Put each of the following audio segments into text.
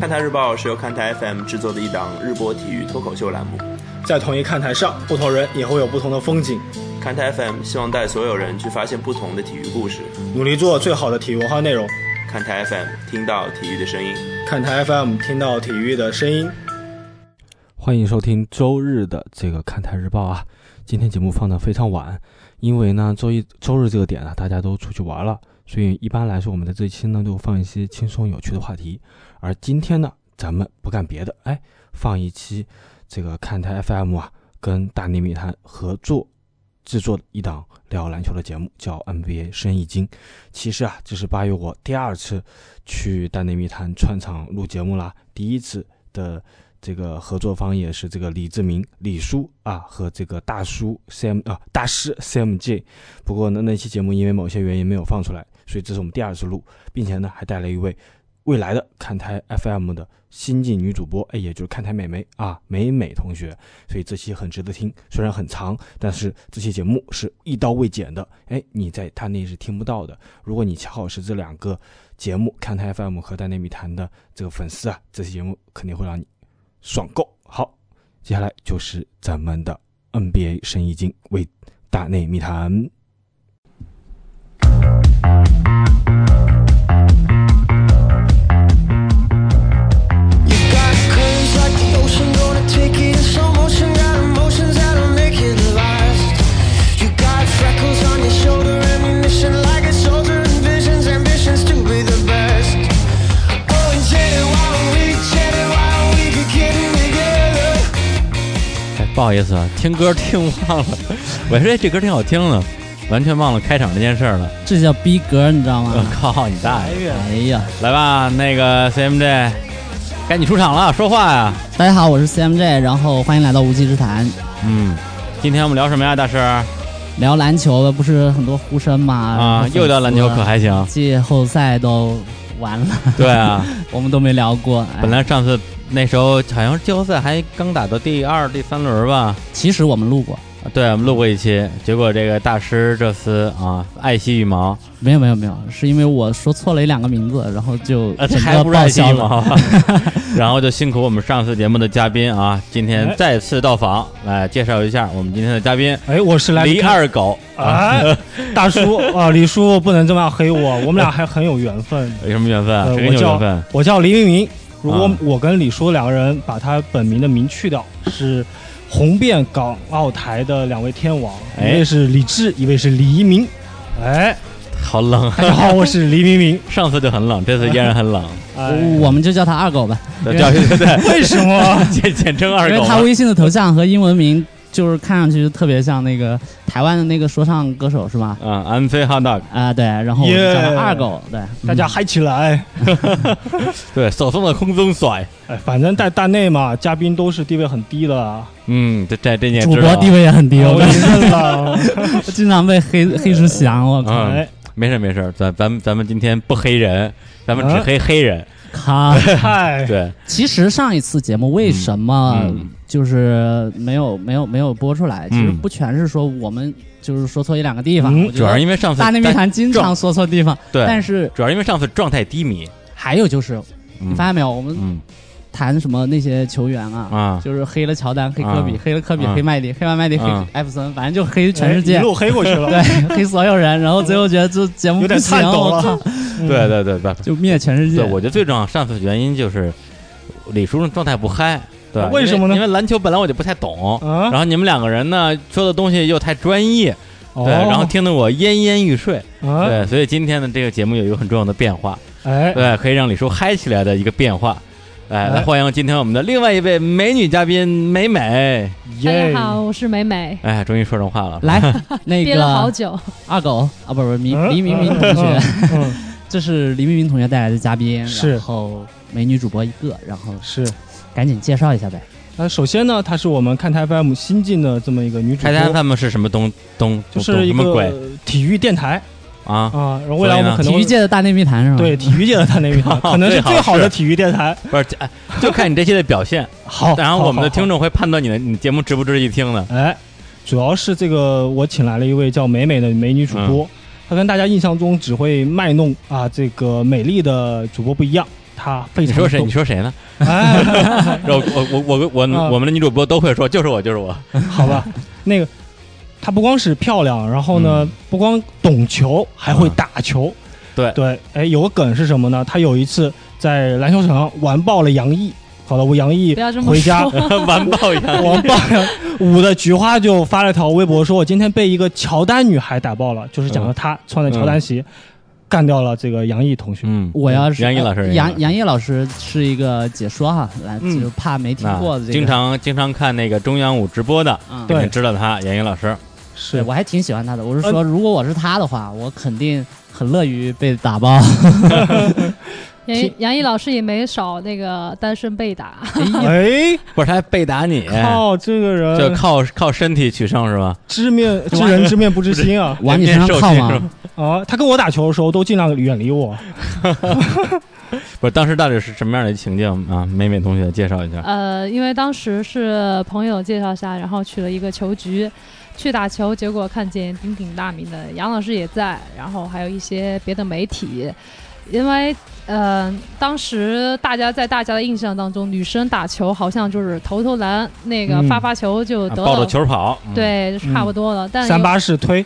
看台日报是由看台 FM 制作的一档日播体育脱口秀栏目。在同一看台上，不同人也会有不同的风景。看台 FM 希望带所有人去发现不同的体育故事。努力做最好的体育文化内容。看台 FM 听到体育的声音。看台 FM 听到体育的声音。欢迎收听周日的这个看台日报啊。今天节目放的非常晚，因为呢周一周日这个点啊，大家都出去玩了，所以一般来说我们的这一期呢就放一些轻松有趣的话题。而今天呢，咱们不干别的，哎，放一期这个看台 FM 啊，跟大内密谈合作制作的一档聊篮球的节目，叫 NBA 生意经。其实啊，这是八月我第二次去大内密谈串场录节目啦，第一次的。这个合作方也是这个李志明、李叔啊和这个大叔 Sam 啊大师 CMJ，不过呢那期节目因为某些原因没有放出来，所以这是我们第二次录，并且呢还带来一位未来的看台 FM 的新晋女主播，哎也就是看台美眉啊美美同学，所以这期很值得听，虽然很长，但是这期节目是一刀未剪的，哎你在他那是听不到的，如果你恰好是这两个节目看台 FM 和大内密谈的这个粉丝啊，这期节目肯定会让你。爽购好，接下来就是咱们的 NBA 生意经为大内密谈。Oh, 不好意思啊，听歌听忘了。 我说哎这歌挺好听的，完全忘了开场这件事儿了。 这叫逼格，你知道吗？我靠，你大爷！哎呀，来吧，那个 CMJ，该你出场了，说话呀。大家好，我是 CMJ，然后欢迎来到无稽之谈。嗯，今天我们聊什么呀，大师？聊篮球的不是很多呼声吗？啊，又聊篮球可还 行？季后赛都完了， 对啊，我们都没聊过。哎本来上次那时候好像是季后赛还刚打到第二、第三轮吧。其实我们录过，对，我们录过一期，结果这个大师这次啊，爱惜羽毛，没有没有没有，是因为我说错了一两个名字，然后就 呃，这整还个不是爱报惜销羽了。毛， 然后就辛苦我们上次节目的嘉宾啊，今天再次到访，来介绍一下我们今天的嘉宾哎，我是来李看二狗 啊，哎，大叔啊，李叔不能这么样黑我，我们俩还很有缘 分。有什么缘分啊？呃谁跟你有缘分？我叫黎明明，如果啊我跟李叔两个人把他本名的名去掉，是红遍港澳台的两位天王，哎一位是李志，一位是黎明。哎，好冷，大家 好，我是黎明明。 上次就很冷，这次依然很冷，哎，我们就叫他二狗吧，对对对对，为什么？ 简简称二因为狗他吧。微信的头像和英文名就是看上去就特别像那个台湾的那个说唱歌手是吧？嗯，I'm say hot dog，啊，对，然后我们叫 Yeah 他二狗，对，大家嗨起来！对手送的空中甩，哎，反正在大内嘛，嘉宾都是地位很低的，嗯，这这这你也主知道啊，播地位也很低，我我跟你认 了。我经 常被黑黑出翔，我靠！嗯，哎，没事没事，咱咱们咱们今天不黑人，咱们只啊黑黑人，咔， 嗨，哎对，其实上一次节目为什么嗯嗯嗯就是没有没有没有播出来？其实不全是说我们就是说错一两个地方，嗯我觉得主要是因为上次大内密谈经常说错地方，对，但是主要是因为上次状态低迷，还有就是你嗯发现没有，我们嗯谈什么那些球员啊，啊，就是黑了乔丹，黑科比，啊黑了科比，啊黑麦迪，黑完麦迪，黑啊艾弗森，反正就黑全世哎界一，路黑过去了。对，黑所有人，然后最后觉得这节有目不点行，颤抖我了靠，对对对对，就灭全世界对，。我觉得最重要上次原因就是李叔的状态不嗨，对，为什么呢因为篮球本来我就不太懂，啊然，后你们两个人呢说的东西又太专业，哦对，然后听得我奄奄欲睡，后啊，对，所以今天的这个节目有一个很重要的变化，哎，对，可以让李叔嗨起来的一个变化。哎，来哎欢迎今天我们的另外一位美女嘉宾美美。大耶家，好，我是美美，哎，终于说上话了。来，那憋个了好久，二狗啊，不不，黎嗯黎明明同学，，嗯嗯 这是黎明明同学带来的嘉宾，是然后美女主播一个，然后是。赶紧介绍一下呗。那首先呢，她是我们看台 FM 新进的这么一个女主开台播，他们是什么东东？就东是一什么鬼个体育电台啊？啊。然后未来我们可能体会育界的大内密谈是吗？对，体育界的她那个 可能是最好的体育电台。不是，哎就看你这期的表现。好，然后我们的听众众会判断你的你节目值 不值得一听的。嗯哎，主要是这个我请来了一位叫美美的美女主播，他跟大家印象中只会卖弄啊这个美丽的主播不一样，他非你常说谁？懂你说谁 呢？ 哎，我我我我我啊我们的女主播都会说，就是我，就是我。 好吧，那个她不光是漂亮，然后嗯呢，不光懂球，还会打球。对对，哎，有个梗是什么呢？她有一次在篮球场上完爆了杨毅。好了，我杨毅不要这么回家，说，完爆 一 样，完爆了舞的菊花就发了条微博说，我今天被一个乔丹女孩打爆了，就是讲的她穿的乔丹鞋干掉了这个杨毅同学。嗯我要是呃杨毅老师，杨杨毅老师是一个解说哈，来嗯就怕没听啊过的这个，经常经常看那个中央五直播的，嗯对你知道他杨毅老师，对是嗯我还挺喜欢他的。我是说，如果我是他的话，我肯定很乐于被 打 爆。杨听毅杨毅老师也没少那个单身 被打，哎，不是哎他还被打你，靠，这个 就人靠靠身体取胜是吧？知面知人知面不知心 啊！往你身上靠吗？啊，他跟我打球的时候都尽量远离我。不是当时到底是什么样的情境啊？美美同学介绍一下。呃，因为当时是朋友介绍下，然后去了一个球局，去打球，结果看见鼎鼎大名的杨老师也在，然后还有一些别的媒体，因为呃，当时大家在大家的印象当中，女生打球好像就是投投篮，那个嗯发发球就啊得抱了，着球跑，嗯，对，就差不多了。但三有八式推，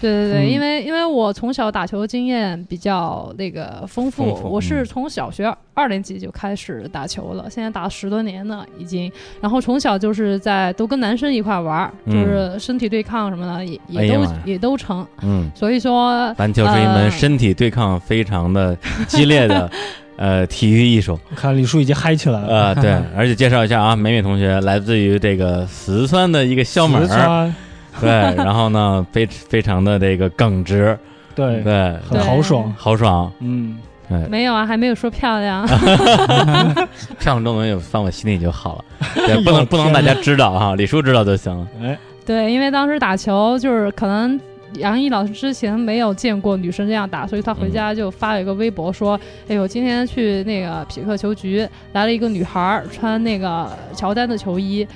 对对对，嗯因为因为我从小打球经验比较那个丰富，丰富我是嗯从小学二年级就开始打球了，现在打十多年了已经。然后从小就是在都跟男生一块玩儿，嗯就是身体对抗什么的也也哎呀都、妈呀也都成。嗯，所以说，篮球是一门呃身体对抗非常的激烈 的呃体育艺术。我看李叔已经嗨起来了。呃， 对，而且介绍一下啊，美美同学来自于这个四川的一个小四门儿，川对，然后呢，非非常的这个耿直，对，对，很豪爽。豪爽，嗯，对，没有啊，还没有说漂亮。漂亮这种东西放我心里就好了， 哎对，呦不能不能天大哪家知道啊，李叔知道就行 了，哎，对，因为当时打球就是可能杨毅老师之前没有见过女生这样打，所以他回家就发了一个微博说：“哎呦，今天去那个匹克球局来了一个女孩儿，穿那个乔丹的球衣，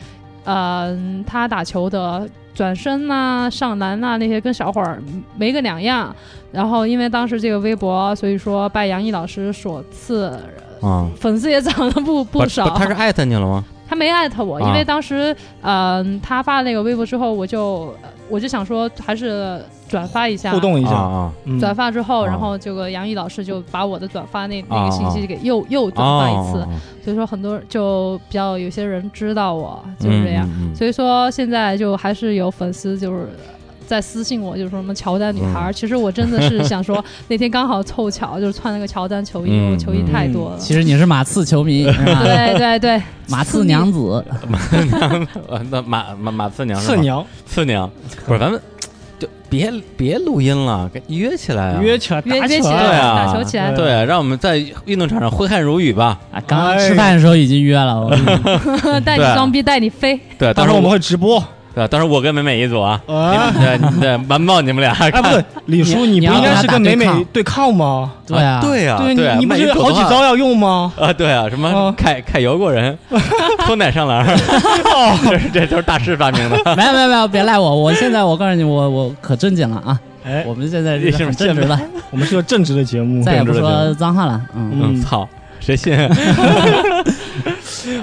嗯、她打球的。”转身呐、上篮呐、那些跟小伙儿没个两样。然后因为当时这个微博，所以说拜杨毅老师所赐，嗯，粉丝也涨了不不少。他是艾特你了吗？他没艾特我，啊因为当时，嗯、他发那个微博之后，我就呃我就想说，还是转发一下互。动一啊下。啊嗯转发之后，啊然后这个杨毅老师就把我的转发那啊那个信息给又又啊转发一次啊，，所以说很多人就比较有些人知道我嗯就是这样，，嗯所以说现在就还是有粉丝就是。在私信我，就是说什么乔丹女孩嗯儿，其实我真的是想说，那天刚好凑巧，就是穿了个乔丹球衣，嗯我球衣太多了。其实你是马刺球迷，是吧？对对对，马刺 娘子， 嗯那马马马次娘是次吗娘次娘，不是咱们就别别录音了，给约起来啊，约起来约打约起对来啊打球起来，对，让我们在运动场上挥汗如雨吧，啊，刚刚吃饭的时候已经约了，我带对啊你装逼，带你飞。对，啊到到时时候候啊我们会直播。对，啊到时候我跟美美一组啊，你啊们，对对，完爆你们俩，哎，不对，李叔，你你不应该是跟美你要跟他美打对抗吗？对啊，对啊，对，对啊，你你不万一是走好的几话招要用吗？啊，对啊，什么嗯凯凯油过人， 偷奶 上篮儿，哦这是这都是大师发明的。没有没有没有，别赖我，我现在我告诉你，我我可正经了啊，哎，我们现在是很正直的，我们是个正直的节目。再也正直不的节目说脏话了，嗯，嗯，嗯操，谁信？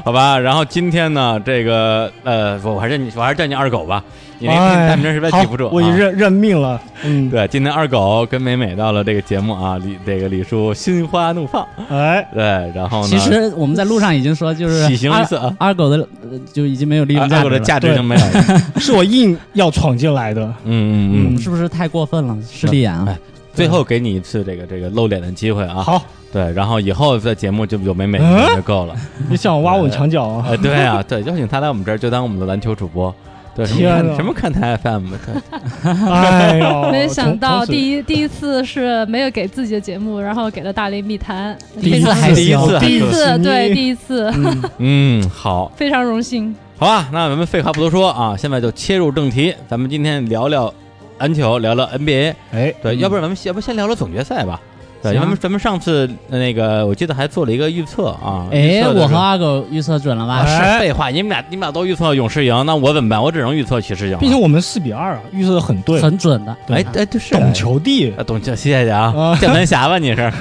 好吧，然后今天呢，这个呃，我我还是你，我还是叫你二狗吧，你那个哎大名实在好记不住。我已啊认认命了。嗯， 对，今天二狗跟美美到了这个节目啊，李这个李叔心花怒放，哎，对，然后呢，其实我们在路上已经说，就是喜形于二色啊，二狗的呃就已经没有利用二价狗值的了，啊价值就没有 了。是我硬要闯进来的。嗯嗯嗯是不是太过分了？势利眼啊哎！最后给你一次这个这个露脸的机会啊，好，对，然后以后在节目就有美美嗯就够了。你想挖我墙角啊？呃，对啊，对，邀请他来我们这儿就当我们的篮球主播，对，什么天啊看哪什么看台 FM，对，哎呦，哦 没想到一第一第一次是没有给自己的节目，然后给了大内密谈，第一非次常还第一次行，第一次嗯对第一次嗯，好，非常荣幸。好吧，那咱们废话不多说啊，现在就切入正题，咱们今天聊聊篮球，聊聊 NBA，哎，对，要不然咱们先要不先聊聊总决赛吧，对，因为咱们上次那个我记得还做了一个预测啊，预哎，测的我是和阿狗预测准了吧？啊哎是废话，你们俩你们俩都预测勇士赢，那我怎么办？我只能预测骑士赢了。毕竟我们四比二啊，预测的很对，很准的。哎哎，对是懂球帝啊，懂球，谢谢啊啊，键盘侠吧你是。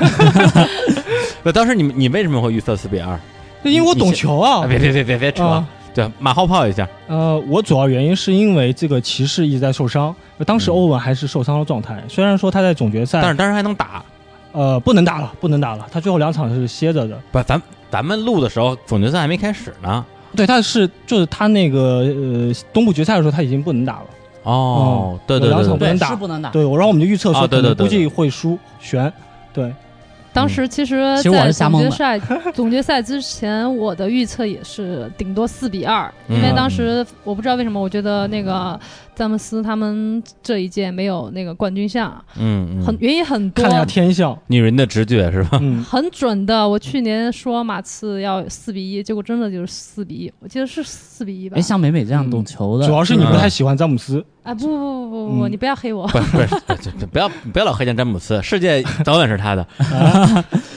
那当时你你为什么会预测四比二？就因为我懂球啊哦啊，。别别别别别扯了啊，对，马后炮一下，呃，我主要原因是因为这个骑士一直在受伤，当时欧文还是受伤的状态。虽然说他在总决嗯但赛，是当时还能打。呃，不能打了，不能打了，他最后两场是歇着的。不，咱咱们录的时候总决赛还没开始呢。对，但是就是他那个呃东部决赛的时候，他已经不能打了。哦，对对有两场不对对，能对，打是不能打。对，我然后我们就预测啊说，对可能对估对计会输悬。对，当时其实，嗯其实我在是瞎总蒙决的赛 总决赛之前，我的预测也是顶多四比二，因为嗯当时我不知道为什么，我觉得那个詹姆斯他们这一届没有那个冠军相，嗯，嗯很原因很多看了，下天象，女人的直觉是吧？嗯，很准的。我去年说马刺要四比一，结果真的就是四比一，我记得是四比一吧哎，？像美美这样嗯懂球的，主要是你不太喜欢詹姆斯，嗯哎，不不不不不，嗯你不要黑我。不是不是不是，不要不要老黑见詹姆斯，世界早晚是他的。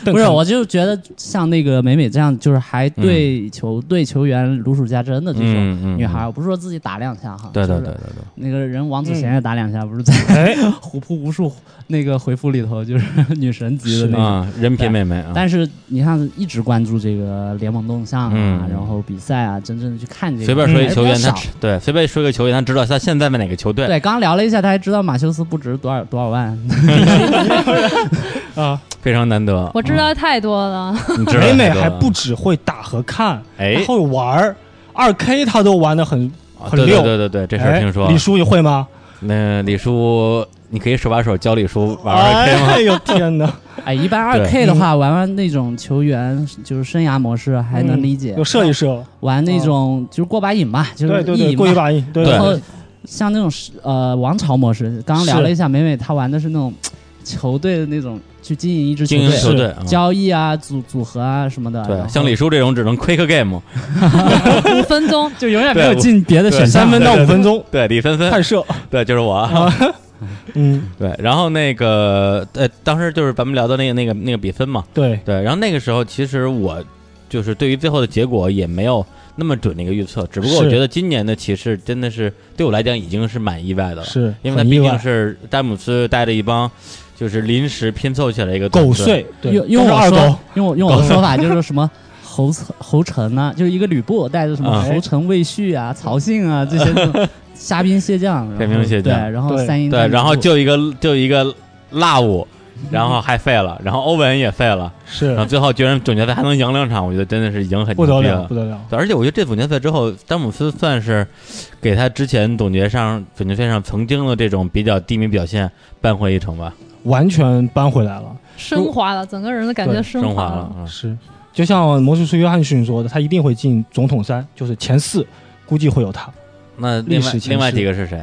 不是，我就觉得像那个美美这样，就是还对球队球员如数家珍的这种嗯嗯，女孩，我不是说自己打两下哈，对对就对嗯是对对。那个人王祖贤也打两下，不是在哎， 虎扑无数那个回复里头就是女神级的那种。啊，人品妹妹啊，但是你看，一直关注这个联盟动向啊，嗯然后比赛啊，真正的去看这个，哎随便说一球员，还是他比较知少对随便说一个球员，他知道他现在在哪个球队。对，刚聊了一下，他还知道马修斯不值多少多少万， 啊，非常难得。我知道的太多了，嗯，你知道美美太多还了不只会打和看，哎还，会玩儿，二 K 她都玩的很啊很对对溜对对对，这事儿哎听说。李叔也会吗？那李叔，你可以手把手教李叔玩儿 K 吗？哎呦天 哪，哎，一般二 K 的话，玩玩那种球员就是生涯模式还嗯能理解有，射一射，玩那种就是过把瘾嘛，就哦对是对意对，淫过一嘛。把瘾，对然对后像那种是呃王朝模式，刚刚聊了一下，美美她玩的是那种球队的那种去经营一支球经营队。球队啊，交易啊，组组合啊什么的，然对，后 像李叔这种只能 quick game。五分钟。就永远对没有进别的选项三。分到对对五分钟对，李芬芬，快射，对，就是我。嗯，对，然后那个呃，当时就是咱们聊的那个那个那个比分嘛，对，对，然后那个时候其实我就是对于最后的结果也没有那么准的一个预测，只不过我是觉得今年的骑士真的是对我来讲已经是蛮意外的了，是因为他很毕意竟外，是詹姆斯带着一帮就是临时拼凑起来一个狗团队，碎，对，用用都是我二狗说，，用我用我的说法就是什么侯 侯臣呐，就是一个吕布带着什么啊哎侯臣、魏续啊、曹信啊这些那 种虾兵蟹将，然后虾兵蟹将对，然后嗯对三英对，战吕然后布就一个就一个落伍，然后还废了，然后欧文也废了，然后是最后居然总决赛还能赢两场，我觉得真的是赢嗯很不得牛逼了，不得了，对而且我觉得这总决赛之后，詹姆斯算是给他之前总决上总决赛上曾经的这种比较低迷表现扳回一城吧，完全扳回来了，升华了，整个人的感觉对升升华华了。。嗯是，就像魔术师约翰逊说的，他一定会进总统三，就是前四，估计会有他。那历另外史前另外世几个是谁？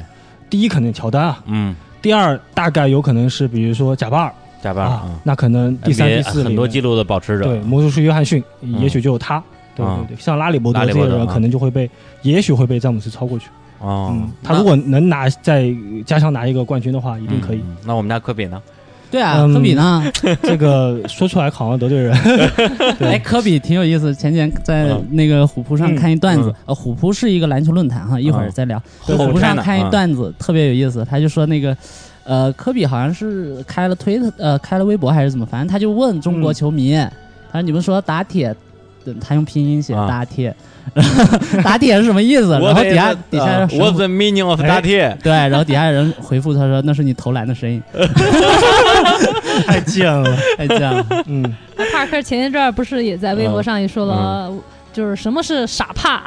第一肯定乔丹啊，嗯，第二大概有可能是比如说贾巴尔加巴尔啊啊，，那可能第三、第 NBA 四很多记录录的保持者。对魔术师约翰逊，也许就有他。对啊对对，像拉里伯拉德里这伯些德人啊可能就会被，也许会被詹姆斯超过去。哦，嗯，他如果能拿再加上拿一个冠军的话，一一定可以。那我们家科比呢？对啊，嗯科比呢？这个说出来好像得罪人。哎，科比挺有意思。前几天在那个虎扑上看一段嗯子，呃，虎扑是一个篮球论坛哈，一会儿再聊。嗯虎扑上看一 China，段子特别有意思，他就说那个。呃，科比好像是开了推特，呃，开了微博还是怎么，反正他就问中嗯国球迷，他说你们说打铁，对他用拼音写啊打铁， 打铁是什呃么意思？然后底呃下底下人回 What's 复 the meaning of 哎 that？here？对，然后底下人回复他说那是你投篮的 声音，太贱了。 太贱了。嗯，那帕尔克前一阵儿不是也在微博上也说了，就是什么是傻帕？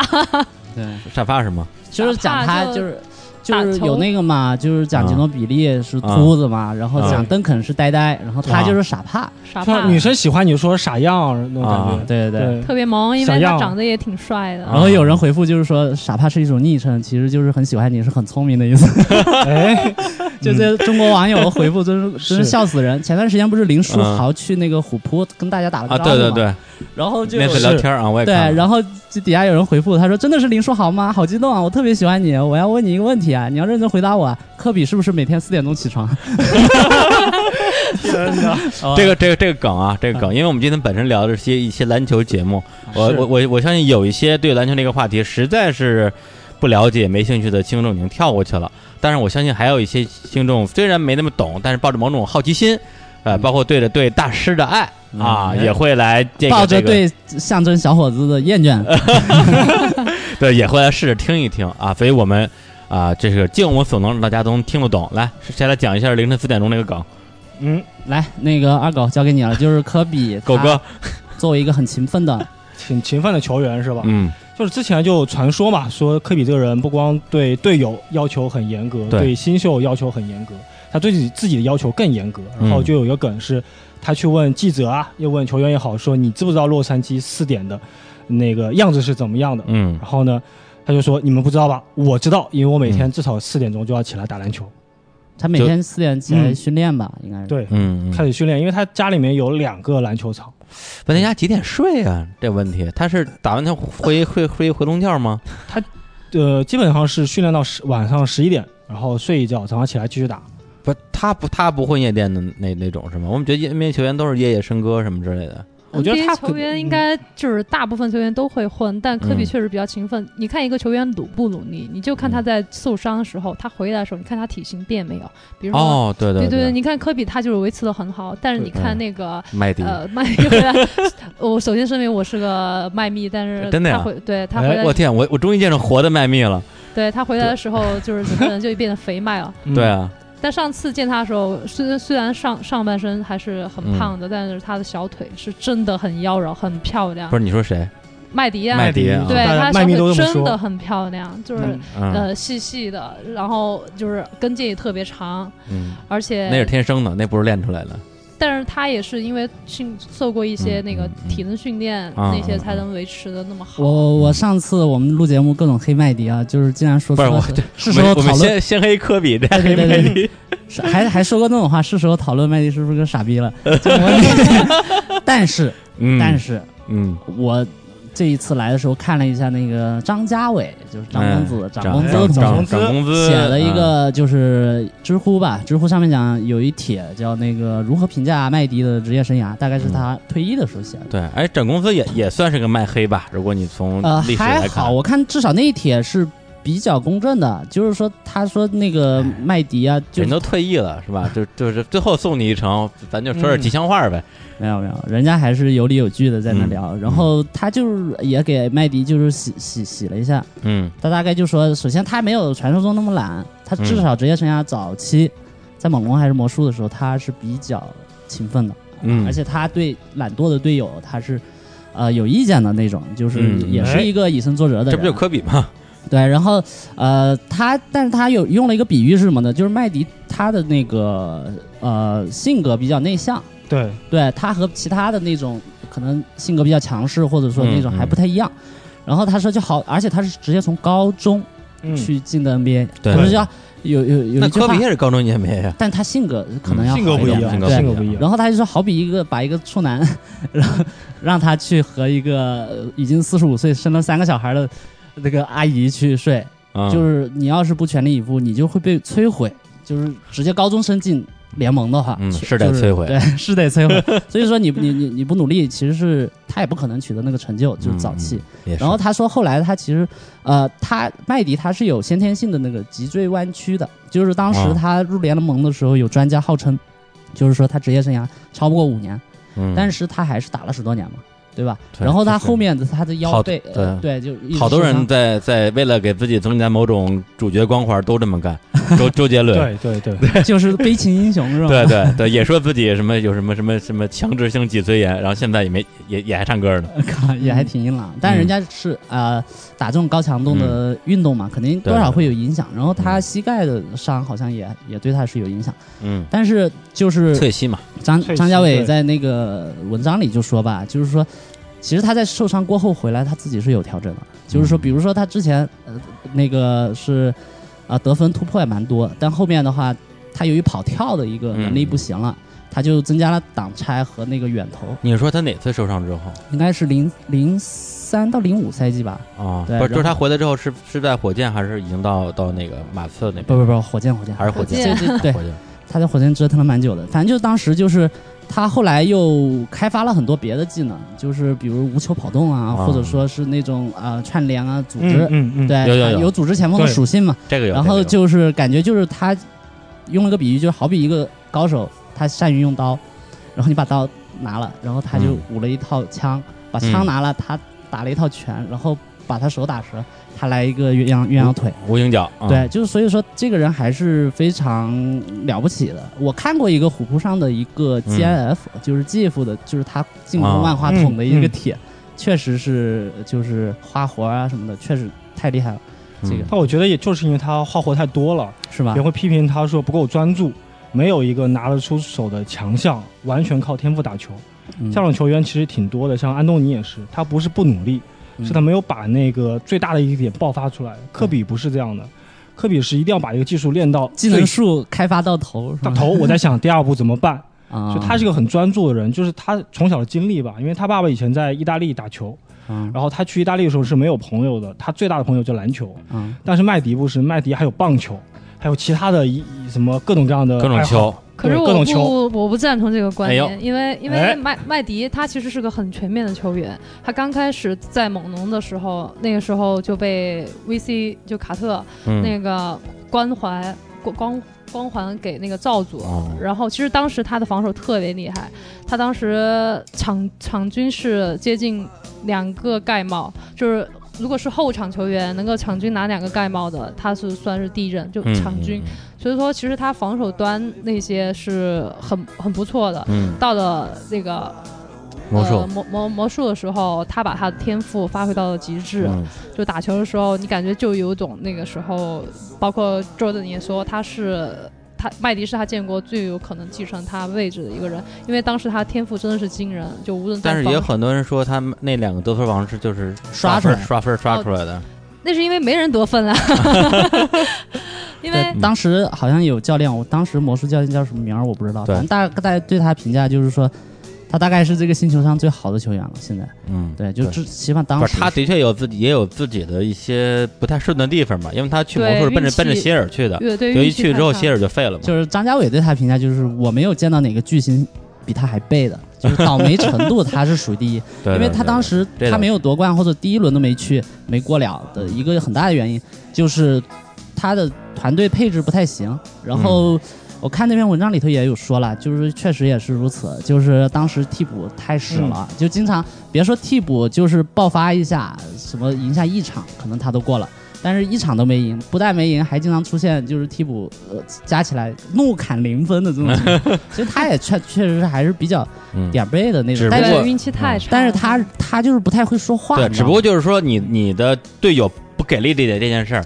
对，沙发是吗？就是讲他哪就怕就是就打是球有那个嘛，就是讲嗯吉诺比利是秃子嘛，然后讲邓肯是呆呆，然后嗯他就是傻帕，傻帕像 女生喜欢你说傻样儿那种啊感觉。对对对。对，特别萌，因小为样他儿长得也挺帅的。然后嗯有人回复就是说，傻帕是一种昵称，其实就是很喜欢你，是很聪明的 意思。哎，就嗯这中国网友回 复真是是真是笑死人。前段时间不是林书嗯豪去那个虎扑跟大家打了个啊，招呼嘛对对，对，然后就那次聊天啊，我也对，看了。然后就底下有人回复，他说：“真的是林书豪吗？好激动啊！我特别喜欢你，我要问你一个问题啊，你要认真回答我啊。科比是不是每天四点钟起床？”真的，这个这个这个梗啊，这个嗯梗，因为我们今天本身聊的是些一些篮球节目，我是我我我相信有一些对篮球这个话题实在是不了解、没兴趣的听众已经跳过去了，但是我相信还有一些听众虽然没那么懂，但是抱着某种好奇心，嗯呃，包括对着对大师的爱啊，嗯也会来这个抱这着个呃对象征小伙子的厌倦，对，也会来试着听一听啊。所以我们啊，这是尽我们所能让大家都能听得懂。来，谁来讲一下凌晨四点钟那个梗？嗯， 来，那个二狗交给你了，就是科比，狗哥，，作为一个很勤 奋的，挺勤奋的球员是吧？嗯，就是之前就有传说嘛，说科比这个人不光对队友要求很严格，对对新秀要求很严格，他对自己自己的要求更严格。然后嗯就有一个梗是，他去问记者啊，又问球员也好，说你知不知道洛杉矶四点的那个样子是怎么样的？嗯，然后呢，他就说你们不知道吧？我知道，因为我每天至少四点钟就要起来打篮球。他每天四点起来嗯训练吧，应该是。对，嗯，开始训练，因为他家里面有两个篮球场，问人家几点睡啊？这问题，他是打完球回 回回回笼觉吗？呃，基本上是训练到十晚上十一点，然后睡一觉，早上起来继续打。不，他不他不混夜店的那那种是吗？我们觉得 NBA 球员都是夜夜笙歌什么之类的。我觉得 NBA 他可球员应该就是大部分球员都会混，但科比嗯确实比较勤奋。你看一个球员努不努力，你就看他在受伤的时候，他回来的时候，你看他体型变没有？比如说，哦，对对对你看科比他就是维持的很好，但是你看那个。麦迪， 呃，麦迪回来，我首先声明我是个麦迷，但 是真的呀哎他回对他回来，我天，我我终于见着活的麦蜜了。对他回来的时候，就是整个人就变得肥麦了。嗯对啊，但上次见他的时候，虽虽然上上半身还是很嗯胖的，但是他的小腿是真的很妖娆，很漂亮不。是你说谁？麦迪呀，麦迪啊，对大家她麦小迷都腿这么真的说很漂亮，就是、嗯嗯呃细细的，然后就是跟腱也特别长，嗯，而且那是天生的，那不是练出来的。但是她也是因为训受过一些嗯那个嗯嗯体能训练，啊那些啊啊才能维持的那么好。我我上次我们录节目各种黑麦迪啊，就是竟然说不是说我是时候我们讨论，先先黑科比，再黑对对麦对迪。是还还说过那种话，是时候讨论麦迪是不是个 傻逼了。就是我但是嗯但是嗯，我这一次来的时候看了一下那个张家伟，就是张公子，涨张公子涨涨同学涨工资涨工资，嗯写了一个就是知乎吧，知乎上面讲有一帖叫那个如何评价麦迪的职业生涯，大概是他退役的时候写的嗯。。对，哎，涨工资也也算是个卖黑吧？如果你从呃，嗯历史还来看好，，我看至少那一帖是比较公正的，就是说他说那个麦迪啊，就哎人都退役了是吧？就就是最后送你一程，咱就说嗯点吉祥话呗。没有没有，人家还是有理有据的嗯在那聊。然后他就是也给麦迪就是洗洗洗了一下，嗯他大概就说，首先他没有传说中那么懒，他至嗯少职业生涯早期、在猛龙还是魔术的时候，他是比较勤奋的，嗯而且他对懒惰的队友他是。呃，有意见的那种，就是嗯也是一个以身作则的人，这不就科比吗？对，然后呃，他但是他有用了一个比喻是什么呢？就是麦迪他的那个呃性格比较内向，对，对他和其他的那种可能性格比较强势或者说那种嗯嗯还不太一样。然后他说就好，而且他是直接从高中嗯去进的 NBA，、对不是叫有有有那一句科话比，也是高中年没呀？但他性格可能要性格不一好样，点格对性格不一样。然后他就说，好比一个把一个处男， 然后让他去和一个呃已经四十五岁生了三个小孩的那个阿姨去睡，啊就是你要是不全力以赴，你就会被摧毁。就是直接高中生进联盟的话，嗯就是得摧毁对， 是得 摧毁。所以说你你你你不努力，其实是他也不可能取得那个成就，就是早期。，嗯也是然后他说，后来他其实，呃，他麦迪他是有先天性的那个脊椎弯曲的，就是当时啊他入联盟的时候，有专家号称，就是说他职业生涯超不过五年，嗯但是他还是打了十多年嘛，对吧？对然后他就是后面的他的腰好背，对呃对，就一直好多受伤人在在为了给自己增加某种主角光环都这么干，周周杰伦。对对对，就是悲情英雄是吧？对对对，也说自己什么有什么什么什么强制性脊椎炎，然后现在也没也也还唱歌 呢。靠，也还挺硬朗，但人家嗯是呃打这种高强度的运动嘛，肯定对多少会有影响。然后他膝盖的伤好像也也对他是有影响，嗯，但是就是翠西嘛，张退张家膝伟对在那个文章里就说吧，就是说，其实他在受伤过后回来，他自己是有调整的。就是嗯说，比如说他之前呃那个是啊、得分突破也蛮多，但后面的话，他由于跑跳的一个能嗯力不行了，他就增加了挡拆和那个远投，你说他哪次受伤之后应该是零零三到零五赛季吧？啊？对不是，就是然后他回来之后是是在火箭，还是已经到到那个马刺那边，不不不，火箭火箭还是火火箭？这这对火箭。他在火箭折腾了蛮久的。反正就当时就是他后来又开发了很多别的技能，就是比如无球跑动啊，啊或者说是那种啊、呃串联啊组织嗯，嗯嗯，对，有有它有有组织前锋的对属性嘛。这个有。然这个后有就是感觉就是他用了个比喻，就好比一个高手，他善于用刀，然后你把刀拿了，然后他就嗯舞了一套枪，把枪拿了，他打了一套拳，然后把他手打折，他来一个鸳鸯鸳鸯腿。嗯无影脚，啊对，就是所以说这个人还是非常了不起的。我看过一个虎扑上的一个 GIF，、就是继父的，就是他进啊攻万花筒的一个嗯嗯帖，确实是就是花活啊什么的，确实太厉害了，嗯这个但我觉得也就是因为他花活太多了，是吧别人？会批评他说不够专注，没有一个拿得出手的呃强项，完全靠天赋打球。嗯像这种球员其实挺多的，像安东尼也是，他不是不努力，嗯是他没有把那个最大的一点爆发出来。科比不是这嗯样的，科比是一定要把一个技术练到技最能树开发到头，是大吧头。哦我在 想第二步怎么办，啊，就他是个很专注的人，就是他从小的经历吧，因为他爸爸以前在意大利打球，嗯啊然后他去意大利的时候是没有朋友的，他最大的朋友就篮球，嗯啊但是麦迪不是，麦迪还有棒球，还有其他的一一什么各种各样的各种爱好，嗯球，可是对我各种球，不我不赞同这个观哎呦点，因为因为哎麦麦迪他其实是个很全面的球员，他刚开始在猛龙的时候，那个时候就被 VC 就卡特嗯，那个关怀光光光环给那个造组哦，然后其实当时他的防守特别厉害，他当时场场均是接近两个盖帽，就是。如果是后场球员能够场均拿两个盖帽的，他是算是第一人，就嗯场均，所以说，其实他防守端那些是很很不错的。嗯，到了那个魔术呃、，魔魔魔术的时候，他把他的天赋发挥到了极致。嗯就打球的时候，你感觉就有种那个时候，包括 Jordan 也说他是他麦迪是他见过最有可能继承他位置的一个人，因为当时他的天赋真的是惊人，就无论在但是也防有很多人说他们那两个得分王是就是刷出分来儿刷分儿刷出来的，哦那是因为没人 得分啊，因为对当时好像有教练，我当时魔术教练叫什么名儿我不知道，对反正大大家对他评价就是说，他大概是这个星球上最好的球员了。现在嗯，对，就至起码当不是，时他的确有自己也有自己的一些不太顺的地方嘛，因为他去魔术是对奔着运气奔着希尔去的，乐队就一运气去之后太差希尔就废了嘛，就是张家伟对他评价就是我没有见到哪个巨星比他还背的，就是倒霉程度他是属于第一，对因为他当时时对的他没有夺冠或者第一轮都没去没过了的一个很大的原因就是他的团队配置不太行。然嗯后我看那篇文章里头也有说了，就是确实也是如此，就是当时替补太屎嗯了，就经常别说替补，就是爆发一下什么赢下一场，可能他都过了。但是，一场都没赢，不但没赢，还经常出现就是替补呃加起来怒砍零分的这种情 况，所以他也确确实是还是比较嗯点儿背的那只种。不但过是对运气嗯太差了，但是他他就是不太会说话，对，你知只道不吗过就是说你你的队友不给力这点这件事儿，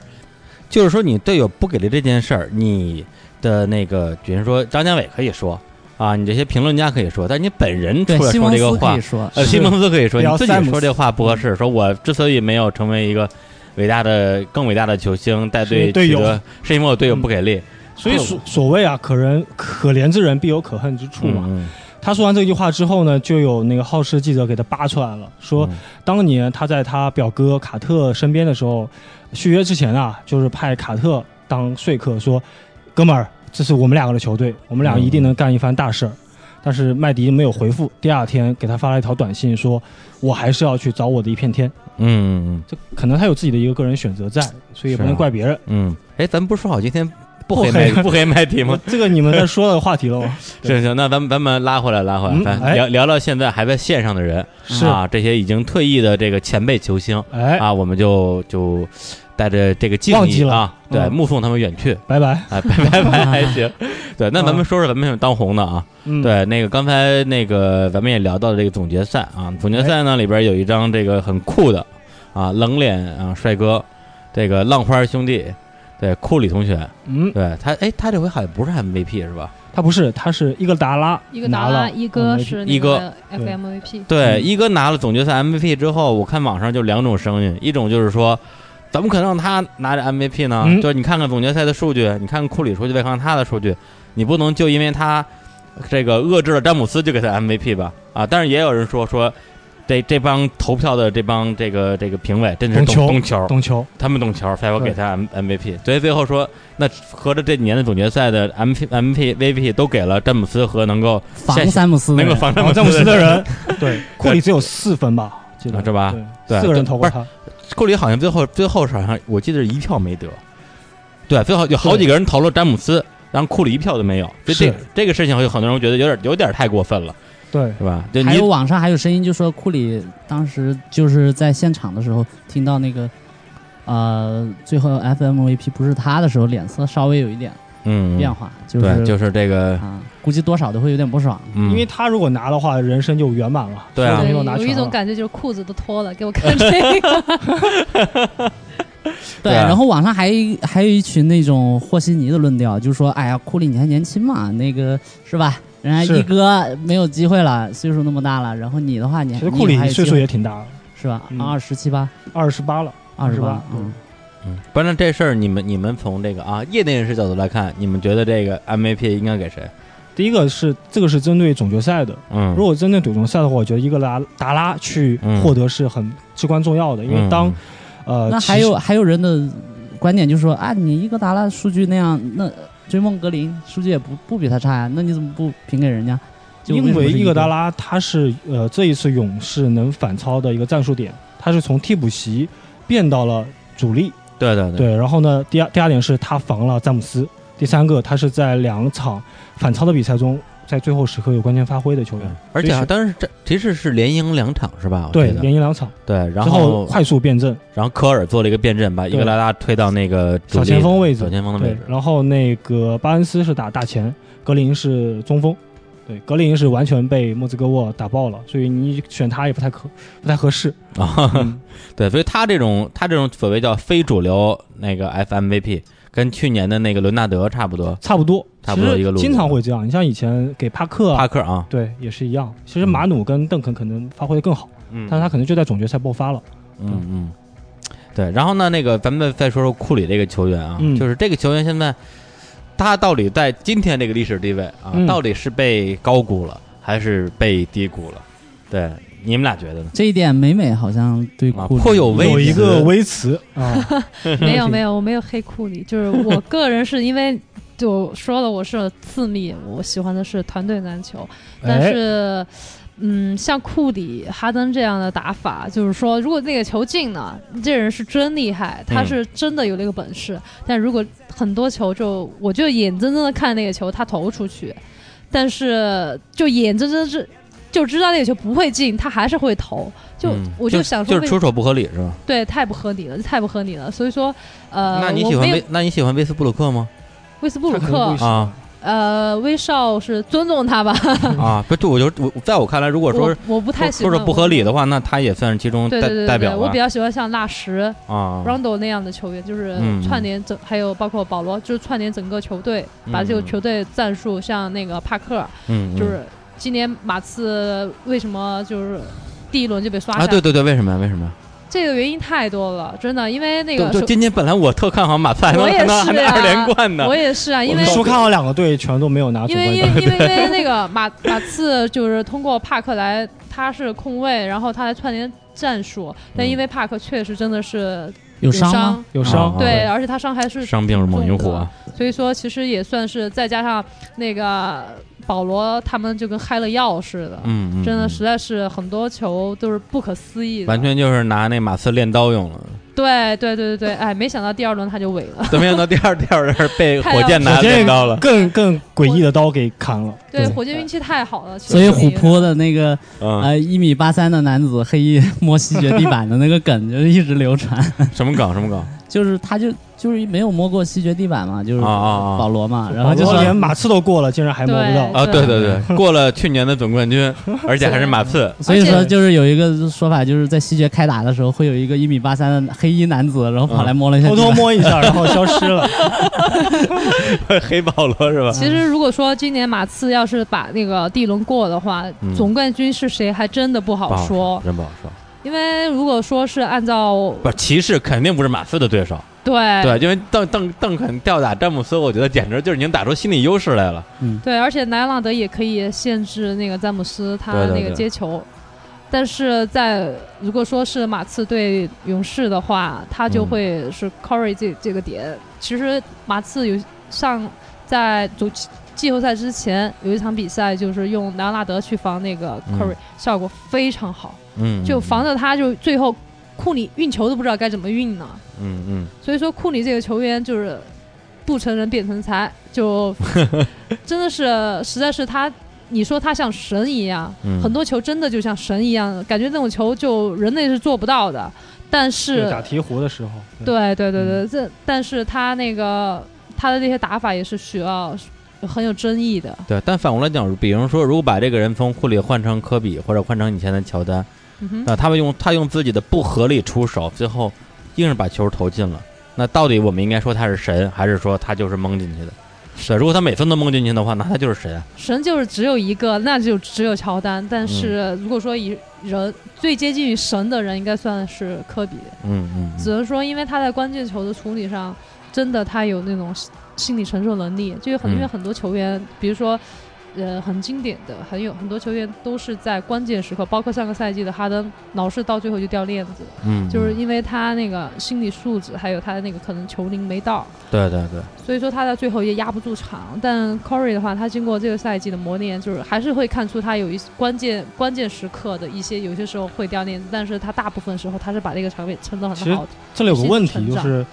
就是说你队友不给力这件事儿，你的那个，比如说张家伟可以说啊，你这些评论家可以说，但你本人出对来西说蒙这个斯话可以，说，呃，是西蒙斯可以说，聊你自詹姆己斯说这话不合适，说我之所以没有成为一个伟大的更伟大的球星，带是因队为队取友得，是因为我队友不给力，所以所所谓啊，可人可怜之人必有可恨之处啊嘛。嗯，他说完这句话之后呢，就有那个好事记者给他扒出来了，说嗯当年他在他表哥卡特身边的时候，续约之前啊，就是派卡特当说客，说哥们儿，这是我们两个的球队，我们俩一定能干一番大事儿。但是麦迪没有回复，第二天给他发了一条短信说，我还是要去找我的一片天。嗯嗯这可能他有自己的一个个人选择在，所以也不能是啊怪别 人。嗯，哎，咱们不是说好今天不不黑黑麦不黑麦迪吗？这个你们在说的话题喽，对行行，那咱们咱们拉回来拉回来，嗯咱哎聊聊聊现在还在线上的人是啊，这些已经退役的这个前辈球星哎，啊，我们就就带着这个敬忘意记了啊，对，嗯目送他们远去，拜拜。哎，拜拜 拜，还行，对，那咱们嗯说说咱们当红的啊，嗯， 对，那个刚才那个咱们也聊到了这个总决赛啊，总哎决赛呢里边有一张这个很酷的啊冷脸啊帅哥，这个浪花兄弟，对库里同学，嗯，对他哎他这回好像不是 MVP 是吧？他不是，他是伊戈达拉，一个达拿拉，了一哥嗯是一那哥个 FMVP，对，嗯一哥拿了总决赛 MVP 之后，我看网上就两种声音，一种就是说。怎么可能让他拿着 MVP 呢？嗯就是你看看总决赛的数据，你看看库里数据，再看看他的数据，你不能就因为他这个遏制了詹姆斯就给他 MVP 吧？啊，但是也有人说说这这帮投票的这帮这个这个评委真的懂是球懂懂 球，懂 球，他们懂球，赛后给他 M MVP，所以最后说，那合着这几年的总决赛的 M P M P V P 都给了詹姆斯和能够防詹姆斯的能人够防然詹后姆詹姆斯斯的人。人，对，库里只有四分吧，记得啊是吧？对四个人就投过他，库里好像最后最后是好像我记得是一票没得，对，最后有好几个人投了詹姆斯，然后库里一票都没有，所以这是这个事情有很多人觉得有点有点太过分了，对，是吧？就还你有网上还有声音就说库里当时就是在现场的时候听到那个，呃，最后 FMVP 不是他的时候，脸色稍微有一点嗯，变化，就是对，就是这个，啊，估计多少都会有点不爽。嗯，因为他如果拿的话，人生就圆满了，对啊所对以没有拿有一全种了。感觉就是裤子都脱了，给我看这个。对，对啊然后网上还还有一群那种和稀泥的论调，就说哎呀，库里你还年轻嘛，那个是吧？人家是一哥没有机会了，岁数那么大了，然后你的话你其实库里岁数也也挺大了，是吧嗯？二十七八，二十八了，二十28八，嗯，嗯反正这事儿你们你们从这个啊业内人士角度来看，你们觉得这个 MVP 应该给谁？第一个是这个是针对总决赛的，嗯，如果针对总决赛的话，我觉得伊戈达达拉去嗯获得是很至关重要的，因为当呃，那其实还有还有人的观点就说啊，你伊戈达拉数据那样，那追梦格林数据也不不比他差呀，那你怎么不评给人家？就因什么为是伊伊戈达拉他是呃这一次勇士能反超的一个战术点，他是从替补席变到了主力，对对嗯对，对，然后呢，第二第二点是他防了詹姆斯，第三个他是在两场反超的比赛中，在最后时刻有关键发挥的球嗯员，而且所以啊，是当时这其实是连赢两场是吧？我对，记得连赢两场对，然之后快速辩证然后科尔做了一个辩证，把伊格拉拉推到那个主小力前锋位置小，前锋的位对置，，然后那个巴恩斯是打大前，格林是中锋，对，格林是完全被莫兹戈沃打爆了，所以你选他也不太可不太合适。啊， 嗯对，所以他这种他这种所谓叫非主流那个 FMVP，跟去年的那个伦纳德差不多，差不多，差不多其实一个路子经常会这样。你像以前给帕克啊，帕克啊，对，也是一样。其实马努跟邓肯可能发挥的更好，嗯，但是他可能就在总决赛爆发了。嗯嗯，对，然后呢，那个咱们再说说库里这个球员啊，嗯就是这个球员现在他到底在今天这个历史地位啊，嗯到底是被高估了还是被低估了？对，你们俩觉得呢？这一点，美美好像对啊库里颇有微微有一词个微词啊， 没有没有，我没有黑库里，就是我个人是因为就说了我是次密，我喜欢的是团队篮球，但哎是。嗯，像库里、哈登这样的打法，就是说，如果那个球进呢，这人是真厉害，嗯他是真的有那个本事。但如果很多球就，我就眼睁睁的看那个球他投出去，但是就眼睁睁是就知道那个球不会进，他还是会投。就、嗯我就想说就为，是出手不合理是吧？对，太不合理了，太不合理了。所以说，呃，那你我喜欢没有威？那你喜欢威斯布鲁克吗？威斯布鲁他可能克不，喜啊呃，威少是尊重他吧？啊，不，就我就我在我看来，如果说我我不太喜说欢是不合理的话，话，那他也算是其中对代对对对代对，表我吧比较喜欢像纳什、啊 Rondo 那样的球员，就是嗯串联整，还有包括保罗，就是串联整个球队，嗯把这个球队战术，像那个帕克，嗯，嗯就是今年马刺为什么就是第一轮就被刷下？啊，对对对，为什么呀？为什么呀？这个原因太多了，真的，因为那个就首就今天本来我特看好马刺，还能我也还能是还能啊二连冠呢我。也是啊，因为我们说看好两个队全都没啊有拿总因冠为因军为。因为因为那个马马刺就是通过帕克来，他是控卫，然后他来串联战术，但因为帕克确实真的是有伤吗？有伤，啊对，而且他伤还是，伤病如猛于虎啊，所以说其实也算是再加上那个保罗他们就跟嗨了药似的，嗯，嗯真的嗯实在是很多球都是不可思议的，完全就是拿那马刺练刀用了。对对对对对，哎，没想到第二轮他就萎了，怎么样到第二第二轮被太火箭拿火箭练刀了更更诡异的刀给砍了。对，对火箭运气太好了，所以其实虎扑的那个嗯，呃一米八三的男子黑衣摸西决地板的那个梗，就是一直流传，嗯什么梗什么梗？就是他就就是没有摸过西决地板嘛，就是啊啊啊保罗嘛，然保后就罗说连马刺都过了，竟然还摸不到。啊，对哎对对对，过了去年的总冠军，而且还是马刺。所以而说，且就是有一个说法，就是在西决开打的时候，会有一个一米八三的黑衣男子，然后跑来摸了一下啊偷地板，偷摸一 下，然后消失了。啊 黑保罗是吧？ 其实如果说今年马刺要是把那个第一轮过的话，嗯总冠军是谁还真的不好不好说，真不好说。因为如果说是按照不是骑士肯定不是马刺的对手，对对，因为邓邓邓肯吊打詹姆斯，我觉得简直就是已经打出心理优势来了。嗯对而且莱昂纳德也可以限制那个詹姆斯他对对那个对接球。但是在如果说是马刺对勇士的话，他就嗯会是 Corey 这这个点。其实马刺有上在足季后赛之前有一场比赛，就是用莱昂纳德去防那个 Curry，、嗯效果非常好，嗯，就防着他就最后库里运球都不知道该怎么运呢。嗯，嗯所以说库里这个球员就是不成人变成才，就 真的是实在是他，你说他像神一样，嗯嗯，很多球真的就像神一样，感觉那种球就人类是做不到的。但是对打鹈鹕的时候，对对对对，嗯这但是他那个他的这些打法也是需要很有争议的。对，但反过来讲，比如说，如果把这个人从库里换成科比，或者换成以前的乔丹，嗯哼，那他们用他用自己的不合理出手，最后硬是把球投进了。那到底我们应该说他是神，还是说他就是蒙进去的？对，如果他每分都蒙进去的话，那他就是神啊。神就是只有一个，那就只有乔丹。但是嗯如果说以人最接近于神的人，应该算是科比。嗯嗯只嗯，能说，因为他在关键球的处理上，真的他有那种心心理承受能力。就有很嗯因为很多球员，比如说，呃，很经典的，很有很多球员都是在关键时刻，包括上个赛季的哈登，老是到最后就掉链子，嗯就是因为他那个心理素质，还有他的那个可能球龄没到，对对对，所以说他在最后也压不住场。但 Corey 的话，他经过这个赛季的磨练，就是还是会看出他有一些关键关键时刻的一些，有些时候会掉链子，但是他大部分时候他是把这个场面撑得其很实好的。这里有个问题就有些成长是，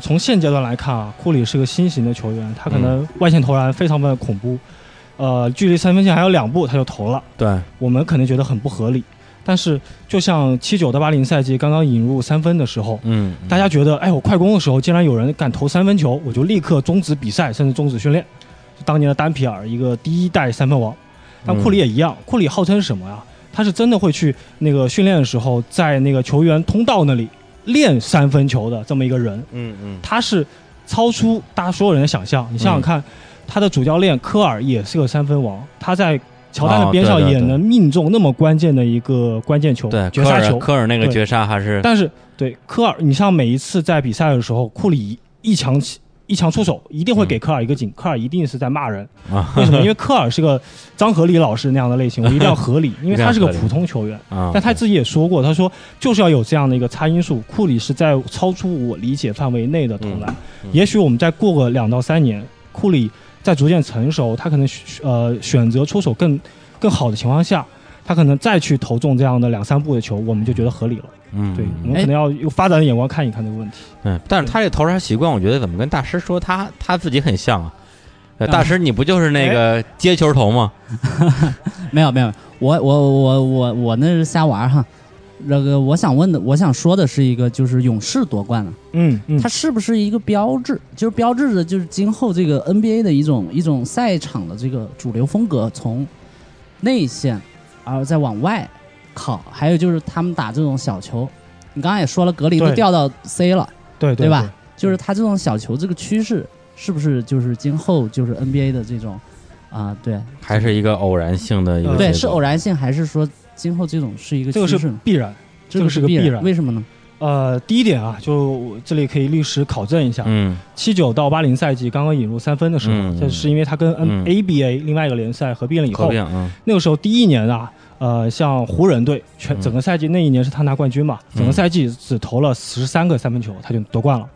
从现阶段来看啊，库里是个新型的球员，他可能外线投篮非常的恐怖，呃，距离三分线还有两步他就投了，对，我们可能觉得很不合理。但是就像七九到八零赛季刚刚引入三分的时候，嗯，大家觉得，哎，我快攻的时候竟然有人敢投三分球，我就立刻终止比赛，甚至终止训练。就当年的丹皮尔，一个第一代三分王，但嗯库里也一样，库里号称是什么呀？他是真的会去那个训练的时候，在那个球员通道那里练三分球的这么一个人，嗯嗯他是超出大家所有人的想象。你想想看，他的主教练科尔也是个三分王，他在乔丹的边哦上对对也对能命中那么关键的一个关键球，对，绝科杀尔球。科尔那个对绝杀还是但是对科尔，你像每一次在比赛的时候，库里一强起一强出手，一定会给科尔一个警，科尔一定是在骂人。啊 为什么？因为科尔是个张合理老师那样的类型，我一定要合理，因为 他是个普通球员。啊，但他自己也说过，他说就是要有这样的一个差因素。库里是在超出我理解范围内的投篮，嗯嗯也许我们再过个两到三年，库里在逐渐成熟，他可能选呃选择出手更更好的情况下，他可能再去投中这样的两三步的球，我们就觉得合理了。嗯对，我嗯们哎可能要用发展的眼光看一看这个问题。嗯，但是他这投杀习惯，我觉得怎么跟大师说他他自己很像啊？呃嗯大师，你不就是那哎个接球头吗？没有没有，我我我我我那是瞎玩儿哈。那个我想问的，我想说的是一个，就是勇士夺冠了，嗯嗯它是不是一个标志？就是标志着就是今后这个 NBA 的一种一种赛场的这个主流风格，从内线，而再往外靠，还有就是他们打这种小球，你刚刚也说了，格林都对掉到 C 了，对对吧？？就是他这种小球这个趋势，是不是就是今后就是 NBA 的这种啊、对还是一个偶然性的一个呃结对果？是偶然性，还是说今后这种是一个这趋个势是呢？必然。这这个是个必必然为什么呢？呃，第一点啊，就我这里可以历史考证一下，嗯七九到八零赛季刚刚引入三分的时候，嗯这是因为它跟 N 嗯 ABA 另外一个联赛合并了以合后，并嗯那个时候第一年啊，呃，像湖人队全嗯整个赛季那一年是他拿冠军嘛，整个赛季只投了十三个三分球，他就夺冠了。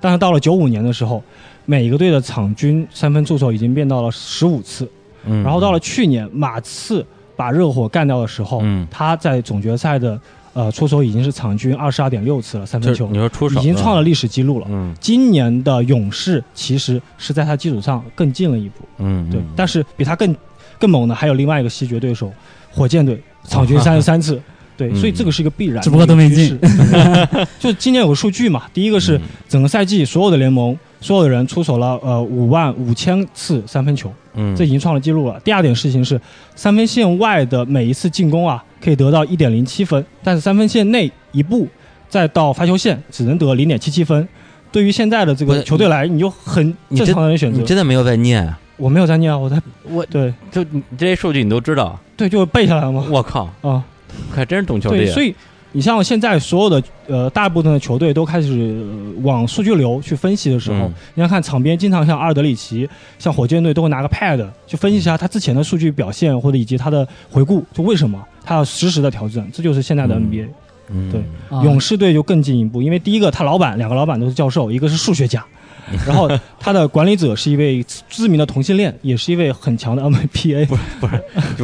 但是到了九五年的时候，每一个队的场均三分出手已经变到了十五次，嗯，然后到了去年马刺把热火干掉的时候，嗯他在总决赛的呃出手已经是场均二十二点六次了，三就分是球你说出手已经创了了，历史记录了。嗯今年的勇士其实是在他基础上更进了一步，嗯对，嗯但是比他更更猛的还有另外一个西决对手火箭队，场均三十三次。对，嗯所以这个是一个必然的只不过都没进一个趋势。 就今年有个数据嘛，第一个是嗯整个赛季所有的联盟所有的人出手了呃五万五千次三分球，嗯这已经创了记录了。第二点事情是，三分线外的每一次进攻啊，可以得到一点零七分，但是三分线内一步再到发球线只能得零点七七分。对于现在的这不个是球队来，你就很你正常的人选择嗯你。真的没有在念啊？我没有在念啊，我在我对就你这些数据你都知道，对，就背下来了嘛。我靠，啊，还真是懂球啊对，帝。所以你像现在所有的呃大部分的球队都开始、呃往数据流去分析的时候，嗯你要看场边经常像阿尔德里奇、像火箭队都会拿个 pad 去分析一下他之前的数据表现或者以及他的回顾，就为什么他要实时的调整，这就是现在的嗯 NBA。嗯对啊勇士队就更进一步，因为第一个他老板两个老板都是教授，一个是数学 家，然后他的管理者是一位知名的同性恋，也是一位很强的 MBA 不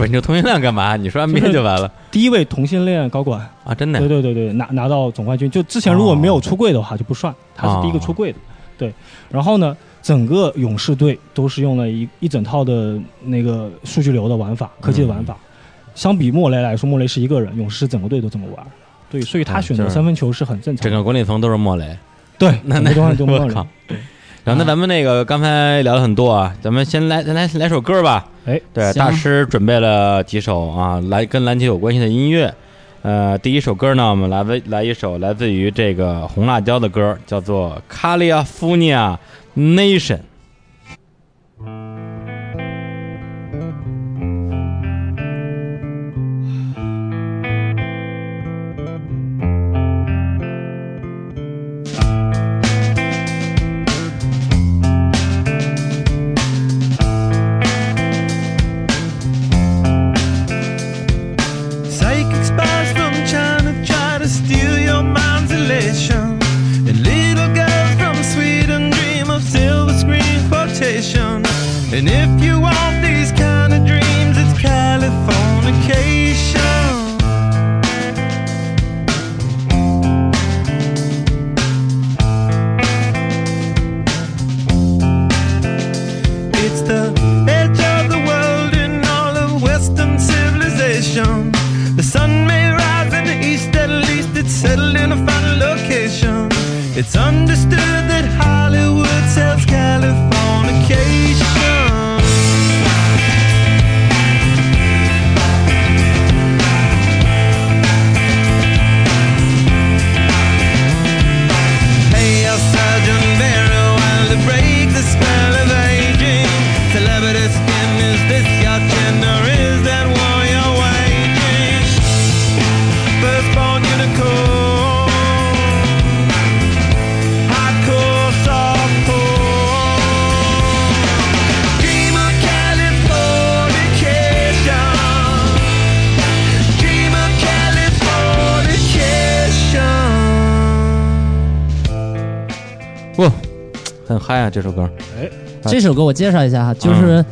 是你这通讯量干嘛？你说 NBA 就完了第一位同性恋高管。啊！真的对对对对，拿拿到总冠军，就之前如果没有出柜的话就不算，哦他是第一个出柜的。对，然后呢，整个勇士队都是用了一一整套的那个数据流的玩法，科技的玩法。嗯相比莫雷来说，莫雷是一个人，勇士是整个队都这么玩。对，所以他嗯选择就是三分球是很正常整的。个管理层都是莫雷。对，那很那多东西就没有我人靠。然后那咱们那个刚才聊了很多啊，咱们先来来来首歌吧。哎，对，行大师准备了几首啊，来跟篮球有关系的音乐。呃，第一首歌呢，我们来为来一首来自于这个红辣椒的歌，叫做《California Nation》。 Psychic spies from China try to steal your mind's elation. And little girls from Sweden dream of silver screen quotation. And if you want these kind of dreams, it's Californication. It's the edge of the world in all of Western civilization. The sun may rise in the east, at least it's settled in a final location. It's understood that Hollywood sells Californication. Hey, El Sergeant Barrow, while to break the spell of aging. Celebrity skin, is this your chin or is that war you're waging? Firstborn unicorn, hardcore softcore. Dream of Californication. Dream of Californication. 哇，很嗨啊！这首歌，这首歌我介绍一下哈，嗯就是，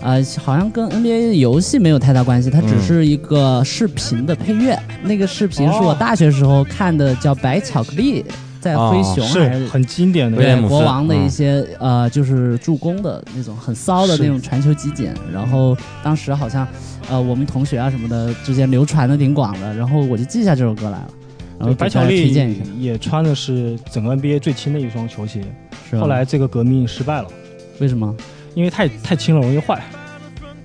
呃，好像跟 NBA 的游戏没有太大关系，它嗯只是一个视频的配乐。那个视频是哦我大学时候看的，叫《白巧克力在灰熊》还是很经典的威对廉姆斯国王的嗯一些、呃，就是助攻的那种很骚的那种传球集锦，然后当时好像呃我们同学啊什么的之间流传的挺广的，然后我就记下这首歌来了，然后呃白给巧大家克推力荐一下，也穿的是整个 NBA 最轻的一双球鞋，是吧后来这个革命失败了，为什么因为太太轻了容易坏，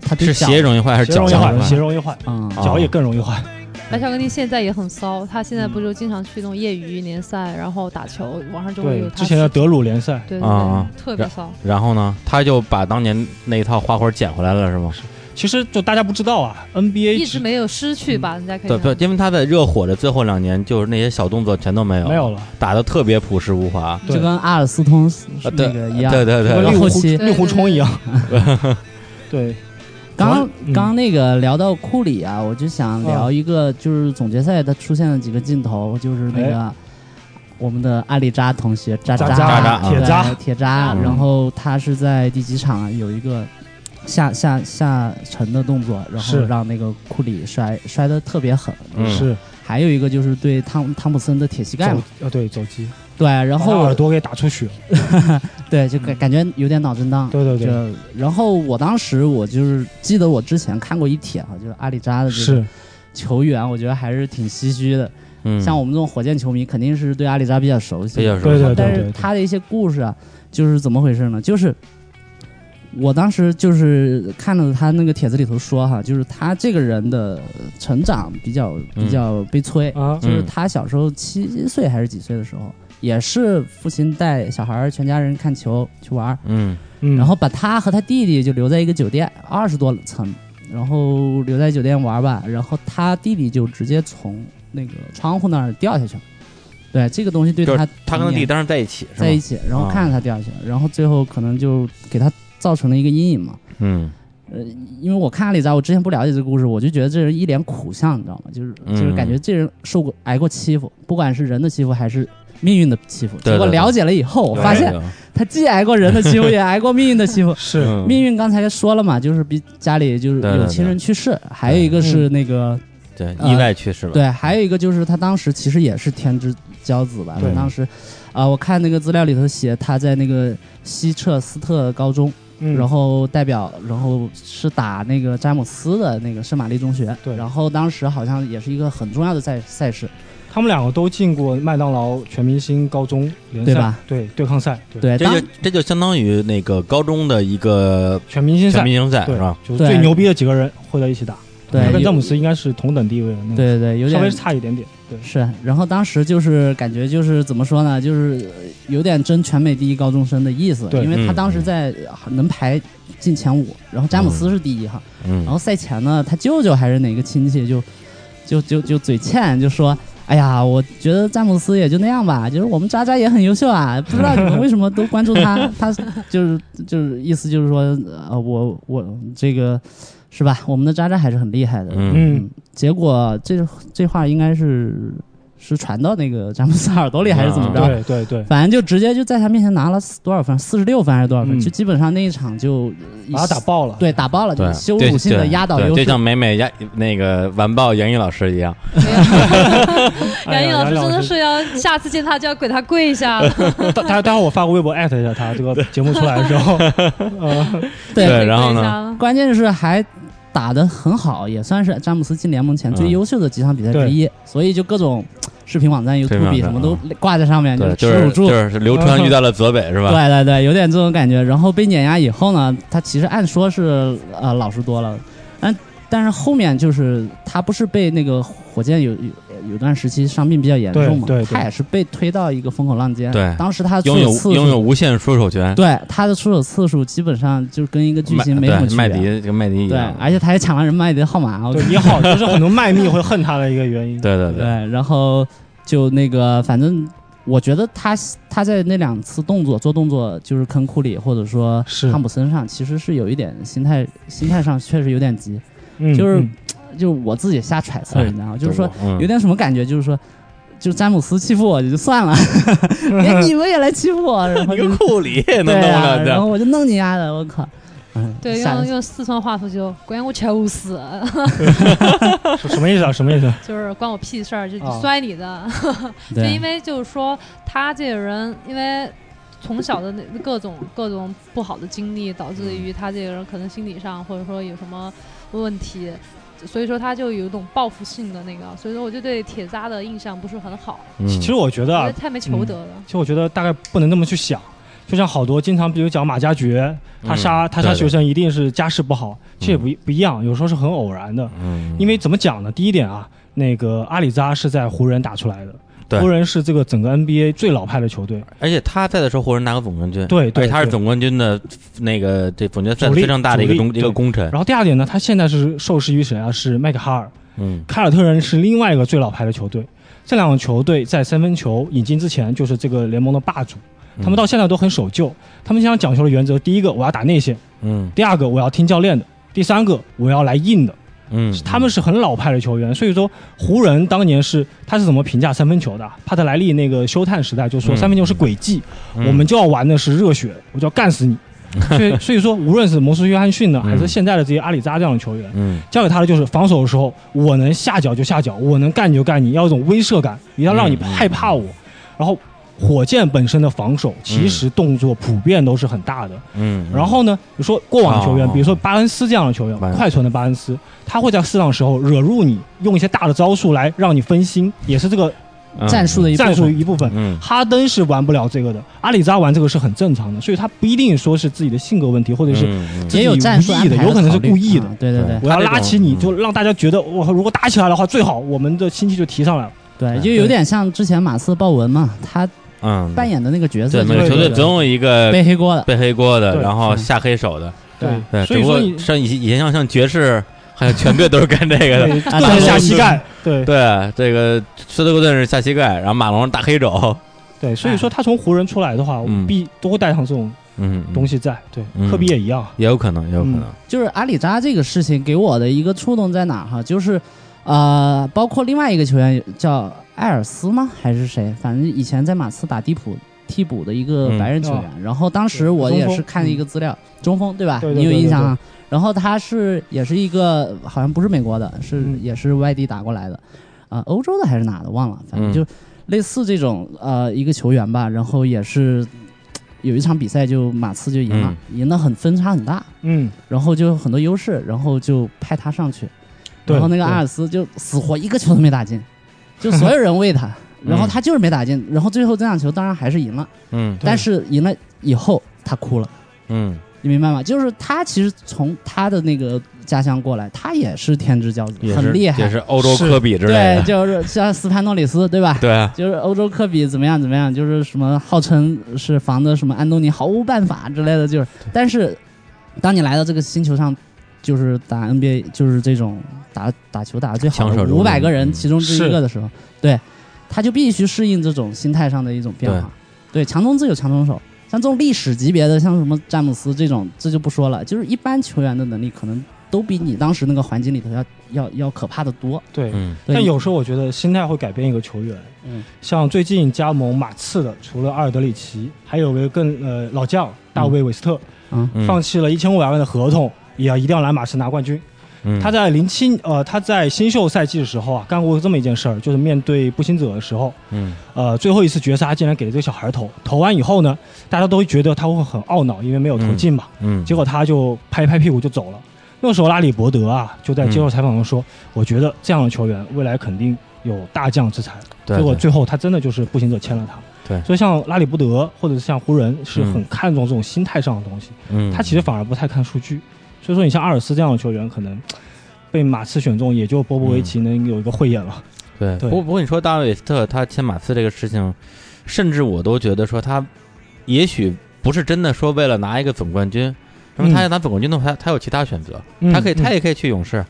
他对是脚鞋容易坏还是鞋脚容易容易坏，坏鞋？容易坏，嗯啊脚也更容易哦坏。白巧克力现在也很骚，他现在不就经常去那种业余联赛，然后打球，网上就会对有，他之前的德鲁联赛，对对啊啊对，特别骚。然后呢，他就把当年那一套花活捡回来了，是吗？其实就大家不知道啊，NBA 一直没有失去吧，人家可以对，这不样，因为他在热火的最后两年，就是那些小动作全都没有，没有了，打的特别朴实无华。对就跟阿尔斯通是啊，对那个一样，对对跟然对后令狐后期令狐冲一样。 对， 刚刚嗯刚那个聊到库里啊，我就想聊一个，就是总决赛他出现了几个镜头，就是那个我们的阿里扎同学渣哎渣呃渣渣啊渣对铁渣铁渣，嗯然后他是在第几场啊有一个下下下沉的动作，然后是让那个库里摔摔得特别狠。嗯是还有一个就是对汤汤普森的铁膝盖走嘛，呃对走击，对，然把后他耳我朵给打出血。对就感感觉有点脑震荡。对对对，就然后我当时我就是记得我之前看过一帖哈，就是阿里扎的这个是球员，我觉得还是挺唏嘘的。嗯，像我们这种火箭球迷，肯定是对阿里扎比较熟悉，比较熟悉对对对但是他的一些故事啊，就是怎么回事呢？就是我当时就是看到他那个帖子里头说哈，就是他这个人的成长比较嗯比较悲催，啊，就是他小时候七岁还是几岁的时候，也是父亲带小孩儿全家人看球去玩儿，嗯，嗯，然后把他和他弟弟就留在一个酒店，二十多层，然后留在酒店玩吧。然后他弟弟就直接从那个窗户那儿掉下去了。对，这个东西对就是他他跟他童弟年当时在一起是在一吗？起，然后啊看着他掉下去，然后最后可能就给他造成了一个阴影嘛。嗯因为我看了一张，我之前不了解这个故事，我就觉得这人一脸苦相，你知道吗？就是嗯就是感觉这人受过挨过欺负，不管是人的欺负还是命运的欺负。对结果对对了解了以后，我发现对他既挨过人的欺负，也挨过命运的欺负。是嗯命运刚才说了嘛，就是比家里就是对对对有亲人去世，还有一个嗯是那个对呃意外去世吧？对，还有一个就是他当时其实也是天之骄子吧。他对当时，啊、我看那个资料里头写他在那个西彻斯特高中，嗯然后代表，然后是打那个詹姆斯的那个圣玛丽中学。对然后当时好像也是一个很重要的赛赛事。他们两个都进过麦当劳全明星高中联对赛吧，对对抗赛，对对，当这就这就相当于那个高中的一个全明星全赛，明星赛对是吧？就是最对牛逼的几个人会在一起打，对他跟有詹姆斯应该是同等地位的，那个对对，有稍微点差一点点，对，是。然后当时就是感觉就是怎么说呢，就是呃有点争全美第一高中生的意思，对因为他嗯当时嗯在呃能排进前五，然后詹姆斯是第一哈。嗯然后赛前呢，他舅舅还是哪个亲戚就就就就嘴欠，就说：“哎呀，我觉得詹姆斯也就那样吧，就是我们渣渣也很优秀啊，不知道你们为什么都关注 他，他就是就是意思就是说，呃，我我这个是吧，我们的渣渣还是很厉害的。嗯嗯，结果这这话应该是是传到那个詹姆斯耳朵里还是怎么着？啊对对对，反正就直接就在他面前拿了多少分，四十六分还是多少分？嗯就基本上那一场就呃一把他打爆了，对打爆了，对，就羞辱性的对压倒对优就势。像美美压那个完爆杨毅老师一样，哎呀，杨 毅老师杨真的是要下次见他就要给他跪下了。大大待会儿我发个微博艾特一下他，这个节目出来的时 候，呃，对对然后呢跪下了？关键是还打得很好，也算是詹姆斯进联盟嗯前最优秀的几场比赛之一，所以就各种视频网站、视频网 YouTube 站嗯什么都挂在上面，对，就耻辱嗯是柱。就是刘川遇到了泽北是吧？对对对，有点这种感觉。然后被碾压以后呢，他其实按说是呃老实多了，但但是后面就是他不是被那个火箭有有有段时期伤病比较严重嘛，对对对他也是被推到一个风口浪尖。对当时他出拥手有次拥有数，无限出手权，对他的出手次数基本上就跟一个巨麦星没什么对区麦别。迪跟麦迪一对样，，而且他还抢了人麦迪的号码，我对也好，就是很多麦蜜会恨他的一个原因，对对对，然后就那个，反正我觉得他他在那两次动作做动作，就是坑库里或者说是汤普森上，其实是有一点心态心态上确实有点急，嗯就是嗯就是我自己瞎揣测，哎你知道吗？就是说嗯有点什么感觉，就是说。就詹姆斯欺负我也就算了， 连你们也来欺负我，然后一 就个库里也能对弄啊，了，然后对我就弄你丫的，我靠！嗯，对，下用用四川话说就关我球事，什什么意思啊？什么意思？就是关我屁事儿，就啊摔你的。 就对因为就是说他这个人，因为从小的那各种各种不好的经历，导致嗯于他这个人可能心理上或者说有什么问题，所以说他就有一种报复性的那个，所以说我就对铁渣的印象不是很好，嗯其实我觉得觉啊得，太没求得了。其实我觉得大概不能那么去想。就像好多经常，比如讲马加爵，他杀、嗯他杀对对学生一定是家世不好，这也不一不一样，有时候是很偶然的。嗯因为怎么讲呢？第一点啊，那个阿里扎是在湖人打出来对的，湖人是这个整个 NBA 最老派的球队，而且他在的时候，湖人拿过总冠军，对对而且他是对总冠军的那个这总决赛主力非常大的一个主力功一个对功臣然，后第二点呢，他现在是受制于谁啊？是麦克哈尔，嗯，凯尔特人是另外一个最老牌的球队。这两个球队在三分球引进之前就是这个联盟的霸主，嗯他们到现在都很守旧。他们经常讲求的原则，第一个我要打内线，嗯第二个我要听教练的，第三个我要来硬的。嗯，他们是很老派的球员，所以说湖人当年是他是怎么评价三分球的啊？帕特莱利那个休探时代就说嗯三分球是诡计，嗯我们就要玩的是热血，我就要干死 你。所以所以说，无论是魔术约翰逊呢，还是嗯现在的这些阿里扎这样的球员，嗯交给他的就是防守的时候，我能下脚就下脚，我能干你就干你，要一种威慑感，也要让你嗯嗯害怕我。然后，火箭本身的防守其实动作普遍都是很大的。嗯，然后呢，你说过往球员，哦比如说巴恩斯这样的球员巴恩，斯快船的巴恩斯，他会在适当时候惹入你，用一些大的招数来让你分心，也是这个嗯战术的一部战术分一部分。嗯哈登是玩不了这个的，阿里扎玩这个是很正常的，所以他不一定说是自己的性格问题，或者是嗯嗯也有战术故意安的排有可能是考虑故意的啊对对对我要他这拉种起你，嗯就让大家觉得我如果打起来的话最好，我们的心气就提上来了。对，就有点像之前马刺鲍文嘛，他嗯，扮演的那个角对色，每个对球队对总有一个背黑锅的。背黑锅的，对然后嗯下黑手的，对对，所只以不说过你像以以前像像爵士。哎全队都是干这个的。 对，各对种下膝盖，对 对，这个斯特克顿是下膝盖，然后马龙是大 黑肘，对，所以说他从湖人出来的话，我哎嗯必都会带上这种嗯，东西嗯在。对嗯，科比也一样，也有可能，也有可能，就是阿里扎这个事情给我的一个触动在哪儿哈？就是，呃，包括另外一个球员叫艾尔斯吗？还是谁？反正以前在马刺打替补替补的一个白人球员。然后当时我也是看了一个资料，中锋对吧？哦对对对你有印象啊？然后他是也是一个好像不是美国的，是、嗯也是外地打过来的，啊、欧洲的还是哪的忘了，反嗯正就类似这种呃一个球员吧。然后也是有一场比赛就马刺就赢了，赢得很分差很大。嗯，然后就有很多优势，然后就派他上去，对然后那个对阿尔斯就死活一个球都没 打进，就所有人喂他，然后他就是没打进，然后最后这场球当然还是赢了，嗯但是赢了以后他哭了，嗯你明白吗？就是他其实从他的那个家乡过来，他也是天之骄也子，是很厉也害是，欧洲科比之类对，的，就是像斯潘诺里斯，对吧？对，啊就是欧洲科比怎么样怎么样，就是什么号称是防的什么安东尼毫无办法之类的，就是，但是当你来到这个星球上，就是打 NBA，就是这种打打球打的最好强手的如五百林个人嗯其中之一个的时候，对，他就必须适应这种心态上的一种变化。对，强中自有强中手，像这种历史级别的，像什么詹姆斯这种，这就不说了，就是一般球员的能力可能都比你当时那个环境里头要要要可怕的多。对。嗯对但有时候我觉得心态会改变一个球员，嗯，像最近加盟马刺的，除了阿尔德里奇，还有个更呃老将大卫韦斯特，嗯嗯放弃了一千五百万的合同，也要一定要来马刺拿冠军。嗯他在零七呃他在新秀赛季的时候啊，干过这么一件事儿，就是面对步行者的时候，嗯呃最后一次绝杀竟然给了这个小孩投，投完以后呢，大家都觉得他会很懊恼，因为没有投进嘛。嗯，结果他就拍一拍屁股就走了。那时候拉里伯德啊就在接受采访中说：“我觉得这样的球员未来肯定有大将之才。”对结果对最后他真的就是步行者签了他。对所以像拉里伯德或者是像湖人是很看重这种心态上的东西。嗯他其实反而不太看数据。所以说，你像阿尔斯这样的球员，可能被马刺选中，也就波波维奇能有一个慧眼了。对，对不过不过你说大卫韦斯特他签马刺这个事情，甚至我都觉得说他也许不是真的说为了拿一个总冠军，那么他嗯要拿总冠军的话，他他有其他选择，嗯他可以他嗯也可以去勇士，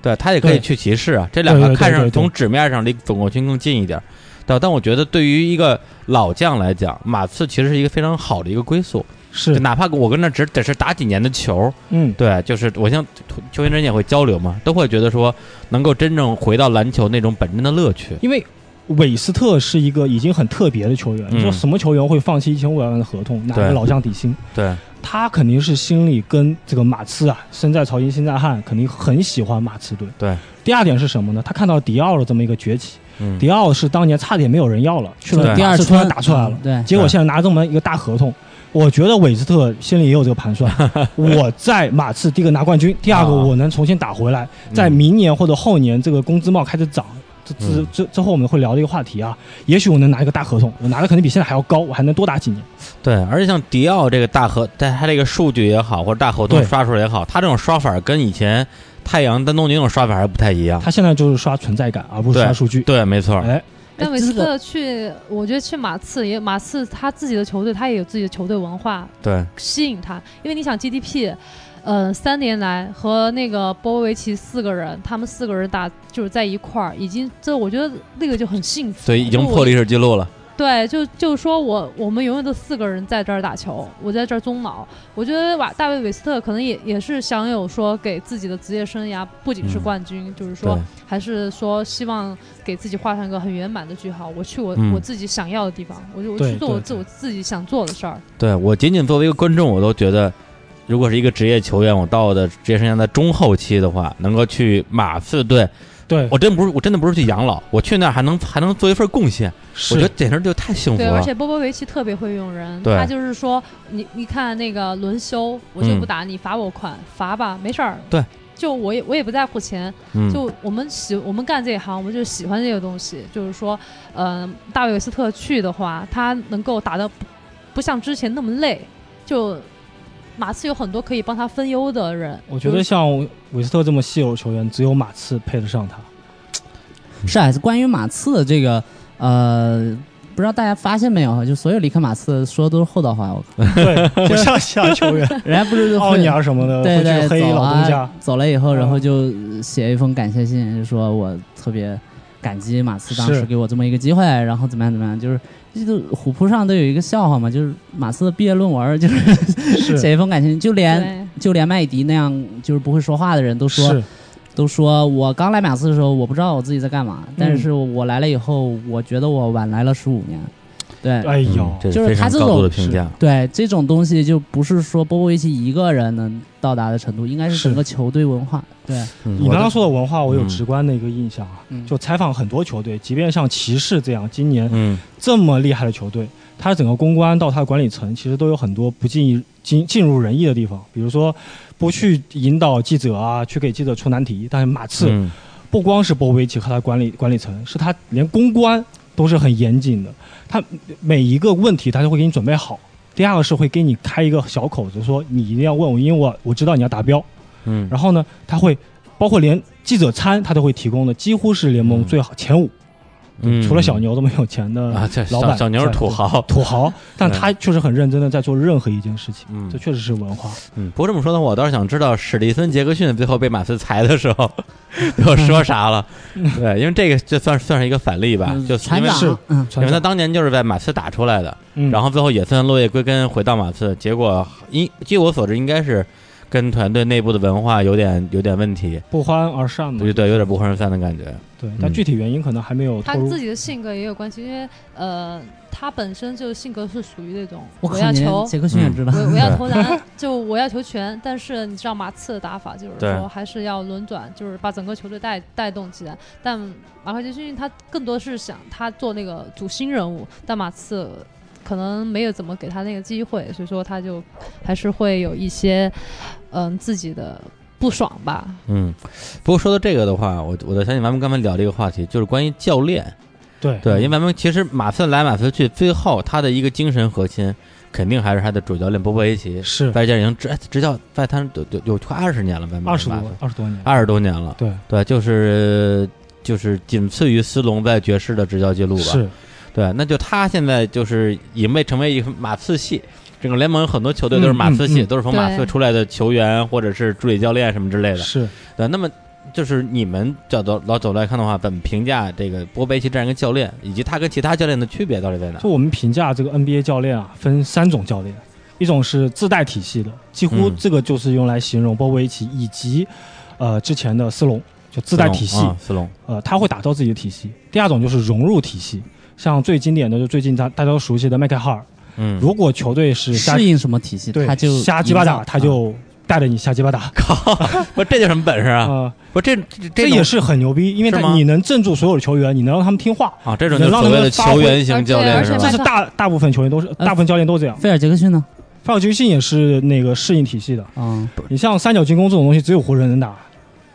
对他也可以对去骑士啊，这两对个对对看对上对，从纸面上离总冠军更近一点，但但我觉得对于一个老将来讲，马刺其实是一个非常好的一个归宿，就是哪怕我跟那只只是打几年的球，嗯，对，就是我像球员之间也会交流嘛，都会觉得说能够真正回到篮球那种本真的乐趣。因为韦斯特是一个已经很特别的球员。你说嗯什么球员会放弃一千五百万的合同，拿对个老将底薪？对，他肯定是心里跟这个马刺啊，身在曹营心在汉，肯定很喜欢马刺队。对。第二点是什么呢？他看到迪奥的这么一个崛起，嗯，迪奥是当年差点没有人要了，去对了第二马刺突春然打出来了嗯， 对，结果现在拿这么一个大合同，我觉得韦斯特心里也有这个盘 算。我在马刺，第一个拿冠军，第二个啊我能重新打回来，在明年或者后年这个工资帽开始涨。这这嗯这之后我们会聊的一个话题啊，也许我能拿一个大合同，我拿的肯定比现在还要高，我还能多打几年。对，而且像迪奥这个大合，但他这个数据也好，或者大合同对刷出来也好，他这种刷法跟以前太阳、丹东尼那种刷法还不太一样。他现在就是刷存在感，而不是啊对刷数据。对，没错，哎，但韦这斯个特去，我觉得去马刺也，马刺他自己的球队，他也有自己的球队文化对，吸引他，因为你想 GDP。呃，三年来和那个波波维奇四个人，他们四个人打就是在一块儿，已经这我觉得那个就很幸福，所以已经就我破历史记录了。对，就就说我我们永远都四个人在这儿打球，我在这儿中脑。我觉得瓦大卫韦斯特可能也也是享有说给自己的职业生涯不仅是嗯冠军，就是对说，还是说希望给自己画上一个很圆满的句号。我去我、嗯我自己想要的地方，我就我对去做我对自对我自己想做的事儿。对我仅仅作为一个观众，我都觉得，如果是一个职业球员，我到我的职业生涯的中后期的话，能够去马刺队，对，我真不是我真的不是去养老，我去那儿还能还能做一份贡献，我觉得是简直就太幸福对，而了。且波波维奇特别会用人，对他就是说，你你看那个轮休，我就不打你，罚我款，罚吧，没事儿。对。就我也我也不在乎钱，嗯，就我们喜我们干这一行，我们就喜欢这个东西。就是说，呃，大卫韦斯特去的话，他能够打的不像之前那么累。就马刺有很多可以帮他分忧的人，我觉得像韦斯特这么稀有的球员，只有马刺配得上他。是啊，关于马刺的这个呃不知道大家发现没有，就所有里克马斯说的都是厚道话，我 靠，对，不像其他 球员，人家不是奥会尼尔什么的对会对，去黑走老啊东家，走了以后，然后就写一封感谢信，说我特别感激马刺当时是给我这么一个机会，然后怎么样怎么样，就是这都虎扑上都有一个笑话嘛，就是马刺的毕业论文儿就是是写一封感谢信，就连对就连麦迪那样就是不会说话的人都说是都说我刚来马刺的时候，我不知道我自己在干嘛，但是嗯我来了以后，我觉得我晚来了十五年，对。哎呦，嗯这就是非常他这高度种的评是价。对这种东西，就不是说波波维奇一个人能到达的程度，应该是是整个球队文化。对，嗯你我刚刚的说的文化，我有嗯直观的一个印象啊，嗯就采访很多球队，即便像骑士这样今年嗯这么厉害的球队，它整个公关到它的管理层，其实都有很多不尽尽尽如人意的地方，比如说不去引导记者啊，去给记者出难题。但是马刺、嗯不光是波维奇和他管理管理层，是他连公关都是很严谨的，他每一个问题他都会给你准备好。第二个是会给你开一个小口子，说你一定要问我，因为我我知道你要达标。嗯，然后呢，他会包括连记者餐他都会提供的，几乎是联盟最好前五，嗯除了小牛这么有钱的啊，这嗯老小板，小牛是土豪，土豪，但他确实很认真的在做任何一件事情，嗯这确实是文化。嗯，不过这么说的话，我倒是想知道史蒂芬·杰克逊最后被马刺裁的时候 都说啥了。对，因为这个这算算是一个反例吧嗯，就船因为长是嗯，因为他传当年就是在马刺打出来的，嗯然后最后也算落叶归根回到马刺，结果应据我所知应该是跟团队内部的文化有点有点问题，不欢而散嘛对，嗯对，有点不欢而散的感觉。对，但具体原因可能还没有他透露自。己的性格也有关系，因为呃，他本身就性格是属于那种我靠，要嗯你球连，杰克逊也知道。 我我要对投篮，就我要球权。但是你知道马刺的打法就是对说还是要轮转，就是把整个球队带带动起来。但马克杰逊他更多是想他做那个主心人物，但马刺可能没有怎么给他那个机会，所以说他就还是会有一些嗯自己的不爽吧。嗯，不过说到这个的话，我我在想起咱们刚才聊这个话题，就是关于教练。对对，因为咱们其实马刺来马刺去，最后他的一个精神核心肯定还是他的主教练波波维奇，是在这已经执哎执教在他有有有快二十年了吧，二十马多刺二十多年，二十多年了，对对，就是就是仅次于斯隆在爵士的执教记录吧，是对，那就他现在就是已经被成为一个马刺系。整个联盟有很多球队都是嗯马刺系，嗯嗯都是从马刺对出来的球员或者是助理教练什么之类的。是对，那么就是你们角度老走来看的话，怎么评价这个波贝奇这样一个教练，以及他跟其他教练的区别到底在哪？就我们评价这个 NBA 教练啊，分三种教练，一种是自带体系的，几乎嗯这个就是用来形容波维奇以及呃之前的斯隆，就自带体系斯。隆啊斯隆，呃，他会打造自己的体系。第二种就是融入体系，像最经典的就最近大大家都熟悉的麦克哈尔，嗯，如果球队是瞎 适应什么体系，对他就啊瞎鸡巴打，他就带着你瞎鸡巴打不，这叫什么本事啊？啊，不，这这这种也是很牛逼，因为是他吗你能镇住所有的球员，你能让他们听话，啊，这种能就是让所他谓们的发球挥员型教练啊而是吧且这麦？是克大大部分球员都是，大部分教练都这样。菲尔杰克逊呢？范尔杰克逊也是那个适应体系的，嗯你像三角进攻这种东西，只有湖人能打，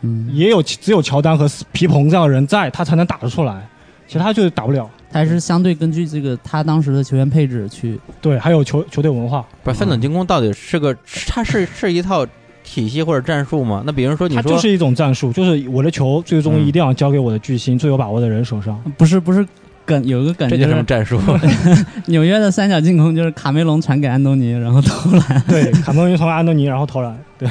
嗯，也有只有乔丹和斯皮蓬这样的人在，他才能打得出来，其他就是打不了。他还是相对根据这个他当时的球员配置去，对，还有球球队文化，不是三角进攻到底是个，是它是是一套体系或者战术吗？那比如说你它就说嗯是一种战术，就是我的球最终一定要交给我的巨星、最有把握的人手上。不是不是梗，有一个梗这就叫什么是战术？啊纽约的三角进攻就是卡梅隆传给安东尼，然后投篮。 对，卡梅隆从安东尼然后 投篮。对，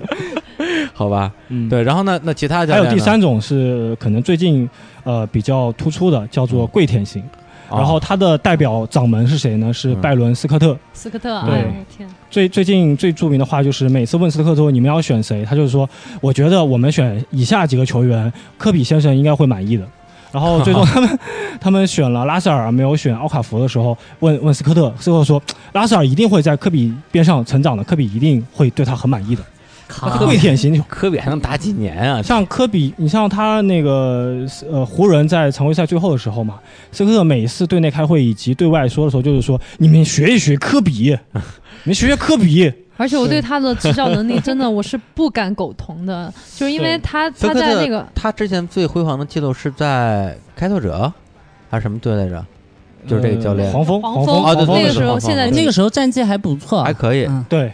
好吧，嗯，。对，然后呢？那其他教还练有第呢，三种是可能最近呃比较突出的，叫做跪舔型。啊然后他的代表掌门是谁呢？是嗯拜伦斯科特。斯科特，对哎我天，最最近最著名的话就是，每次问斯科特说你们要选谁，他就是说，我觉得我们选以下几个球员，科比先生应该会满意的。然后最终他们他们选了拉塞尔，没有选奥卡福的时候，问问斯科特，斯科特说拉塞尔一定会在科比边上成长的，科比一定会对他很满意的。他靠跪舔型球，科比还能打几年啊？像科比，你像他那个呃湖人在常规赛最后的时候嘛，斯科特每一次对内开会以及对外说的时候，就是说你们学一学科比，你们学学科比。而且我对他的执教能力真的我是不敢苟同 的，就是因为对他斯他科在特那个他之前最辉煌的记录是在开拓者还是什么队来着？就是这个教练呃黄蜂，黄蜂，蜂哦对黄蜂对的对那个时时候，候，现在那个时候战绩还不错，嗯还可以，嗯，对，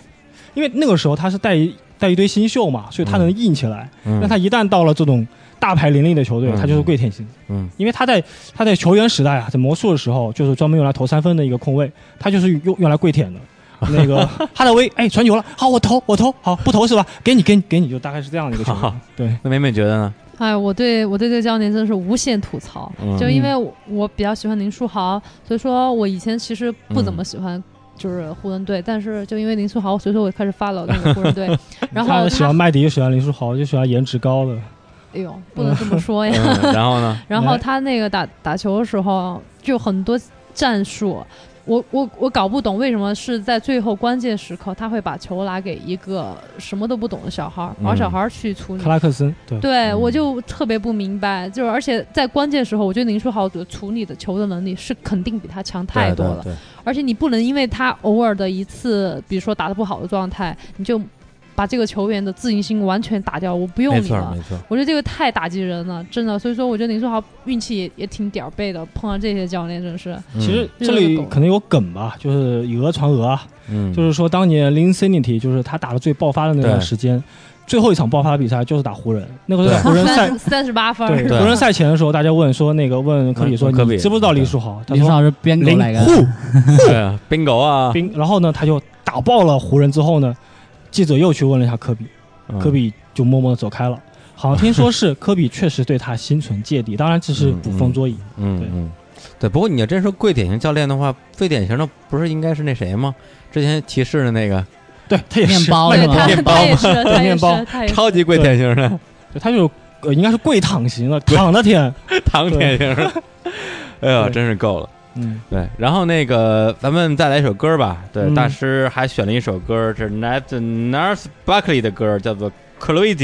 因为那个时候他是带一带一堆新秀嘛，所以他能硬起来。嗯那他一旦到了这种大牌林立的球队，嗯他就是跪舔型。嗯，因为他在他在球员时代啊，在魔术的时候，就是专门用来投三分的一个控卫，他就是用用来跪 舔的。那个哈德威，哎，传球了，好，我投，我投，好，不投是吧？给你，给你，给你，就大概是这样的一个球 员。对，那美美觉得呢？哎，我对我对这个教练真是无限吐槽，嗯就因为我我比较喜欢林书豪，所以说我以前其实不怎么喜欢就是湖人队，但是就因为林书豪，所以说我开始 follow 那个湖人队，然后他喜欢他，麦迪，喜欢林书豪，就喜欢颜值高的。哎呦，不能这么说呀。嗯然后呢？ 然后他那个打打球的时候，就很多战术，我我我搞不懂为什么是在最后关键时刻他会把球拿给一个什么都不懂的小孩儿，嗯而小孩儿去处理克。拉克森，对，对，嗯我就特别不明白，就是而且在关键时候，我觉得林书豪的处理的球的能力是肯定比他强太多了，对，对而且你不能因为他偶尔的一次，比如说打得不好的状态，你就把这个球员的自信心完全打掉，我不对用没你错了儿，。没错儿。我觉得这个太打击人了，真的。所以说，我觉得林书豪运气也也挺屌背的，碰到这些教练真是。其实嗯这里可能有梗吧，就是以讹传讹啊，嗯，就是说当年 Lin Sanity 就是他打的最爆发的那段对时间，最后一场爆发的比赛就是打湖人，那个时候在对湖人 赛。三十八分儿，对对湖人赛前的时候，大家问说那个问科比说问科比你知不知道林书豪？他林书说啊豪是边狗林来的，户 对啊冰狗啊，冰，然后呢他就打爆了湖人之后呢，记者又去问了一下科比，嗯科比就默默的走开了。好像听说是科比确实对他心存芥蒂，当然只是捕风捉影。嗯对嗯，对。不过你要真说跪典型教练的话，最典型的不是应该是那谁吗？之前骑士的那个对他也是面包卖是对吗他面面包他也是，他也面是，包他也是。超级跪典型的，对他就呃应该是跪躺型的，躺着舔。唐典型 的。哎呦，对真是够了。嗯，对，然后那个咱们再来一首歌吧。对，嗯大师还选了一首歌，是 Nat Nurse Buckley 的歌，叫做《Crazy》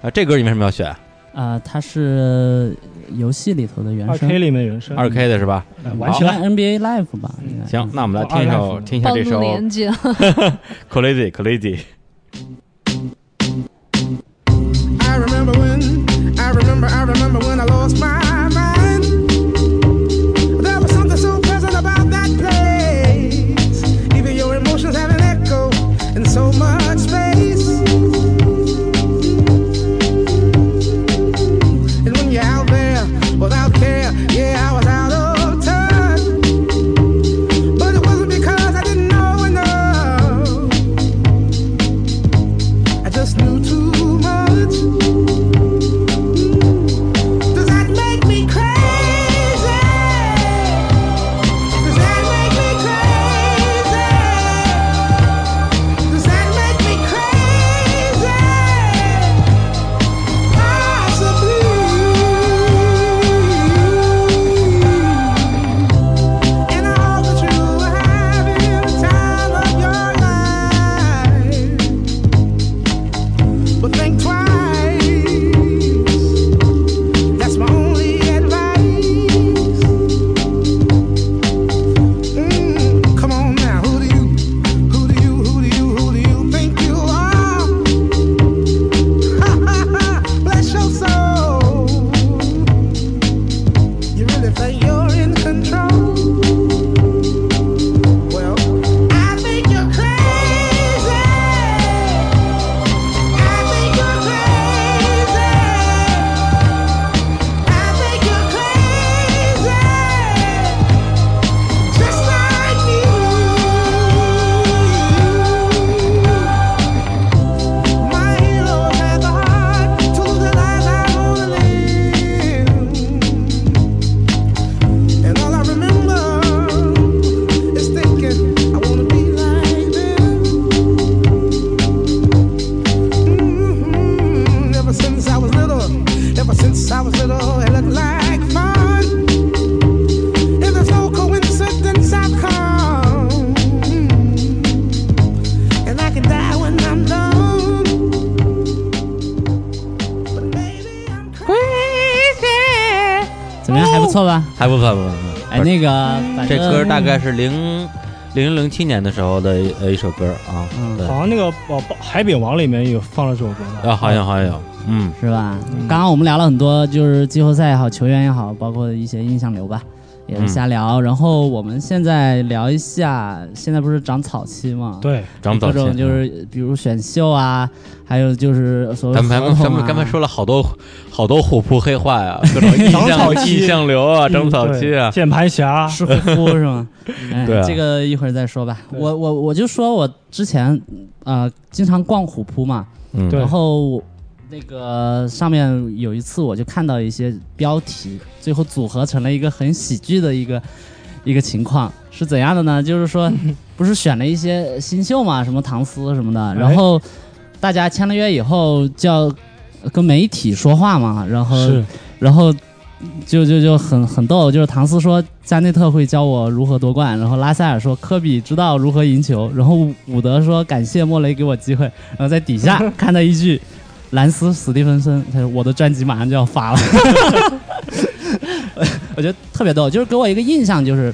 啊。这歌你为什么要选啊，他是游戏里头的原二声 K，里面的人生二 K 的是吧？哎玩起好来。像 NBA Live 吧？应该嗯行，那我们来听一哦首， ，Live 听一下暴这露首《年纪， Crazy Crazy》。 I remember when, I remember, I remember when I lost my mind. There was something so pleasant about that place. Even your emotions have an echo in so much space. And when you're out there without care, yeah, I was out of touch. But it wasn't because I didn't know enough. I just knew too much. Does that make me crazy? Does that make me crazy? Does that make me crazy? Possibly. And I hope that you are having the time of your life but think twice. That's my only advice. Mm, come on now, who do you, who do you, who do you, who do you think you are? Bless your soul. You really think you're in control? Well, I think you're crazy. I think you're crazy. I think you're crazy, just like me. My heroes had the heart to the life I wanna live, and all I remember is thinking I wanna be like them. Mhm. Ever since I was little, ever since I was little, it looked like fun. If there's no coincidence, I've come. And I can die when I'm done. But baby, I'm crazy. 怎么样？还不错吧？还不错，不错不错。哎，那个反这正歌大概是零零零七年的时候的呃一首歌啊，嗯对好像那个呃《海biển王》里面也放了这首歌吧啊，好像好像有，嗯，是吧？刚刚我们聊了很多，就是季后赛也好，球员也好，包括一些印象流吧。也嗯是瞎聊。然后我们现在聊一下，现在不是长草期嘛？，对，长早各嗯种前就是比如选秀啊，还有就是所谓咱们合咱同们啊咱们刚才说了好多好多虎扑黑话呀，各种印长草象期印象流啊，嗯长草对期啊，键盘 侠，是乎乎 是吗？哎对啊这个一会儿再说吧。对我我我就说我之前呃经常逛虎扑嘛，嗯，对然后我那个上面有一次我就看到一些标题，最后组合成了一个很喜剧的一个一个情况是怎样的呢？就是 说不是选了一些新秀嘛，什么唐斯什么的，哎然后大家签了约以后就要跟媒体说话嘛，然后嗯是然后就就就很很逗，就是唐斯说加内特会教我如何夺冠，然后拉塞尔说科比知道如何赢球，然后伍德说感谢莫雷给我机会，然后在 底下看到一句。兰斯·史蒂芬森，他说我的专辑马上就要发了， 我觉得特别逗，就是给我一个印象，就是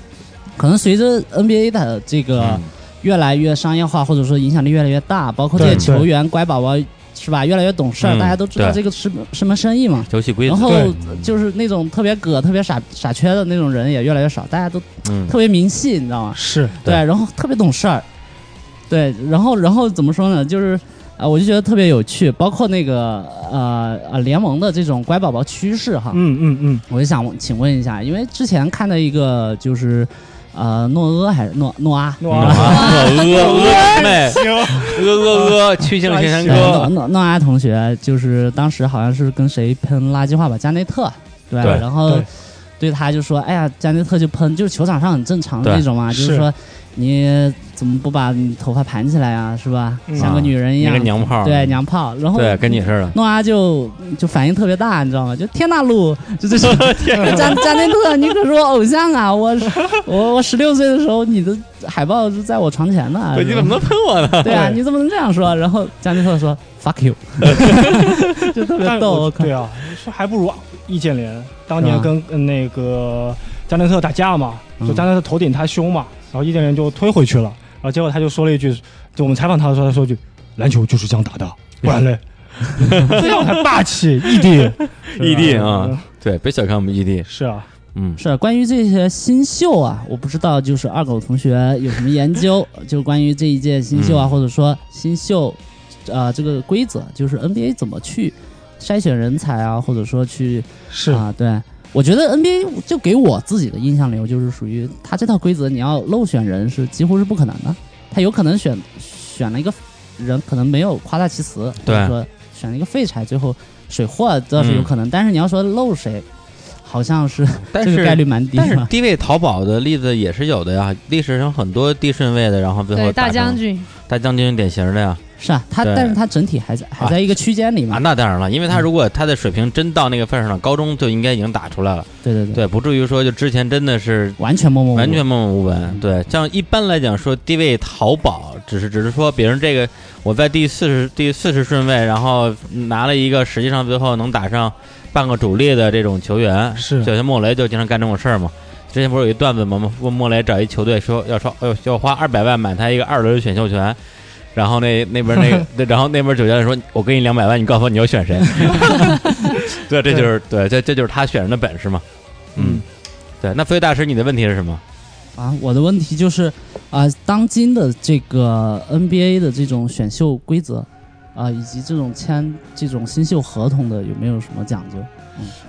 可能随着 NBA 的这个、嗯越来越商业化，或者说影响力越来越大，包括这些对球员乖宝宝是吧，越来越懂事儿，嗯大家都知道对这个是什么生意嘛。游戏规则然，后对就是那种特别葛、特别傻傻缺的那种人也越来越少，大家都嗯，特别明细，你知道吗？是，对对，然后特别懂事儿，对，然后然后怎么说呢？就是啊、我就觉得特别有趣，包括那个呃呃联盟的这种乖宝宝趋势哈，嗯嗯嗯，我就想请问一下，因为之前看的一个就是呃诺阿还是诺诺阿诺哇，阿呃呃妹，呃呃呃，曲靖天山对诺歌，诺诺阿同学就是当时好像是跟谁喷垃圾话吧，加内特，对吧对然后对对他就说，哎呀，加内特就喷，就是球场上很正常的对那种嘛，就是是说你怎么不把你头发盘起来啊，是吧？嗯像个女人一那样，个娘炮，对娘炮，然后对，跟你似的，诺阿就就反应特别大，你知道吗？就天大路，就 这种加加内特，你可是我偶像啊！我我我十六岁的时候，你的海报是在我床前的啊。对，你怎么能喷我呢？ 对啊，对你怎么能这样说？然后加内特说 fuck you，就 特别但逗。我我靠对啊，是还不如易建联当年是吧跟呃那个加内特打架嘛，嗯就加内特头顶他胸嘛，然后易建联就推回去了，然后结果他就说了一句，就我们采访他的时候，他说一句篮球就是这样打的，不然 嘞， 这样才霸气，异地，异地是吧啊，对，别小看我们异地，是啊，嗯，是关于这些新秀啊，我不知道就是二狗同学有什么研究， 就关于这一届新秀啊，嗯或者说新秀，呃，这个规则就是 NBA 怎么去筛选人才啊，或者说去是啊，对，我觉得 NBA 就给我自己的印象流就是属于他这套规则，你要漏选人是几乎是不可能的，他有可能选选了一个人，可能没有夸大其词，对嗯或者说选了一个废柴，最后水货倒是有可能，但是你要说漏谁，好像是但这个概是率蛮低但是的。低位淘宝的例子也是有的呀，历史上很多低顺位的，然后最后对大打将成军，大将军典型的呀，是啊，他对但是他整体还在还啊在一个区间里嘛，啊，那当然了，因为他如果他的水平真到那个份儿上了，高中就应该已经打出来了，对对对，对，不至于说就之前真的是完全默默无完闻全默默无闻。对，像一般来讲说低位淘宝，只是只是说别人这个我在第四十第四十顺位，然后拿了一个实际上最后能打上半个主力的这种球员，是就像莫雷就经常干这种事儿嘛。之前不是有一段子吗？莫莫雷找一球队说要超要要花二百万买他一个二轮选秀权，然后那那边那个对，然后那边主教练说：“我给你两百万，你告诉我你要选谁。” 对，这就是对，这这就是他选人的本事嘛。嗯，对。那飞大师，你的问题是什么？啊。我的问题就是啊、当今的这个 NBA 的这种选秀规则啊、以及这种签这种新秀合同的有没有什么讲究？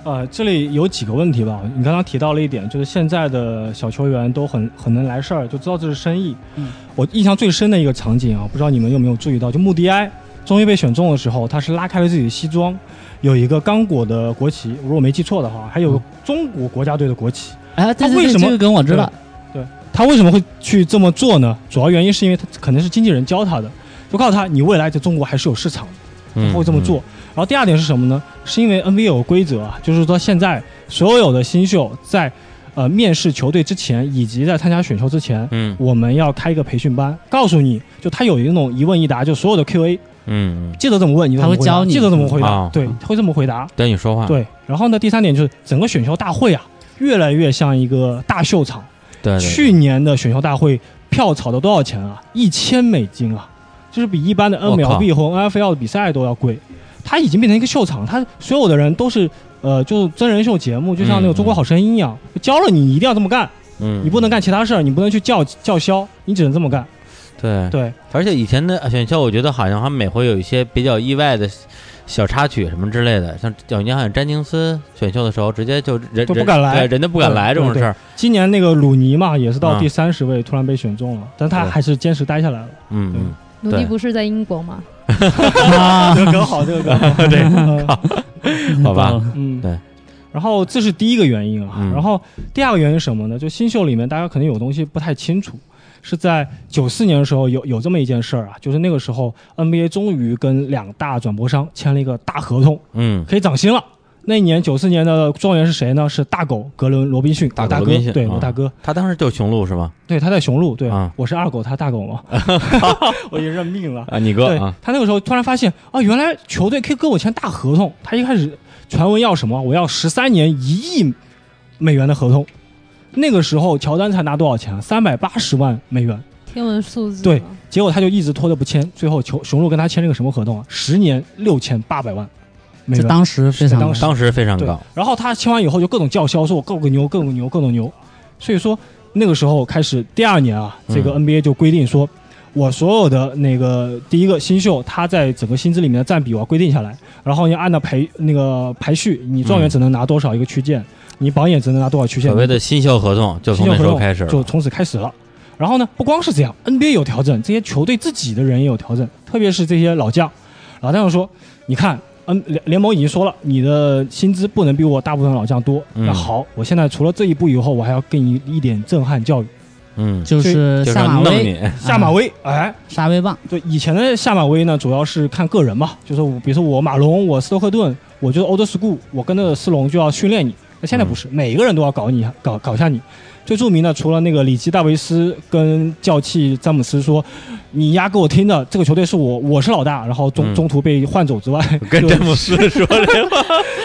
呃，这里有几个问题吧。你刚刚提到了一点，就是现在的小球员都很很能来事儿，就知道这是生意。嗯我印象最深的一个场景啊，不知道你们有没有注意到，就穆迪埃终于被选中的时候，他是拉开了自己的西装，有一个刚果的国旗，如果我没记错的话，还有个中国国家队的国旗。哎，对他对为对什么呃这个梗我知道？他为什么会去这么做呢？主要原因是因为他可能是经纪人教他的，就告诉他你未来在中国还是有市场的。嗯，他会这么做。然后第二点是什么呢？是因为 NBA 有规则啊，就是说现在所有的新秀在呃面试球队之前，以及在参加选秀之前，嗯。我们要开一个培训班，告诉你就他有一种一问一答，就所有的 Q&A，嗯嗯，记得怎么问你就怎么回答他会教你记得怎么回答，啊对，他会这么回答。对你说话，对，然后呢，第三点就是整个选秀大会啊，越来越像一个大秀场。对对去年的选秀大会票炒到多少钱啊？一千美金啊，就是比一般的我靠 NLB 和 NFL 的比赛都要贵。它已经变成一个秀场，它所有的人都是呃，就是真人秀节目，就像那个《中国好声音》一样，教了你一定要这么干，嗯，你不能干其他事儿，你不能去叫叫嚣，你只能这么干。对，对，而且以前的选秀，我觉得好像他们每回有一些比较意外的小插曲什么之类的，像有年好像詹金斯选秀的时候，直接就人都不人敢来对人都不敢来这对种事儿，今年那个鲁尼嘛，也是到嗯第三十位突然被选中了，但他对还是坚持待下来了。嗯嗯。努对力不是在英国吗？ 这个梗好，这个梗好。 对 嗯好吧到了嗯，对。然后这是第一个原因啊，嗯然后第二个原因是什么呢？就新秀里面大家可能有东西不太清楚，是在九四年的时候有有这么一件事儿啊，就是那个时候 NBA 终于跟两大转播商签了一个大合同，嗯，可以涨薪了。那一年九四年的状元是谁呢？是大狗格伦罗宾逊，大我狗大罗哥宾逊，对啊我大哥，他当时就是雄鹿是吧？对他在雄鹿，对啊我是二狗，他大狗嘛， 我已经认命了。啊，你对哥啊，他那个时候突然发现啊，原来球队可以跟我签大合同。他一开始传闻要什么？我要十三年一亿美元的合同。那个时候乔丹才拿多少钱？三百八十万美元。天文数字对吗结果他就一直拖着不签，最后球雄鹿跟他签了个什么合同啊？十年六千八百万美这元。当时非常当时当时非常对高，，然后他签完以后就各种叫嚣，说我够个牛，够个牛，够个牛。所以说那个时候开始，第二年啊，这嗯个 NBA 就规定说，我所有的那个第一个新秀，他在整个薪资里面的占比我要规定下来，然后你按照排那个排序，你状元只能拿多少一个区间，你榜眼只能拿多少区间，嗯所谓的新秀合同就新秀从那时合候同开始了，就从此开始了。然后呢，不光是这样，NBA 有调整，这些球队自己的人也有调整，特别是这些老将。老将说：“你看，N 联联盟已经说了，你的薪资不能比我大部分老将多。嗯那好，我现在除了这一步以后，我还要给你一点震撼教育。嗯，就是就是下马弄威，你，下马威，嗯哎，沙威棒，对，以前的下马威呢，主要是看个人嘛，就是我比如说我马龙，我斯托克顿，我就是 old school，我跟着斯隆就要训练你。那现在不是，嗯每个人都要搞你，搞搞下你。最著名的除了那个里奇·戴维斯跟教气詹姆斯说，你丫给我听着，这个球队是我，我是老大，然后中、嗯中途被换走之外， 跟就詹姆斯说这话，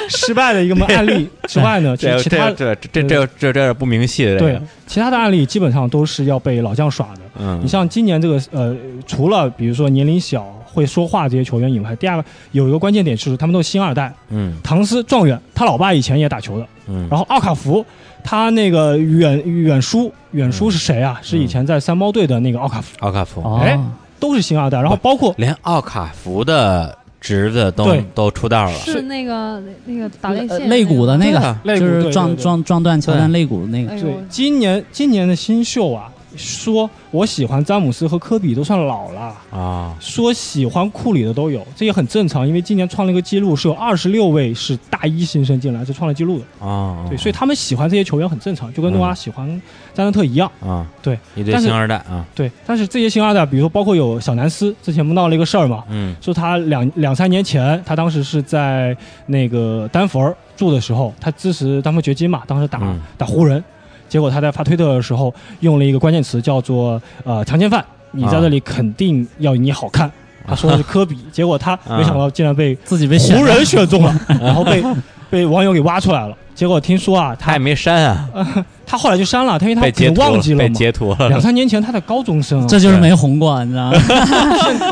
失败的一 个案例之外呢，其这其他这这这这这这不明细的，这对个，其他的案例基本上都是要被老将耍的。嗯，你像今年这个呃，除了比如说年龄小、会说话这些球员以外，第二个有一个关键点是他们都是星二代。嗯唐斯状元，他老爸以前也打球的。嗯，然后奥卡福，他那个远远叔，远叔是谁啊？是以前在三猫队的那个奥卡福，奥卡福，哦，哎都是星二代。然后包括连奥卡福的侄子都对都出道了，是那个那个打呃内线肋骨的那对个，啊肋骨就是对撞对对撞撞断乔丹肋骨那个哎，对呦，今年今年的新秀啊，说我喜欢詹姆斯和科比都算老了。啊，说喜欢库里的都有，这也很正常，因为今年创了一个记录，是有二十六位是大一新生进来是创了记录的，啊，嗯对，所以他们喜欢这些球员很正常，就跟诺瓦喜欢加内特一样，啊，对，一对但是星二代啊，对。但是这些星二代，比如说包括有小南斯，之前不闹了一个事儿嘛，嗯说他两两三年前，他当时是在那个丹佛尔住的时候，他支持丹佛掘金嘛，当时打、嗯打湖人，结果他在发推特的时候用了一个关键词叫做呃强奸犯，你在啊这里肯定要你好看。他说的是科比，结果他没想到竟然被自己啊被选湖了人选中 了，然后被被网友给挖出来了。结果听说啊，他他也没删啊，他后来就删了，他因为他被可截能图忘记了被嘛。截图了，两三年前他的高中 生啊，这就是没红过，你知道吗？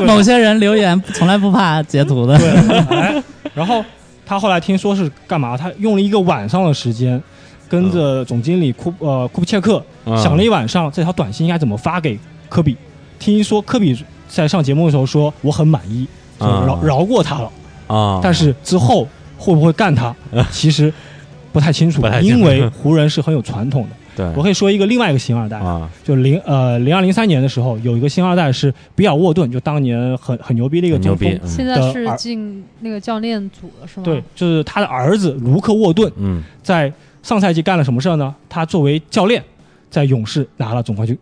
某些人留言从来不怕截图的，哎然后他后来听说是干嘛？他用了一个晚上的时间，跟着总经理库呃库布切克嗯想了一晚上，这条短信应该怎么发给科比。听说科比在上节目的时候说我很满意，就啊饶饶过他了，啊，但是之后会不会干他，其实不太清楚嗯 不太，清楚因为湖人是很有传统的。 对我可以说一个另外一个星二代，啊，就零呃零二零三年的时候，有一个星二代是比尔沃顿，就当年很很牛逼的一个很牛中逼锋，，现嗯在的是儿进那个教练组了是吗？对，，就是他的儿子卢克沃顿嗯。在上赛季干了什么事儿呢？他作为教练，在勇士拿了总冠军。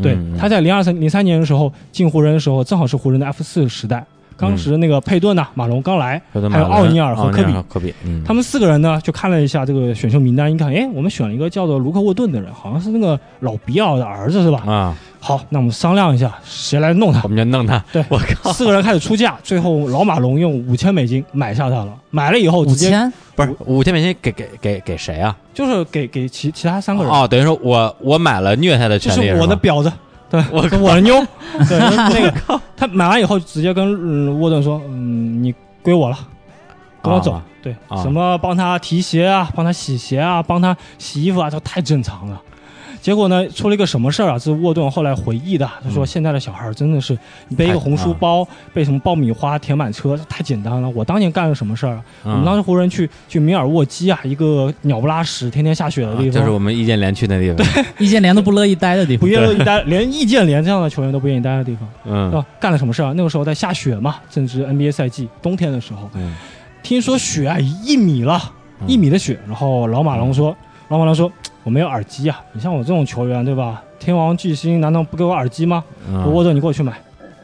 对，嗯他在零二三零三年的时候进湖人的时候，正好是湖人的 F 四时代，当时那个佩顿嗯呐、马龙刚来，还有奥尼尔和科比。科比，嗯，他们四个人呢，就看了一下这个选秀名单，一看，哎，我们选了一个叫做卢克沃顿的人，好像是那个老比尔的儿子，是吧？啊，好，那我们商量一下，谁来弄他我？们就弄他，对我靠， 四个人开始出价，最后老马龙用五千美金买下他了。买了以后，五直接千不是五千美金给给给给谁啊？就是给给其其他三个人，哦，等于说我我买了虐他的就权利，我的吧婊子，对，我我的妞， 对，那个他买完以后直接跟嗯沃顿说，嗯，你归我了，跟我走，啊对，啊什么帮他提鞋啊，帮他洗鞋啊，帮他洗衣服啊，这太正常了。结果呢，出了一个什么事儿啊？这是沃顿后来回忆的，他说嗯现在的小孩儿真的是，你背一太个红书啊包，背什么爆米花填满车，太简单了。我当年干了什么事儿啊？我们当嗯时湖人去去米尔沃基啊，一个鸟不拉屎、天天下雪的地方，啊就是我们易建联去那地方，易建联都不乐意待的地不方。愿意待，连易建联这样的球员都不愿意待的地方，对嗯吧？干了什么事儿啊？那个时候在下雪嘛，正值 NBA 赛季，冬天的时候，嗯听说雪啊一米了，嗯一米的雪。然后老马龙嗯说，老马龙说我没有耳机啊，你像我这种球员对吧？天王巨星难道不给我耳机吗？嗯，沃顿，你给我去买，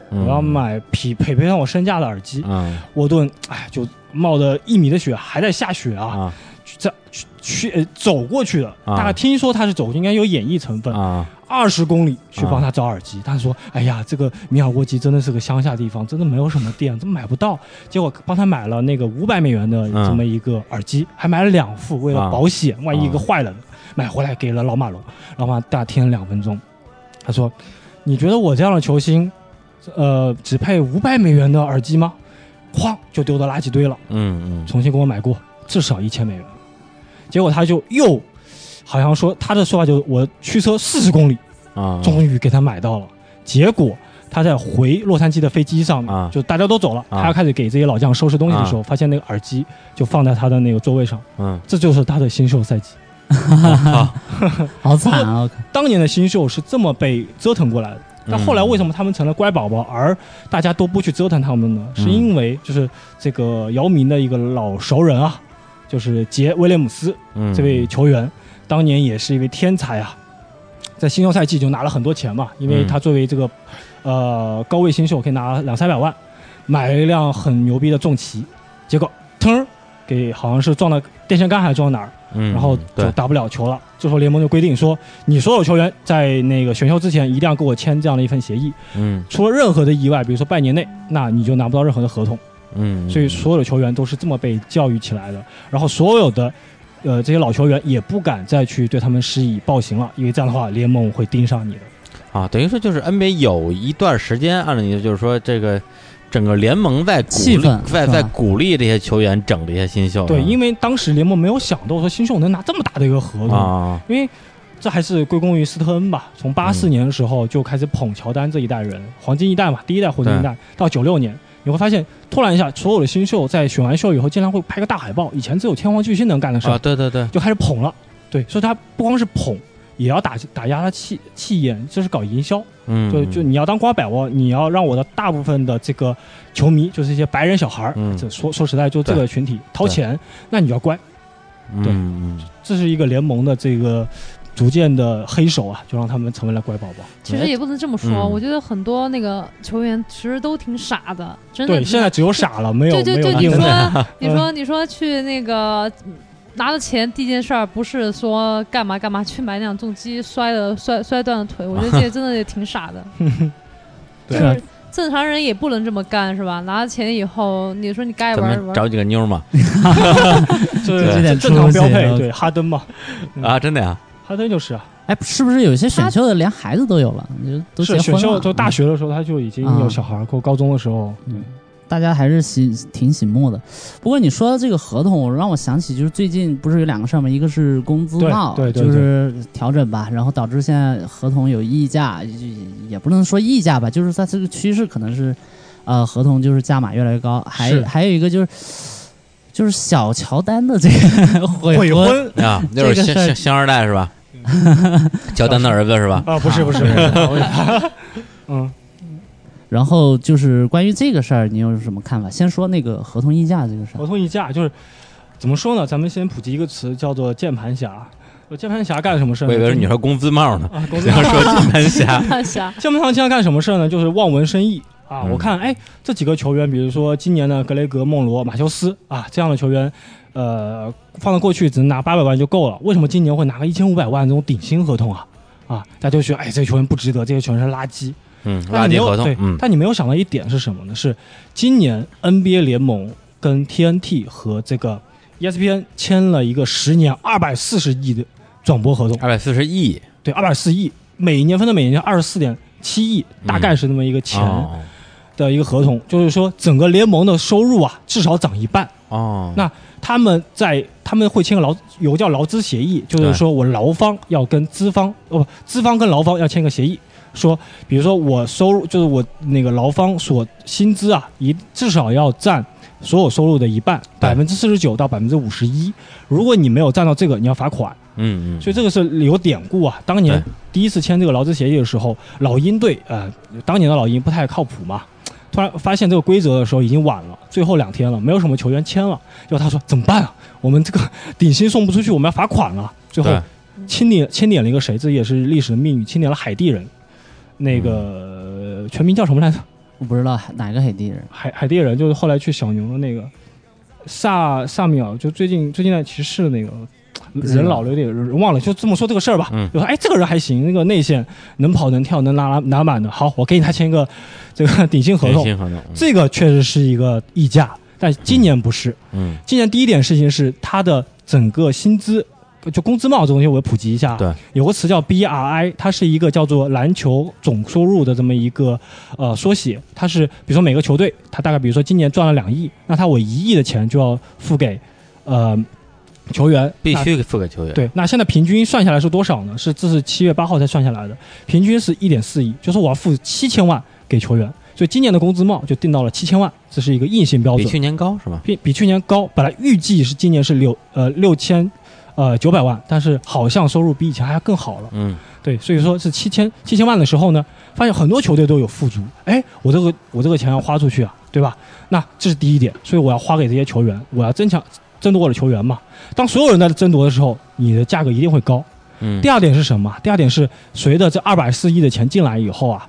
嗯我要，买匹配配上我身价的耳机。嗯沃顿，哎，就冒着一米的雪，还在下雪啊，啊这去去呃走过去的。啊大概听说他是走，应该有演艺成分，啊，二十公里去啊帮他找耳机。他说：“哎呀，这个米尔沃基真的是个乡下地方，真的没有什么店，怎么买不到？”结果帮他买了那个五百美元的嗯这么一个耳机，还买了两副，为了啊保险，万一一个坏嗯了呢？买回来给了老马龙，老马大听了两分钟，他说：“你觉得我这样的球星，呃，只配五百美元的耳机吗？”哐就丢到垃圾堆了。嗯嗯重新给我买过，至少一千美元。结果他就又，好像说他的说法就是我驱车四十公里，啊，终于给他买到了。结果他在回洛杉矶的飞机上面，啊就大家都走了，啊他开始给这些老将收拾东西的时候，发现那个耳机就放在他的那个座位上。嗯啊这就是他的新秀赛季。啊好惨啊！我靠当年的新秀是这么被折腾过来的。嗯但后来为什么他们成了乖宝宝，而大家都不去折腾他们嗯呢？是因为就是这个姚明的一个老熟人啊，就是杰威廉姆斯，嗯这位球员当年也是一位天才啊，在新秀赛季就拿了很多钱嘛，因为嗯他作为这个呃高位新秀可以拿两三百万，买了一辆很牛逼的重骑，结果腾儿给好像是撞到电线杆还是撞到哪儿，嗯然后就对打不了球了。这时候联盟就规定说，你所有球员在那个选秀之前一定要给我签这样的一份协议，嗯出了任何的意外，比如说半年内，那你就拿不到任何的合同。嗯，所以所有的球员都是这么被教育起来的。然后所有的呃这些老球员也不敢再去对他们施以暴行了，因为这样的话联盟会盯上你的。啊，等于说就是 NBA 有一段时间，按照你的就是说这个整个联盟在鼓气励氛在是吧在鼓励这些球员整这些新秀啊，对，因为为当时联盟没有想到说新秀能拿这么大的一个合同，啊，因为。这还是归功于斯特恩吧，从八四年的时候就开始捧乔丹这一代人，黄金一代嘛，第一代黄金一代，到九六年，你会发现突然一下，所有的新秀在选完秀以后，竟然会拍个大海报，以前只有天王巨星能干的事儿啊，，对对对，就开始捧了。对，嗯所以他不光是捧，也要打打压他气气焰，这是搞营销。嗯，就就你要当瓜百窝，你要让我的大部分的这个球迷，就是一些白人小孩儿，嗯这说说实在，就这个群体掏钱，那你要乖。对嗯，这是一个联盟的这个逐渐的黑手啊，就让他们成为了乖宝宝。其实也不能这么说，嗯我觉得很多那个球员其实都挺傻的，真的。对，现在只有傻了，没有就就没就有你硬的。说 你说你说去那个嗯拿了钱第一件事儿不是说干嘛干嘛去买辆重机摔了摔摔断了腿，我觉得这些真的也挺傻 的，对啊就是正常人也不能这么干是吧？拿了钱以后，你说你该咱玩儿们玩找儿，几个妞嘛这这点正常出息标配了。对哈登嘛，嗯啊，真的呀，哈登就是啊，哎，是不是有些选秀的连孩子都有了，你都结是选婚秀了？就大学的时候他就已经有小孩儿，过高中的时候，嗯，大家还是醒挺醒目的。不过你说的这个合同，让我想起就是最近不是有两个事儿吗？一个是工资对帽，对对就是调整吧，然后导致现在合同有溢价，也也不能说溢价吧，就是它这个趋势可能是，呃，合同就是价码越来越高。还是还有一个就是。就是小乔丹的这个 悔悔婚，婚 啊，就是这星个事儿星星二代是吧？乔丹的儿子是吧？啊，不是不是，不是嗯。然后就是关于这个事儿，你有什么看法？先说那个合同溢价这个事儿合，同议价就是怎么说呢？咱们先普及一个词，叫做键盘侠。呃键盘侠干什么事呢？我以为是你说工资帽呢， 啊，公司然后说键盘侠看一下， 键盘侠干什么事呢？就是望文生义啊。嗯我看哎，这几个球员，比如说今年的格雷格、梦罗、马修斯啊这样的球员，呃，放到过去只能拿八百万就够了，为什么今年会拿个一千五百万这种顶薪合同啊？啊，大家就觉得哎，这些球员不值得，这些球员是垃圾。 嗯，垃但你没圾有合同对，嗯但你没有想到一点是什么呢？是今年 NBA 联盟跟 TNT 和这个 E ESPN 签了一个十年二百四十亿的转播合同，二百四十亿，对，二百四亿，每年分到每年二十四点七亿，大概是那么一个钱嗯哦的一个合同，就是说整个联盟的收入啊至少涨一半，哦，那他们在他们会签个劳有个叫劳资协议，就是说我劳方要跟资方哦，不资方跟劳方要签个协议，说比如说我收入就是我那个劳方所薪资啊，一至少要占所有收入的一半，对百分之四十九到百分之五十一。如果你没有占到这个，你要罚款。嗯嗯，所以这个是有典故啊。当年对第一次签这个劳资协议的时候，老鹰队呃，当年的老鹰不太靠谱嘛，突然发现这个规则的时候已经晚了，最后两天了，没有什么球员签了，就他说怎么办啊？我们这个顶薪送不出去，我们要罚款了。最后对清点清点了一个谁，这也是历史的命运，清点了海地人，那嗯个、全名叫什么来着？我不知道哪个海地人，海海地人就是后来去小牛的那个萨萨米尔，就最近最近在骑士的那个知道人老了有点人忘了，就这么说这个事儿吧。嗯就说哎，这个人还行，那个内线能跑能跳能拿拿拿满的，好，我给你他签个这个 顶薪合年同。薪合嗯同，这个确实是一个溢价，但今年不是。嗯今年第一点事情是它的整个薪资。就工资帽这东西，我普及一下啊。对有个词叫 BRI，它是一个叫做篮球总收入的这么一个呃缩写。它是比如说每个球队，它大概比如说今年赚了两亿，那它我一亿的钱就要付给呃球员，必那须付给球员，对，那现在平均算下来是多少呢？是这是七月八号才算下来的，平均是一点四亿，就是我要付七千万给球员，所以今年的工资帽就定到了七千万，这是一个硬性标比准，去年高是吧？比比去年高。本来预计是今年是六呃六千呃九百万，但是好像收入比以前还要更好了。嗯，对，所以说是七千七千万的时候呢，发现很多球队都有富足，哎，我这个我这个钱要花出去啊，对吧？那这是第一点，所以我要花给这些球员，我要争抢争夺我的球员嘛。当所有人在争夺的时候，你的价格一定会高。嗯第二点是什么？第二点是随着这二百四亿的钱进来以后啊，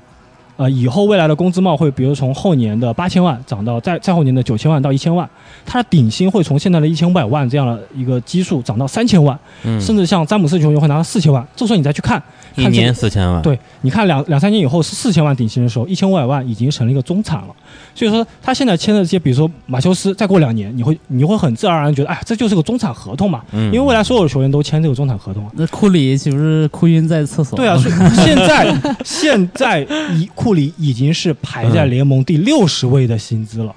呃，以后未来的工资帽会，比如从后年的八千万涨到再再后年的九千万到一千万，它的顶薪会从现在的一千五百万这样的一个基数涨到三千万，嗯甚至像詹姆斯球员会拿到四千万。这时候你再去看，一看这年四千万，对，你看两两三年以后是四千万顶薪的时候，一千五百万已经成了一个中产了。所以说，他现在签的这些，比如说马修斯，再过两年，你会你会很自然而然觉得，哎，这就是个中产合同嘛，嗯，因为未来所有的球员都签这个中产合同啊。那库里岂不是哭晕在厕所？对啊， 所以现在现在已库里已经是排嗯在联盟第六十位的薪资了，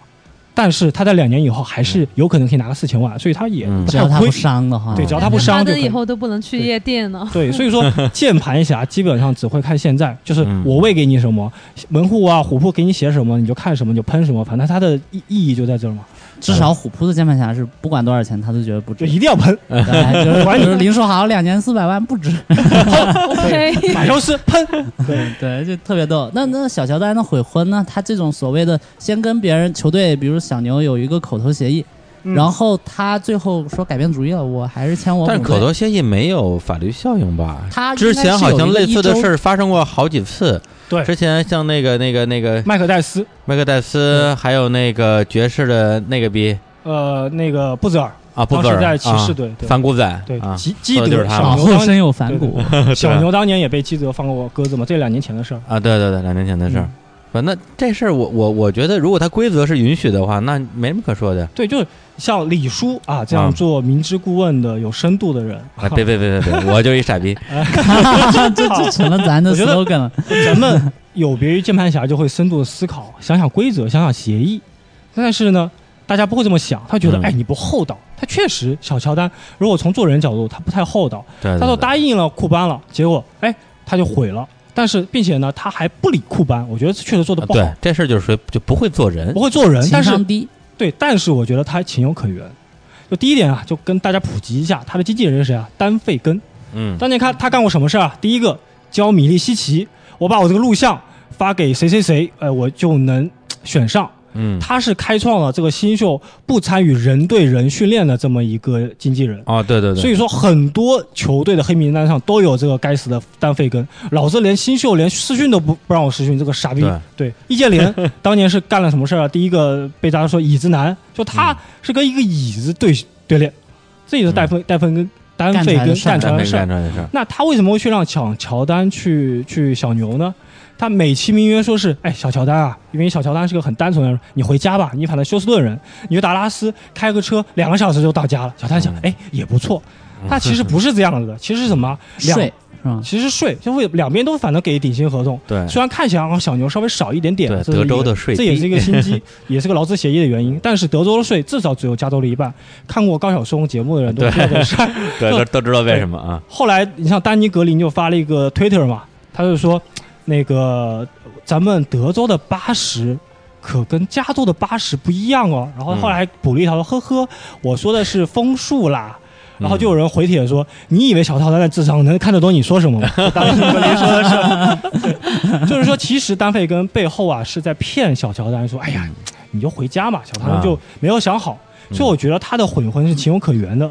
但是他在两年以后还是有可能可以拿个四千万，所以他也嗯不只太要他亏不。伤的话，对， 只要他不巴伤就可登以以。后都不能去对夜店呢。对，所以 说键盘侠基本上只会看现在，就是嗯我喂给你什么，门户啊、虎扑给你写什么，你就看什么，你就喷什么，反正它的意意义就在这儿嘛，至少虎扑的键盘侠是不管多少钱他都觉得不就值，一定要 喷。 对就是就是林书豪两千四百万不值， OK，马修斯喷，对 对，就特别逗。那那小乔丹的悔婚呢？他这种所谓的先跟别人球队，比如小牛有一个口头协议，嗯然后他最后说改变主意了，我还是签我但母是队口。头协议没有法律效应吧？他之前好像类似的事儿，儿发生过好几次。对之前像那个、那个、那个麦克嗯戴斯，麦克戴斯，还有那个爵士的那个逼呃，那个布泽尔，啊，布当泽时尔在骑士啊，队，对反骨仔，对啊，基基说的就德是他小脑牛 后当身有反对 骨。小牛当年也被基德放过鸽子嘛，这两年前的事儿。啊，对对对，两年前的事嗯儿。反正这事儿，我我我觉得，如果它规则是允许的话，那没什么可说的。对，就是像李叔啊这啊样做明知故问的、有深度的人， 啊，别别别别别，我就是一傻 逼。这就成了咱的我觉得 slogan 了。咱们有别于键盘侠，就会深度的思考，想想规则，想想协议。但是呢，大家不会这么想，他觉得、嗯哎你不厚道。他确实，小乔丹如果从做人角度，他不太厚道。对，对他都对答应了库班了，结果哎他就毁了。但是并且呢，他还不理库班，我觉得确实做的啊不好，对，这事儿就是谁就不会做人不。会做人。情但是商低，对，但是我觉得他情有可原。就第一点啊，就跟大家普及一下，他的经纪人是谁啊？丹费根。嗯，当年看他干过什么事儿啊？第一个教米利西奇，我把我这个录像发给谁谁谁，呃，我就能选上。嗯，他是开创了这个新秀不参与人对人训练的这么一个经纪人。哦，对对对，所以说，很多球队的黑名单上都有这个该死的丹费根。老子连新秀连试训都不不让我试训，这个傻逼对！对，易建 联当年是干了什么事儿啊？第一个被大家说椅子男，就他嗯是跟一个椅子对对练，这也是戴嗯芬戴芬根丹干出费来的根事儿干出来干的没事儿干。这样的事儿？那他为什么会去让小乔丹去去小牛呢？他美其名曰说是，哎，小乔丹啊，因为小乔丹是个很单纯的人，你回家吧，你反正休斯顿人，你去达拉斯开个车两个小时就到家了。小丹想嗯，哎，也不错。他其实不是这样 子的，其实是什么两税是吧？其实税就为两边都反正给底薪合同，对虽然看起来好像小牛稍微少一点点，对这是德州一个的税这也低是一个心 机，也是个劳资协议的原因。但是德州的税至少只有加州的一半。看过高晓松节目的人都知道这个事儿。对，都都知道为什么啊？后来你像丹尼格林就发了一个 Twitter 嘛，他就说那个咱们德州的八十。可跟加州的八十不一样哦，然后后来还补了一条说：“呵呵，我说的是枫树啦。”然后就有人回帖说：“你以为小套他的智商能看得懂你说什么吗？”当时格林说的是，对就是说，其实丹费根背后啊是在骗小乔丹，说：“哎呀，你就回家嘛。”小乔丹就没有想好，嗯所以我觉得他的悔婚是情有可原的。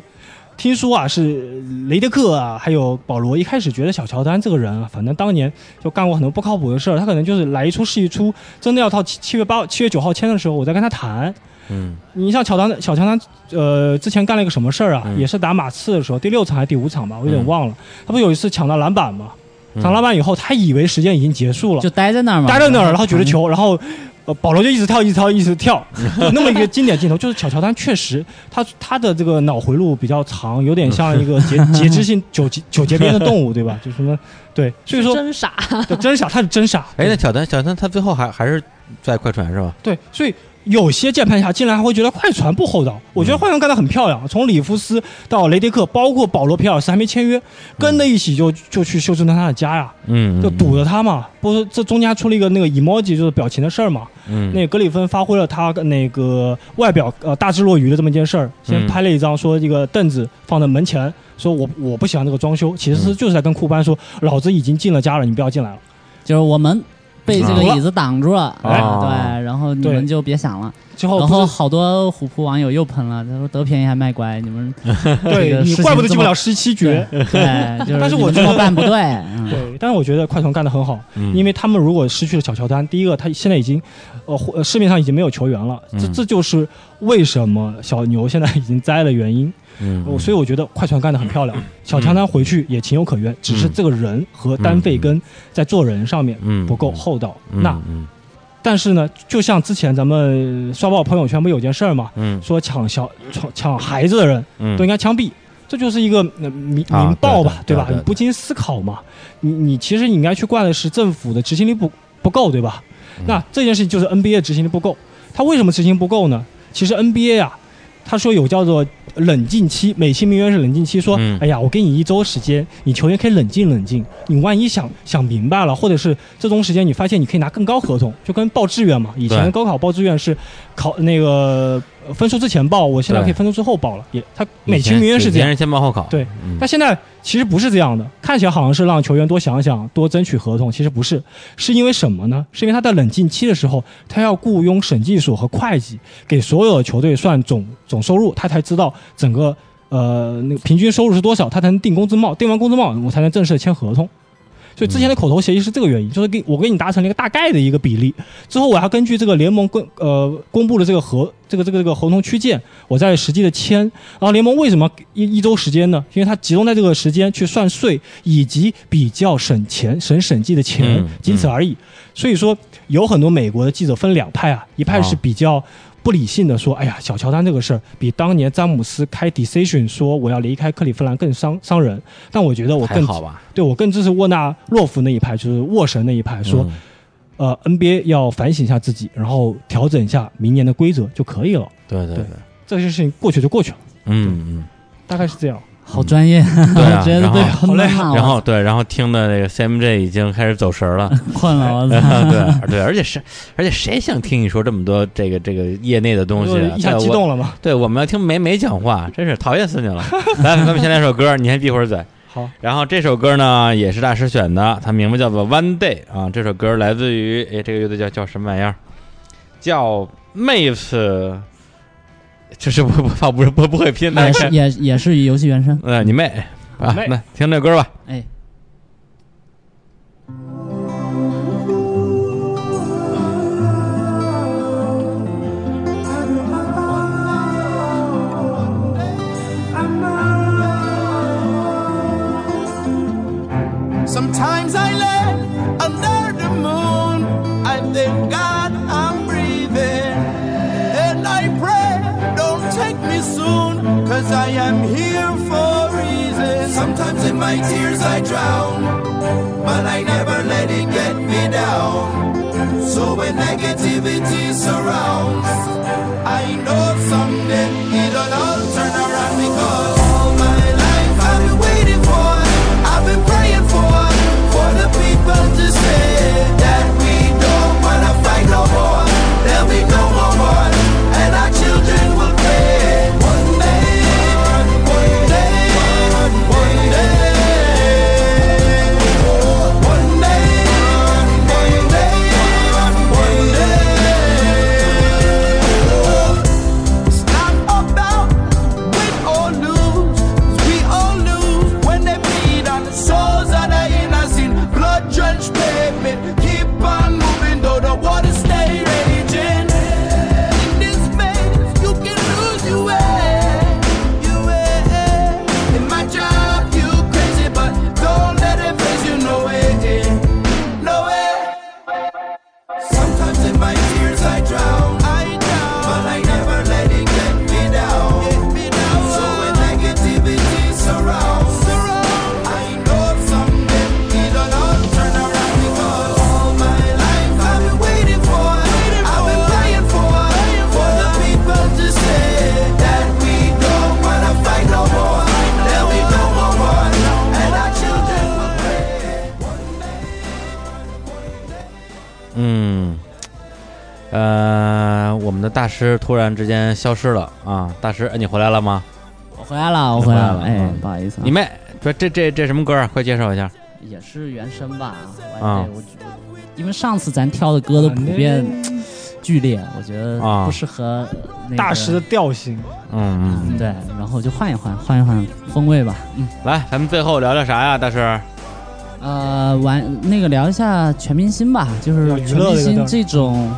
听说啊，是雷德克啊，还有保罗一开始觉得小乔丹这个人啊，反正当年就干过很多不靠谱的事儿，他可能就是来一出是一出。真的要到七七月八、七月九号签的时候，我再跟他谈。嗯你像乔丹，小乔丹，呃，之前干了一个什么事儿啊？嗯也是打马刺的时候，第六场还是第五场吧，我有点忘了。他不有一次抢到篮板吗？嗯抢篮板以后，他以为时间已经结束了，就待在那儿嘛，嗯待在那儿，然后举着嗯球，然后呃，保罗就一直跳，一直跳，一直 跳，有那么一个经典镜头，就是小乔丹确实他他的这个脑回路比较长，有点像一个节嗯节肢性九节九节鞭的动物，对吧？就什么对，所以说真傻，对真傻，他是真傻。哎，那小丹，小丹他最后还还是在快船是吧？对，所以有些键盘侠竟然还会觉得快船不厚嗯道。我觉得快船干得很漂亮，从里夫斯到雷迪克，包括保罗皮尔斯还没签嗯约，跟着一起就就去休斯顿他的家呀，嗯，就堵着他嘛。不是这中间还出了一个那个 emoji 就是表情的事儿嘛。嗯那格里芬发挥了他那个外表呃大智若愚的这么一件事儿，先嗯拍了一张说这个凳子放在门前，说我我不喜欢这个装修，其实嗯就是在跟库班说，老子已经进了家了，你不要进来了。就是我们被这个嗯椅子挡住了，哎哎对，然后你啊对们就别想了。最后然不后是好多虎扑网友又喷了，他说得便宜还卖乖，你们这对个你事情怪不得这进么不了十七局。 对，就是但是你我们觉这么得办不对，嗯对，但是我觉得快船干得很好，嗯因为他们如果失去了小乔丹，第一个他现在已经，呃，或呃市面上已经没有球员了，这嗯这就是为什么小牛现在已经栽的原因。嗯我所以我觉得快船干得很漂亮，小乔丹回去也情有可嗯原，只是这个人和单费根在做人上面嗯不够厚道。嗯那嗯但是呢，就像之前咱们刷爆朋友圈不有件事儿嘛，嗯说抢小抢抢孩子的人嗯都应该枪毙。这就是一个呃民啊民暴吧，对的对的吧？对的你不经思考嘛，你你其实你应该去怪的是政府的执行力不不够，对吧？嗯那这件事情就是 NBA 执行力不够，他为什么执行不够呢？其实 NBA 啊，他说有叫做冷静期，美其名曰是冷静期，说、嗯哎呀，我给你一周时间，你球员可以冷静冷静，你万一想想明白了，或者是这中时间你发现你可以拿更高合同，就跟报志愿嘛，以前对高考报志愿是考那个呃分数之前报，我现在对可以分数之后报了，也他美以其前名曰是这以前样。是先报后考，对嗯，但现在其实不是这样的，看起来好像是让球员多想想、多争取合同，其实不是，是因为什么呢？是因为他在冷静期的时候，他要雇佣审计所和会计，给所有的球队算总总收入，他才知道整个呃那个平均收入是多少，他才能定工资帽，定完工资帽我才能正式地签合同。所以之前嗯的口头协议是这个原因，就是给我跟你达成了一个大概的一个比例，之后我还根据这个联盟公呃公布的这个合这个这个这个合同区间，我再实际的签。然后联盟为什么一一周时间呢？因为它集中在这个时间去算税，以及比较省钱省审计的钱嗯，仅此而已。所以说有很多美国的记者分两派啊，一派是哦比较。不理性的说，哎呀，小乔丹这个事儿比当年詹姆斯开 decision 说我要离开克利夫兰更伤伤人，但我觉得我还更好 吧？对我更支持沃纳洛夫那一派，就是沃神那一派，说、嗯呃 NBA 要反省一下自己，然后调整一下明年的规则就可以了。对对对，这些事情过去就过去了，嗯大概是这样。好专业，嗯，对 啊 啊我，觉得然被后。啊喷嘞骂了然后对，然后听的那个 CMJ 已经开始走神儿了，困 了，我操！啊对对，而且是，而且谁想听你说这么多这个这个业内的东西啊？一下对激我动了嘛？对，我们要听梅梅 讲话，真是讨厌死你了。来，咱们先来首歌，你先闭会儿嘴。好，然后这首歌呢也是大师选的，它名字叫做《One Day》啊。这首歌来自于哎，这个乐队叫叫什么玩意儿？叫 Maves，就是不不不是不不会拼的哎也。是也也是游戏原声， 呃，你妹啊！妹那听这歌吧。哎， Sometimes I lay under the moon. I thank God I'm breathing. And I pray, don't take me soon, cause I am here for a reason. my tears I drown, but I never let it get me down. So when negativity surrounds, I know someday it'll all turn around because all my life I've been waiting for, I've been praying for, for the people to say that we don't wanna fight no more. There'll be no more war, and our children will pay. One day, one day, one day. One day, one day, one day. It's not about win or lose. We all lose when they bleed on the souls of the innocent. Blood drenched pavement. Keep on moving though the water stay raging. In this maze, you can lose your way. Your way. It might drive you crazy, but don't let it phase you. No way, no way. Sometimes in my tears I drown. I drown. But I never let it get me down. Get me down. So when negativity surrounds, surrounds. I know someday it'll all turn around because all my life I've been waiting for. I've been praying for, for the people to say that we don't wanna fight no more. There'll be no more war, and our children will pray. 嗯，呃，我们的大师突然之间消失了啊！大师，哎你回来了吗？我回来了，我回回来来了了，哎嗯，不好意思啊，你妹，这这这这什么歌啊？快介绍一下。也是原声吧？我啊对我因为上次咱挑的歌都普遍剧烈，我觉得啊不适合那个大师的调性，嗯嗯，对，然后就换一换，换一换风味吧。嗯，来，咱们最后聊聊啥呀，大师？呃，玩那个聊一下全明星吧，就是要娱全乐明这个地星儿这种，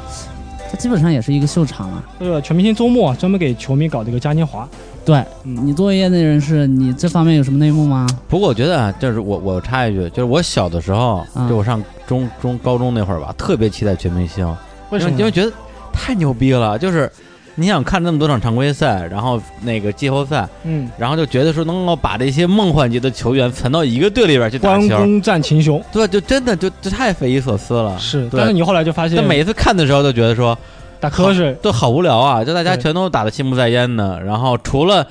它基本上也是一个秀场啊嘛。这个全明星周末啊专门给球迷搞的一个嘉年华。对嗯你作为业内人士，你这方面有什么内幕吗？不过我觉得啊，就是我我插一句，就是我小的时候，啊就我上中中高中那会儿吧，特别期待全明星，为什因么为呢？因为觉得太牛逼了，就是你想看那么多场常规赛，然后那个季后赛，嗯，然后就觉得说能够把这些梦幻级的球员攒到一个队里边去打关球，公战秦琼对，就真的就就太匪夷所思了。是，对但是你后来就发现但，每一次看的时候都觉得说，打瞌睡都好无聊啊！就大家对全都打得心不在焉的，然后除了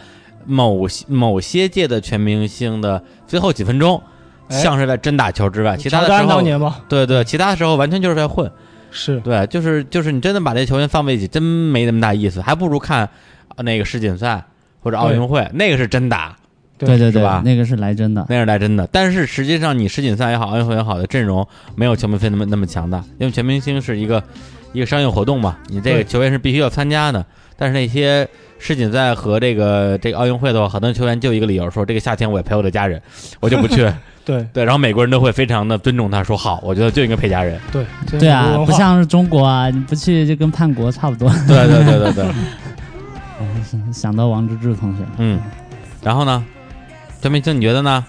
某些某些届的全明星的最后几分钟，哎像是在真打球之外，其他乔的时丹候当，年嘛，对对，其他时候完全就是在混。是对，就是就是你真的把这些球员放在一起，真没那么大意思，还不如看呃那个世锦赛或者奥运会，那个是真打，对对对是吧那个是来真的。那是来真的。但是实际上，你世锦赛也好，奥运会也好的阵容没有全明星那么那么强大，因为全明星是一个一个商业活动嘛，你这个对球员是必须要参加的。但是那些世锦赛和这个这个奥运会的话，很多球员就一个理由说，这个夏天我也陪我的家人，我就不 去。对对，然后美国人都会非常的尊重他，说好，我觉得就应该陪家 人。对对啊，不像是中国啊，你不去就跟叛国差不多。 对对对对对，想到王治郅同学，嗯。然后呢，全明星你觉得呢？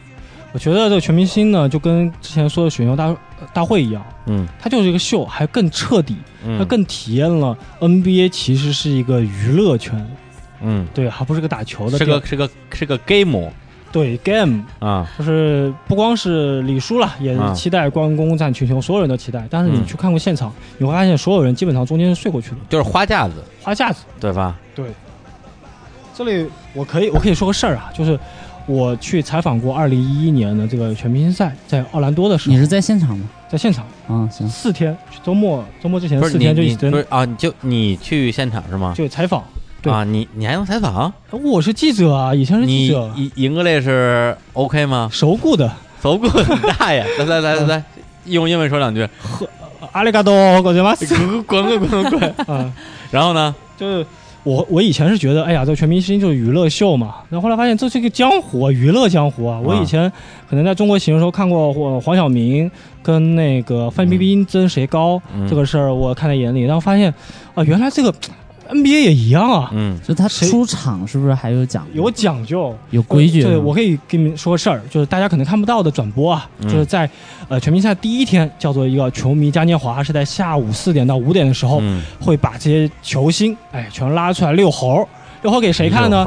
我觉得这个全明星呢，就跟之前说的选秀大呃大会一样，嗯它就是一个秀，还更彻底，它嗯更体验了 NBA 其实是一个娱乐圈，嗯，对，还不是个打球的是地个儿，是个是个 game 对 game，啊，就是不光是李叔了，也啊期待关公战群雄，所有人都期待。但是你嗯去看过现场，你会发现所有人基本上中间是睡过去的，就是花架子，花架子。对吧？这里我可以我可以说个事儿啊，就是我去采访过二零一一年的这个全明星赛，在奥兰多的时你候，是在现场吗？在现场啊，行，四天，周末周末之前不是四你天就你已经不是啊，你就你去现场是吗？就采访。对啊，你你还用采访？我是记者啊，以前是记你者，英英格 s 是 OK 吗？熟故的。走过你大爷！ 来来来来来，嗯用英文 说两句，阿里嘎多，国杰马斯滚滚滚滚 滚！啊，然后呢？ 就是我我以前是觉得，哎呀，这全明星就是娱乐秀嘛。然后后来发现这是一个江湖，啊，娱乐江湖啊。我以前可能在中国行的时候看过黄黄晓明跟那个范冰冰争谁高、嗯这个事儿，我看在眼里，然后发现啊、原来这个 NBA 也一样啊，嗯就他谁出场是不是还有讲究有讲究。有规矩？对，我可以给你们说个事儿，就是大家可能看不到的转播啊，嗯就是在呃全明星赛第一天叫做一个球迷嘉年华，是在哦下午四点到五点的时候，嗯会把这些球星哎全拉出来遛猴儿，这会儿给谁看呢？？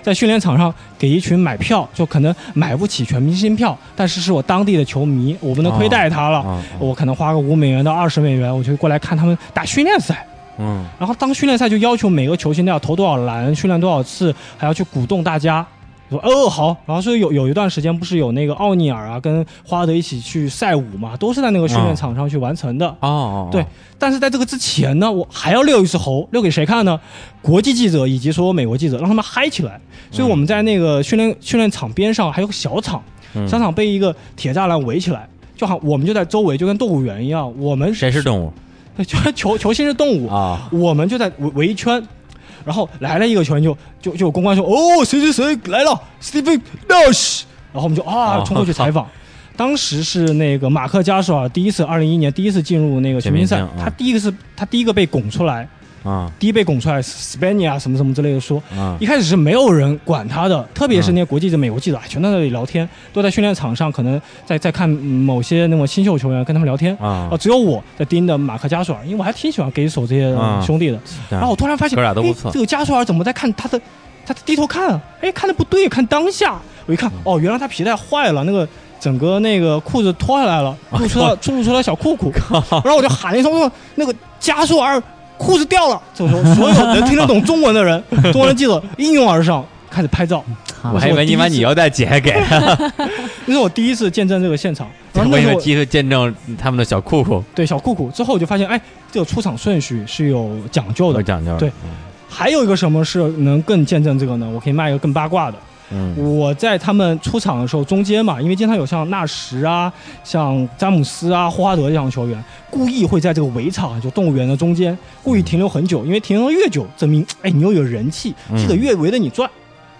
在训练场上给一群买票就可能买不起全明星票，但是是我当地的球迷，我不能亏待他了。啊，我可能花个五美元到二十美元，我就过来看他们打训练赛。嗯，然后当训练赛就要求每个球星都要投多少篮，训练多少次，还要去鼓动大家。我说哦好，然后所以有有一段时间不是有那个奥尼尔啊跟花德一起去赛舞嘛，都是在那个训练场上去完成的。哦哦，哦对但是在这个之前呢，我还要遛一次猴，遛给谁看呢？国际记者以及所有美国记者，让他们嗨起来。所以我们在那个训练训练场边上还有个小场，嗯小场被一个铁栅栏围起来，就好我们就在周围，就跟动物园一样，我们谁是动物就球球星是动物，啊？我们就在围围一圈，然后来了一个球员就就就有公关说哦谁谁谁来了，Stephen Nash，然后我们就啊哦冲过去采访。当时是那个马克加索尔第一次，二零一一年第一次进入那个全明星赛全明，星嗯他第一个是他第一个被拱出来，啊第一被拱出来 s p a n i a 什么什么之类的说，啊一开始是没有人管他的，特别是那些国际的美国记者，哎全在那里聊天，都在训练场上，可能在在看某些那种新秀球员跟他们聊天。啊哦，！只有我在盯着马克加索尔，因为我还挺喜欢给手这些呃啊兄弟的。这样然后我突然发现，哥俩都不哎错这个加索尔怎么在看他的，他低头看，哎，看的不对，看当下。我一嗯看，哦，原来他皮带坏了，那个整个那个裤子脱下来了，露出 了露出了小裤裤。然后我就喊了一声说：“那个加索尔裤子掉了！”这时候，所有能听得懂中文的人，中文记者应运而上，开始拍照。啊我还以为你把你腰带解 开给，那是我第一次见证这个现场。然后我那以时候为我第一次见证他们的小裤裤，对小裤裤之后，我就发现，哎，这个出场顺序是有讲究有的。讲究。对，还有一个什么是能更见证这个呢？我可以卖一个更八卦的。嗯，我在他们出场的时候，中间嘛，因为经常有像纳什啊、像詹姆斯啊、霍华德这样的球员，故意会在这个围场，就动物园的中间，故意停留很久，因为停留越久，证明哎你又有人气，嗯这个越围着你转，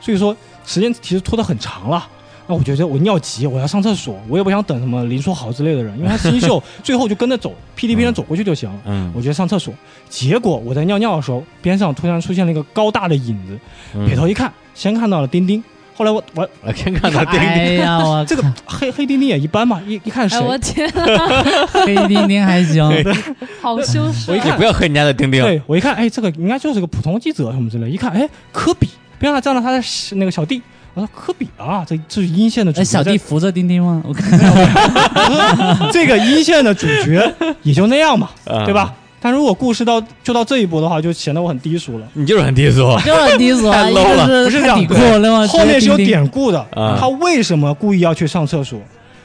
所以说时间其实拖得很长了。那我觉得我尿急，我要上厕所，我也不想等什么林书豪之类的人，因为他新 秀最后就跟着走，噼里噼里走过去就行了。嗯我觉得上厕所，结果我在尿尿的时候，边上突然出现了一个高大的影子，嗯，啊撇头一看，先看到了丁丁，后来我我我先看到丁哎丁，呀，我 这个黑黑丁丁也一般嘛，一一看谁哎，，我天，黑丁丁还 行，哎好羞啊涩我一你看不要黑人家的丁丁。对我一看，哎，这个应该就是个普通记者什么之类，一看，哎，科比边上站了他的小那个小弟，我说科比啊，这这是阴线的主哎，角，小弟扶着丁丁吗？我看 这 这个阴线的主角也就那样嘛，嗯对吧？但如果故事到就到这一步的话，就显得我很低俗了。你就是很低俗。就是很低俗啊，太一 low 了个不是是这样看底裤，另外后面是有丁丁典故的，啊他为什么故意要去上厕所？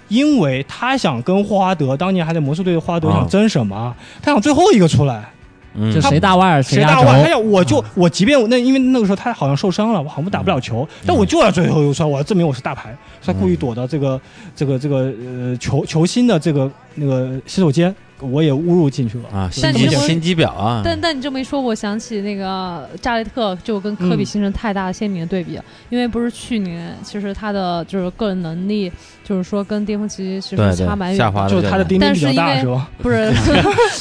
因为他想跟霍华德，当年还在魔术队的霍华德啊想争什么啊？他想最后一个出来，嗯就他谁大腕儿谁压大轴，腕？他要我啊就我，即便我那因为那个时候他好像受伤了，我好像打不嗯了球，但我就要最后一出来，我要证明我是大牌。所以他故意躲到这个这个这个呃球球星的这个那个洗手间，我也误入进去了。啊，心但机你这么心机婊啊！但但你这么一说，我想起那个扎雷特就跟科比嗯形成太大的鲜明的对比，因为不是去年，其实他的就是个人能力，就是说跟巅峰期其对实对差蛮远下滑的，了就是他的丁丁比较大但是因为是啊吧？不是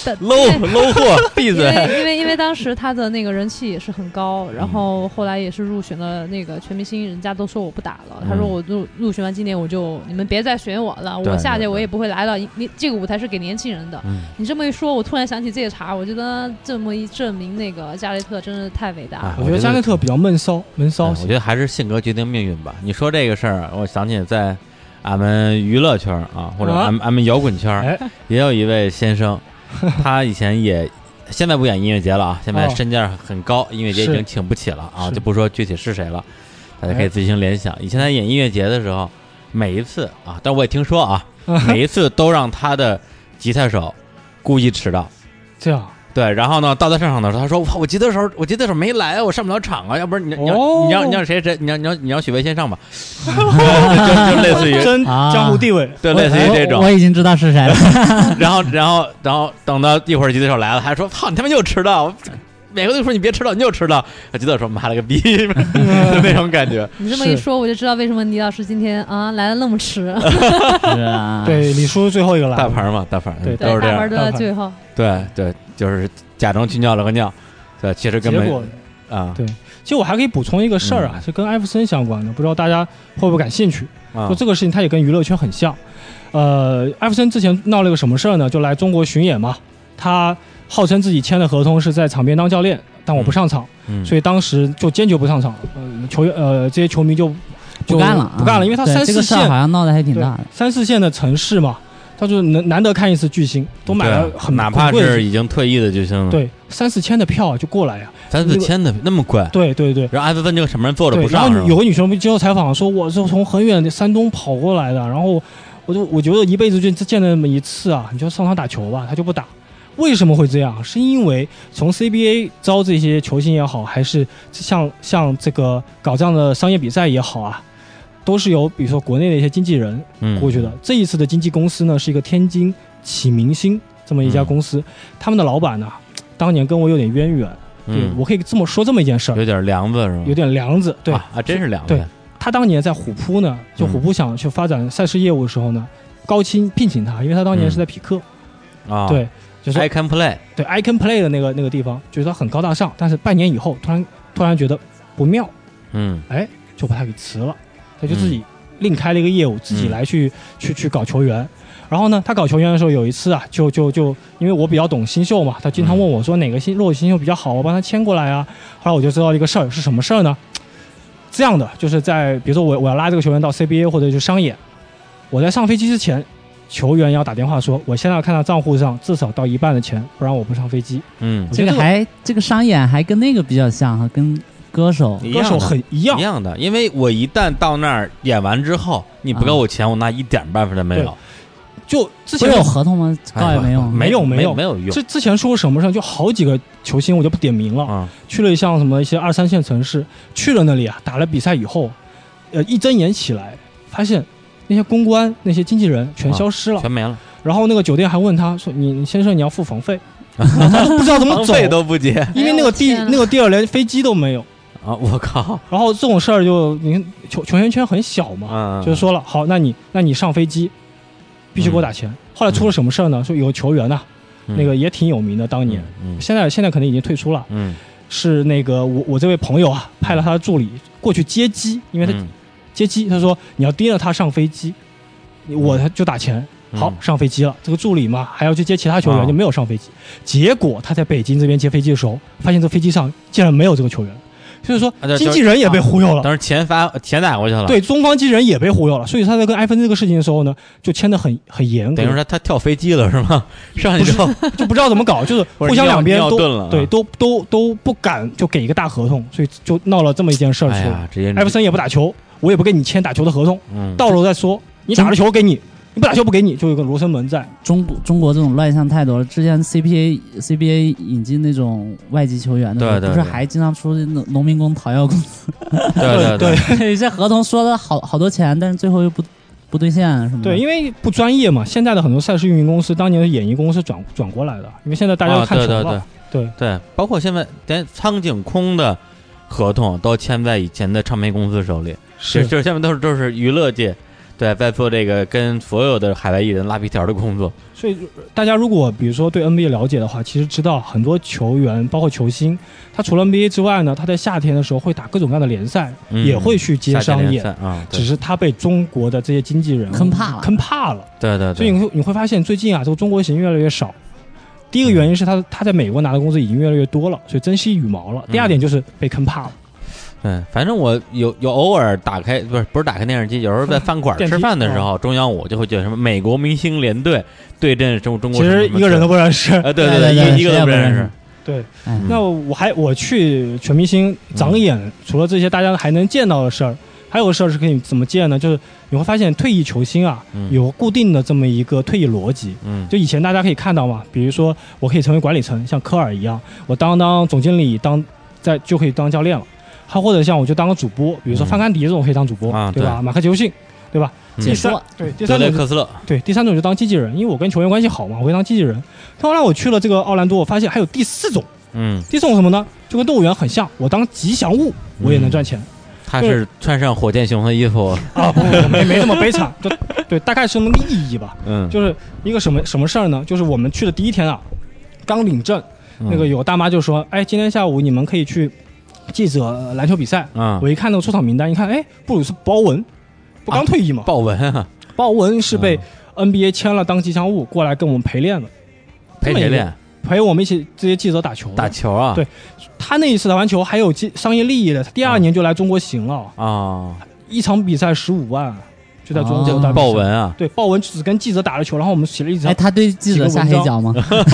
但 low low 货，闭因为嘴！因为因为当时他的那个人气也是很高，嗯然后后来也是入选了那个全明星，人家都说我不打了，嗯他说我入入选完今年我就你们别再选我了，对我下去对我对也不会来了，你这个舞台是给年轻人的。嗯你这么一说，我突然想起这茬，我觉得这么一证明那个加雷特真是太伟大啊了。我觉得加内特比较闷骚，闷骚嗯我觉得还是性格决定命运吧。你说这个事儿，我想起在俺们娱乐圈啊，或者啊俺们俺们摇滚圈，哎，也有一位先 生，他以前也现在不演音乐节了啊，现在哦身价很高，音乐节已是经请不起了啊，是哎就不说具体是谁了，大家可以自行联想。以前他演音乐节的时候，每一次啊，但我也听说啊， 每一次都让他的吉他手故意迟到。这样 对，然后呢，到他上场的时候，他说：“哇，我吉他手，我吉他手没来，我上不了场啊，要不然你你让、哦你让你让谁谁，你让你让你让许巍先 上吧，就就类似于真啊江湖地位，对我类似于这种我，我已经知道 是谁了。然后，然后，然后等到一会儿吉他手来了，还说：“操，你他妈又迟到！”每个都说你别迟到，你又迟到。吉他手说：“妈了个逼！” 就那种 感觉。你这么一说，我就知道为什么倪老师今天啊来的那 么迟，是啊，，对李叔最后一个来大了，牌嘛，大牌对都是这大样门。都在大牌 最后。对对，就是假装去尿了个尿，对，其实根结本果啊对其实我还可以补充一个事儿嗯啊，是跟艾弗森相关的，不知道大家会不会感兴趣？啊就这个事情，它也跟娱乐圈很像。呃，艾弗森之前闹了个什么事儿呢？就来中国巡演嘛，他号称自己签的合同是在场边当教练，但我不上场，嗯，所以当时就坚决不上场了。呃，球员呃这些球迷就就不干了啊，不干了，因为他对三这四个事儿线好像闹得还挺对大的。三四线的城市嘛，他就难难得看一次巨星，都买了对啊很哪怕很贵的是已经退役的就行了。，对三四千的票就过来呀、咱四千的那么贵，对对对。然后艾文问这个什么人坐着对，不然上是后吗？有个女生接受采访说，我是从很远的山东跑过来的，然后我就我觉得一辈子就见那么一次啊，你就上场打球吧，他就不打。为什么会这样？是因为从 CBA 招这些球星也好，还是像像这个搞这样的商业比赛也好啊，都是由比如说国内的一些经纪人嗯过去的。这一次的经纪公司呢，是一个天津启明星这么一家嗯公司，他们的老板呢，当年跟我有点渊源，对嗯，我可以这么说这么一件事儿，有点梁子是吗？有点梁子，对。啊，啊真是梁子对。他当年在虎扑呢，就虎扑想去发展赛事业务的时候呢，高清聘请他，因为他当年是在匹克，啊，对，就是，I can play，对 Icon Play 的那个那个地方，觉得他很高大上，但是半年以后突然突然觉得不妙，嗯就把他给辞了，他就自己另开了一个业务，自己来去去去搞球员。然后呢，他搞球员的时候，有一次啊，就就就因为我比较懂新秀嘛，他经常问我说哪个新落地新秀比较好，我帮他签过来啊。后来我就知道一个事儿是什么事儿呢？这样的，就是在比如说我我要拉这个球员到 CBA 或者就商演，我在上飞机之前，球员要打电话说，我现在要看到账户上至少到一半的钱，不然我不上飞机。嗯，觉这得个这个还这个商演还跟那个比较像哈，跟歌手一歌样手的很一样一，样的，因为我一旦到那儿演完之后，你不给嗯我钱，我拿一点办法都没有，哎就之不前是有合同吗？告也没用。没有没没有没有用之之前说过什么事儿，就好几个球星我就不点名了，啊，去了像什么一些二三线城市，去了那里啊，打了比赛以后，呃，一睁眼起来，发现那些公关、那些经纪人全消失了。啊全没了，然后那个酒店还问他说：“你你先生，你要付房 费？”然后他都不知道怎么房走，费都不结因为那个地哎呦我天啊那个地儿连飞机都没有。啊！我 靠，然后这种事儿就你球球员圈很小嘛，嗯，就是说了，好，那你那你上飞机，必须给我打钱。后来出了什么事儿呢？说有个球员呐、嗯那个也挺有名的，当年、，嗯现在现在可能已经退出了，嗯，是那个我我这位朋友啊，派了他的助理过去接机，因为他嗯接机，他说你要盯着他上飞机，你我就打钱。嗯好，上飞机了，这个助理嘛还要去接其他球啊员，就没有上飞机。结果他在北京这边接飞机的时候，发现这飞机上竟然没有这个球员，所以说啊对经纪人也被忽悠了。当时钱发钱打过去了，，对，中方经纪人也被忽悠了，所以他在跟埃芬这个事情的时候呢，就签的很很严格等于，说他他跳飞机了是吗？ 上去之后，就不知道怎么搞，就是或者互相两边尿都尿遁了啊对都都都不敢就给一个大合同，所以就闹了这么一件事儿哎出来。呀，直接艾弗森也不打球，我也不跟你签打球的合同，嗯，到时候再说。你打了球给你，你不打球不给你，就有个罗生门在。中国中国这种乱象太多了。之前 CBA CBA 引进那种外籍球员的时候，对对不是对还经常出农农民工讨要工 资， 对对对，有些合同说的好好多钱，但是最后又不不兑现啊什么的。对，因为不专业嘛。现在的很多赛事运营公司，当年的演艺公司转转过来的，因为现在大家啊都看球对对了对。对对，包括现在连苍井空的合同都签在以前的唱片公司手里，其实是就是现在都是都是娱乐界对在做这个跟所有的海外艺人拉皮条的工作，所以大家如果比如说对 NBA 了解的话，其实知道很多球员，包括球星，他除了 NBA 之外呢，他在夏天的时候会打各种各样的联赛，嗯也会去接夏商天联业赛。啊，对只是他被中国的这些经纪人坑怕了坑怕了。对对所以对，你会你会发现，最近啊，这个中国行越来越少。第一个原因是他他在美国拿的工资已经越来越多了，所以珍惜羽毛了。嗯第二点就是被坑怕了，对，反正我有有偶尔打开不是不是打开电视机，有时候在饭馆 电梯嗯吃饭的时候，中央五就会叫什么美国明星联队对阵中中国其什么实什么一个人都队不认识。哎啊，对对对，对一个一对个谁都也不不认认识识，对，哎嗯 那我还我去全明星长眼，除了这些大家还能见到的事儿，还有个事儿是可以怎么见呢？就是你会发现退役球星啊，嗯有固定的这么一个退役逻辑。嗯就以前大家可以看到嘛，比如说我可以成为管理层，像科尔一样，我当当总经理，当在就可以当教练了。还或者像我就当个主播，比如说嗯范甘迪这种可以当主播，啊对吧？马克杰克逊，对吧？嗯解第说三对第德三雷种克斯勒，对第三种就当经纪人，因为我跟球员关系好嘛，我会当经纪人。但后来我去了这个奥兰多，我发现还有第四种，嗯，第四种什么呢？就跟动物园很像，我当吉祥物我也能赚钱、他是穿上火箭熊的衣服，啊！ 不不不，没没那么悲惨，就对，大概是那么个意义吧。嗯，就是一个什么什么事儿呢？就是我们去的第一天啊，刚领证，嗯那个有大妈就说：“哎，今天下午你们可以去记者呃篮球比赛。”啊我一看那个出场名单，一看，哎，布鲁斯·鲍文，不刚退役吗？豹纹啊，嗯鲍文是被 NBA 签了当吉祥物过来跟我们陪练的，陪谁练？陪我们一起这些记者打球的。打球啊？对他那一次打完球还有经商业利益的，他第二年就来中国行了，啊，一场比赛十五万，就在中国哦打比赛豹。纹啊，对，豹纹只跟记者打了球，然后我们写了一张哎，。他对记者下黑脚吗？哎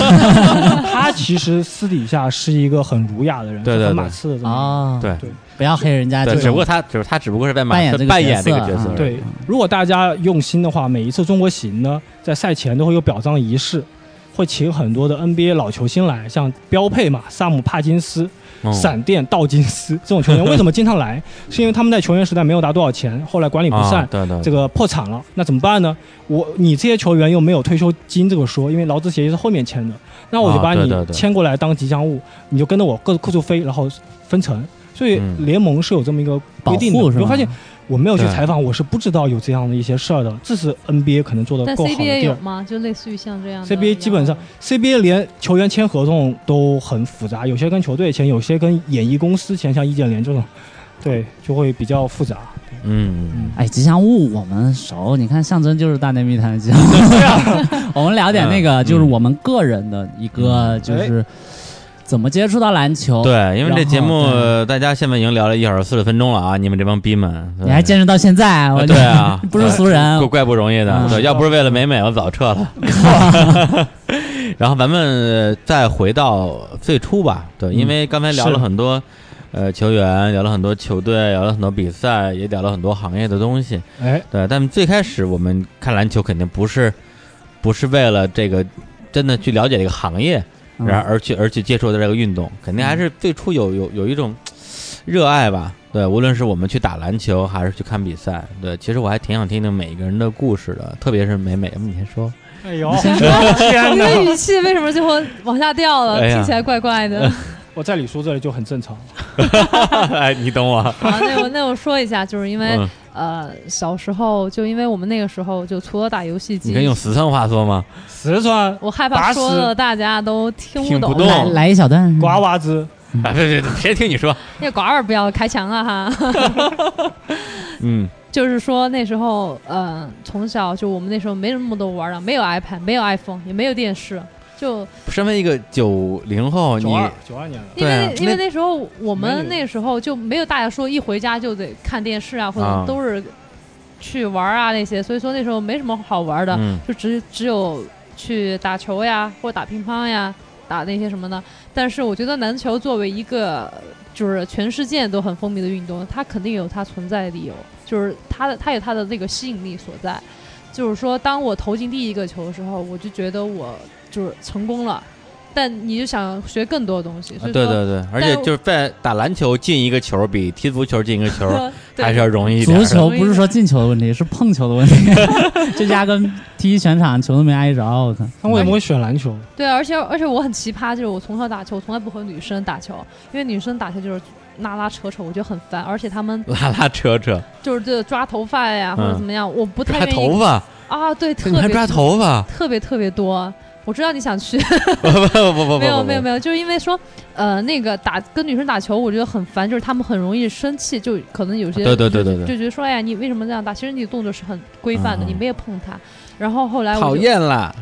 他其实私底下是一个很儒雅的人，对对是很对马刺的这么一个人啊，对不要黑人家对，这只不种过他就是他，只不过是在马扮演刺这个扮演这个角角色色而啊已。对，如果大家用心的话，每一次中国行呢，在赛前都会有表彰仪式，会请很多的 NBA 老球星来，像标配嘛，萨姆帕金斯、嗯闪电道金斯这种球员，为什么经常 来？是因为他们在球员时代没有拿多少钱，后来管理不善啊，对对，这个破产了，那怎么办呢？我你这些球员又没有退休金这个说，因为劳资协议是后面签的，那我就啊把对你对对签过来当吉祥物，你就跟着我各各处飞，然后分成。所以嗯联盟是有这么一个保规定的，护是你会吧？发现我没有去对采访，我是不知道有这样的一些事儿的。这是 NBA 可能做的但够好的 CBA 地有儿。吗？就类似于像这样的 CBA 基本上，CBA 连球员签合同都很复杂，有些跟球队签，有些跟演艺公司签，像易建联这种，对，就会比较复杂。嗯，哎，吉祥物我们熟，你看象征就是大内密谈的吉祥 物。 我们聊点那个，嗯就是我们个人的一个，嗯哎就是怎么接触到篮球。，对，因为这节目然后对大家现在已经聊了一小时四十分钟了啊，你们这帮逼们，对你还坚持到现在，我啊就对啊 ，不是俗人怪。怪不容易的嗯，对，要不是为了美美，我早撤了。然后咱们再回到最初吧，对，因为刚才聊了是很多，呃，球员，聊了很多球队，聊了很多比赛，也聊了很多行业的东西，哎，对。但最开始我们看篮球肯定不是，不是为了这个真的去了解这个行业，嗯然后而去而去接触的这个运动，肯定还是最初有有有一种热爱吧。对，无论是我们去打篮球还是去看比赛，对，其实我还挺想听听每一个人的故事的，特别是美美，要不你先说。哎呦，你天哪！的语气为什么最后往下掉了？哎呀听起来怪 怪的。 我在李叔这里就很正常。 哎，你懂我。好，那我那我说一下，就是因为嗯，呃，小时候就因为我们那个时候就除了打游戏你机可以，用四川话说吗？四川我害打怕死说的大家都听听不懂。懂来哦来一小段，瓜娃子，哎，别别，别听你说。那管儿不要开墙啊哈！ 嗯就是说那时候，呃，从小就我们那时候没什么都玩的，没有 iPad，没有 iPhone，也没有电视，就身为一个九零后，你九二九二年的，因对啊为、因为那那时候我们没那时候就没有大家说一回家就得看电视啊，或啊者都是去玩啊那些，所以说那时候没什么好玩的，嗯就只只有去打球呀，或者打乒乓呀，打那些什么的。但是我觉得篮球作为一个就是全世界都很风靡的运动，它肯定有它存在的理由，就是它的它有它的那个吸引力所在。就是说，当我投进第一个球的时候，我就觉得我就是成功了。但你就想学更多东西，所对以说啊对对，而且就是在打篮球进一个球比踢足球进一个球 对还是要容易一点足的。球不是说进球的问题，是碰球 的问题。 这压根踢全场球都没挨着，我靠！那为什么会选篮球？对，而且而且我很奇葩，就是我从小打球，我从来不和女生打球，因为女生打球就是拉拉扯扯，我觉得很烦，而且她们拉拉扯扯，就是这抓头发呀、或者嗯怎么样，我不太抓愿意头发，啊，对，特你还别抓头发？特别特别多。我知道你想去，不 不不不不， 没有没有没有，有，就是因为说，呃，那个打跟女生打球，我觉得很烦，就是她们很容易生气，就可能有些啊对对对对对就觉得说，哎呀，你为什么这样打？其实你动作是很规范的，嗯你没有碰她。然后后来我讨就厌 啦。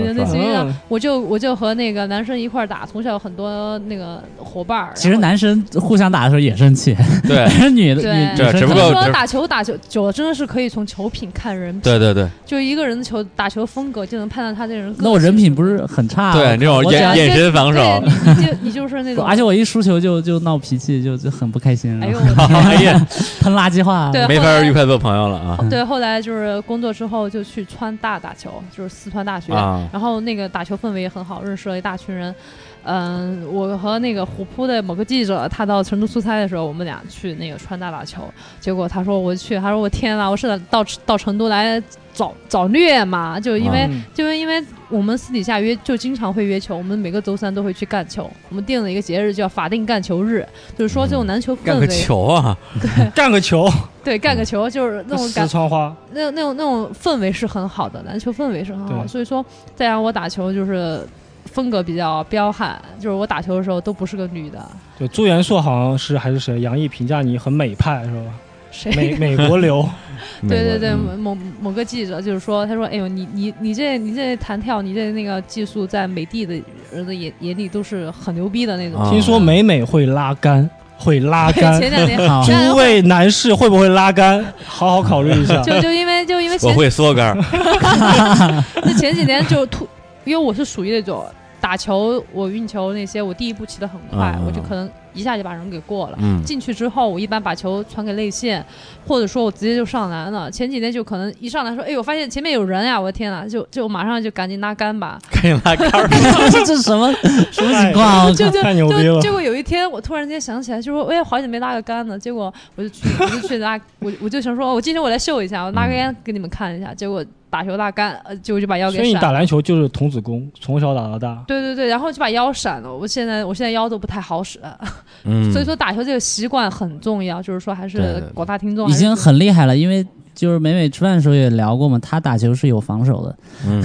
对对，所以呢，嗯我就我就和那个男生一块儿打，从小有很多那个伙伴儿。其实男生互相打的时候也生气，对但是女的对女女生只不过可能然就后说是打球打球久了，真的是可以从球品看人品，对对对就一个人的球打球风格就能判断他这人个性。那我人品不是很差，对，这种我眼眼眼眼神神防对，守，你你就你就 是那种，而且我一输球就就闹脾气，就就很不开心， 哎呦，我哎 呀，喷垃圾话。对没法愉快做朋友了 啊对，后来就是工作之后就去川大打球，就是四川大学，啊！然后那个打球氛围也很好，认识了一大群人。嗯，我和那个虎扑的某个记者，他到成都出差的时候，我们俩去那个川大打球，结果他说我去，他说我天呐，我是到到成都来找找虐嘛，就因为、嗯就是因为我们私底下约就经常会约球，我们每个周三都会去干球，我们定了一个节日叫法定干球日，就是说这种篮球嗯干氛个围，球啊，干个球，对，干个球就是那种四感川话，那那种那种氛围是很好的，篮球氛围是很好的，对所以说再让我打球就是风格比较彪悍，就是我打球的时候都不是个女的，对，朱元硕好像是还是谁，杨毅评价你很美派是吧？谁 美美国流，对对对，美嗯国某某某个记者就是说，他说：“哎呦，你你你这你这弹跳，你这那个技术，在美帝的人的眼眼里都是很牛逼的那种。啊听说美美会拉杆，会拉杆。 啊前两年，好前两年诸位男士会不会拉杆？好好考虑一下。就就因为就因为我前会缩杆儿，那前几年就突，因为我是属于那种打球，我运球那些，我第一步骑得很啊快，嗯嗯我就可能一下就把人给过了。嗯进去之后，我一般把球传给内线，或者说我直接就上篮了。前几天就可能一上来说，哎呦，我发现前面有人呀、啊我的天呐，就就马上就赶紧拉杆 吧。可以拉杆 儿。 这这什么什么情况啊？我就靠就太牛逼了就结果有一天，我突然间想起来，就说，哎，好久没拉个杆了。结果我就去，我就去拉，我我就想说，哦我今天我来秀一下，我拉个嗯杆给你们看一下。结果打球拉杆，呃，结果就把腰给所以你闪打篮球就是童子功，从小打到大。对对对，然后就把腰闪了。我现在我现在腰都不太好使，嗯，所以说打球这个习惯很重要。就是说，还对对是对广大听众已还是经很厉害了，因为就是美美吃饭的时候也聊过嘛，她打球是有防守的， 嗯，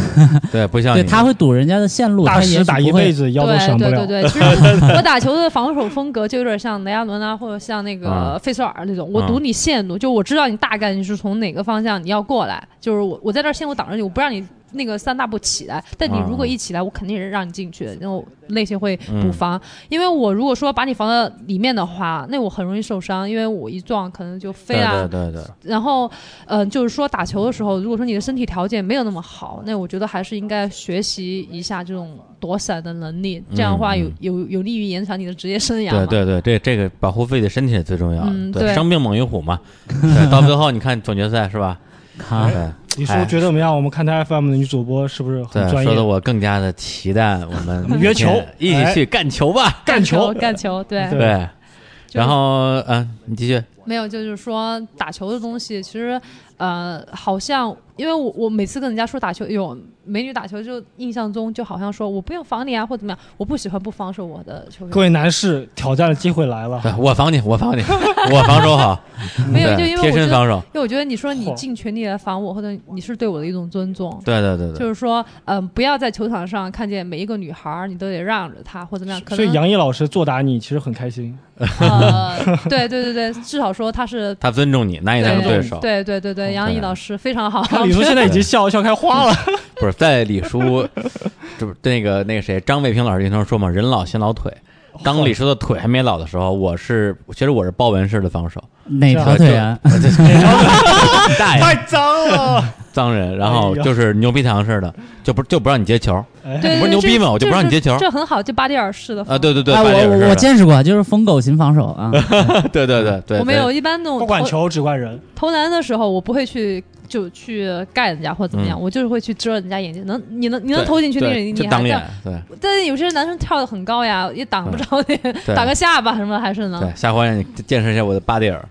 对，不像对，你她会堵人家的线路，大她也师许打不一会辈子腰都闪不对了对。对对，其实我打球的防守风格就有点像雷阿伦啊，或者像那啊个费舍尔那种，我啊堵你线路，就我知道你大概你是从哪个方向你要过来，就是我我在这儿线路挡着你，我不让你。那个三大步起来，但你啊如果一起来，我肯定是让你进去的，然后内线会嗯补防，因为我如果说把你防到里面的话，那我很容易受伤，因为我一撞可能就飞对啊，对对对，然后，嗯，就是说打球的时候，如果说你的身体条件没有那么好，那我觉得还是应该学习一下这种躲闪的能力，这样的话嗯有、嗯有有利于延长你的职业生涯嘛。对对对，这这个保护自己的身体是最重要的。嗯对，对伤病猛于虎嘛。 对，到最后你看总决赛是吧？啊对你说觉得怎么样？我们看台 FM 的女主播是不是很对，专说的业？我更加的期待我们 约球一起去干球吧。干球，干球，对，对对，就是然后嗯，你继续。没有，就是说打球的东西，其实，呃，好像因为我我每次跟人家说打球，有美女打球，就印象中就好像说我不用防你啊，或怎么样，我不喜欢不防守我的球员各。位男士，挑战的机会来了。对，我防你，我防 你，我防守好。没有，就对因为贴我觉身得，防守。因为我觉得你说你嚯尽全力来防我，或者你是对我的一种尊重。对对对就对，是说，嗯、不要在球场上看见每一个女孩儿，你都得让着她或怎么样。可所以能杨毅老师作答你其实很开心，呃， 对对对对，至少说她是他尊重你，拿你当成对手。对对对对，杨毅老师非常好。看李叔现在已经笑笑开花了。不是在李叔， 这不那个那个谁，张卫平老师经常说嘛，人老先老腿。哦当李叔的腿还没老的时候，我是其实我是豹纹式的防守，哪条腿啊？ 你大爷太脏了。 脏人，然后哎呦就是牛皮糖似的，就不就不让你接球对，对不是对牛逼这吗我就不这让你是接球这很好，就巴蒂尔式的 啊！风格对对对，哎，巴黎尔我似我我的见识过，就是疯狗型防守啊， 对对对对，嗯我没对有，一般那种不管投球，只管人。投篮的时候，我不会去就去盖人家或怎么样，嗯我就是会去遮人家眼睛。能你能你能对投进去那个你对就你当还眼在，，对但是有些男生跳的很高呀，也挡不着你， 对打个下巴什么的还是能对，下回让你见识一下我的巴蒂尔，哦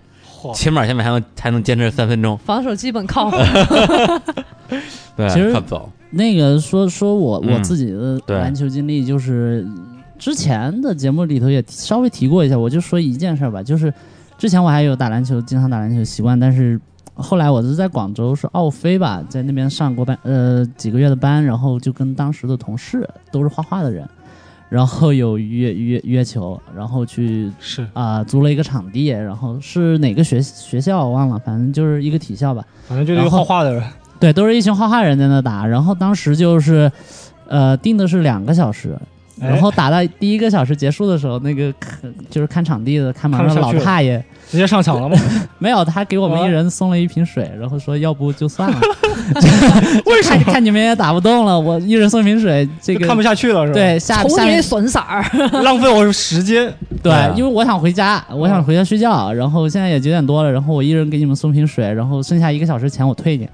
嚯起码现在还能还能坚持三分钟，防守基本 靠后。对，其实看不走，那个说说我嗯我自己的对篮球经历，就是之前的节目里头也稍微提过一下，我就说一件事儿吧，就是之前我还有打篮球，经常打篮球习惯，但是后来我是在广州是奥飞吧，在那边上过班呃几个月的班，然后就跟当时的同事都是画画的人，然后有约约约球，然后去是啊、租了一个场地，然后是哪个学学校我忘了，反正就是一个体校吧。反正就是一个然画后画的人，对，都是一群画画人在那打。然后当时就是，呃，定的是两个小时，哎然后打到第一个小时结束的时候，那个看就是看场地的看门看的不下老去了太爷直接上场了吗？没有，他给我们啊一人送了一瓶水，然后说要不就 算了， 为什么？看你们也打不动了，我一人送一瓶水，这就个看不下去了是吧？，对下瞅下你面那损色儿，浪费我时间。对啊，因为我想回家，我想回家睡嗯觉，然后现在也九点多了，然后我一人给你们送瓶水，然后剩下一个小时钱我 退你，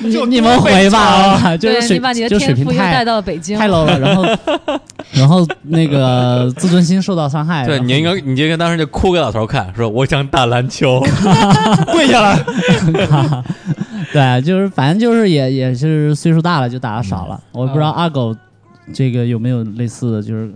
你就你们回吧，啊就对是水你把你的就水天平赋又带太到了北京，太 low 了，然后然后那个自尊心受到伤哎害，对，然后你应该你就应该当时就哭给老头看，说我想打篮 球，跪下来，对，就是反正就是也也是岁数大了就打的少了，嗯我不嗯知道二狗这个有没有类似的就是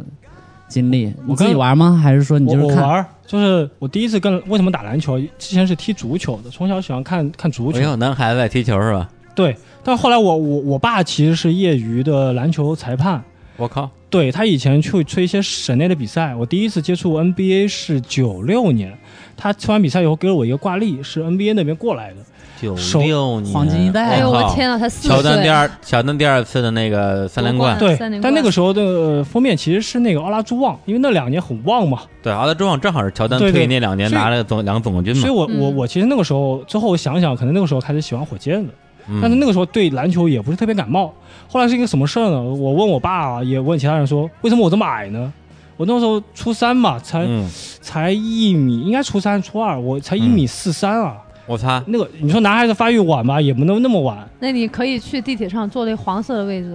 经历，你我自己跟玩吗？还是说 我你就是我玩看？儿，就是我第一次跟为什么打篮球，之前是踢足球的，从小喜欢看看足没球。哎有哎男孩子爱踢球是吧？对，但后来我我我爸其实是业余的篮球裁判，我靠，对他以前去吹一些省内的比赛，我第一次接触 NBA 是九六年，他吹完比赛以后给了我一个挂历，是 NBA 那边过来的。九手六年黄金一代哎呦，靠我天呐，才四岁。乔丹第二，乔丹第二次的那个三连冠夺，对嗯三连，冠但那个时候的呃封面其实是那个奥拉朱旺，因为那两年很旺嘛，对，阿德之旺正好是乔丹对对退役那两年所以拿了总两个总冠军嘛所以，我我嗯我其实那个时候之后我想想，可能那个时候开始喜欢火箭的，嗯但是那个时候对篮球也不是特别感冒。后来是一个什么事儿呢？我问我爸、啊，也问其他人说，为什么我这么矮呢？我那时候初三嘛，才、嗯，才一米，应该初三初二，我才一米四三啊。我擦，那个你说男孩子发育晚吧，也不能那么 晚，那你可以去地铁上坐那黄色的位置，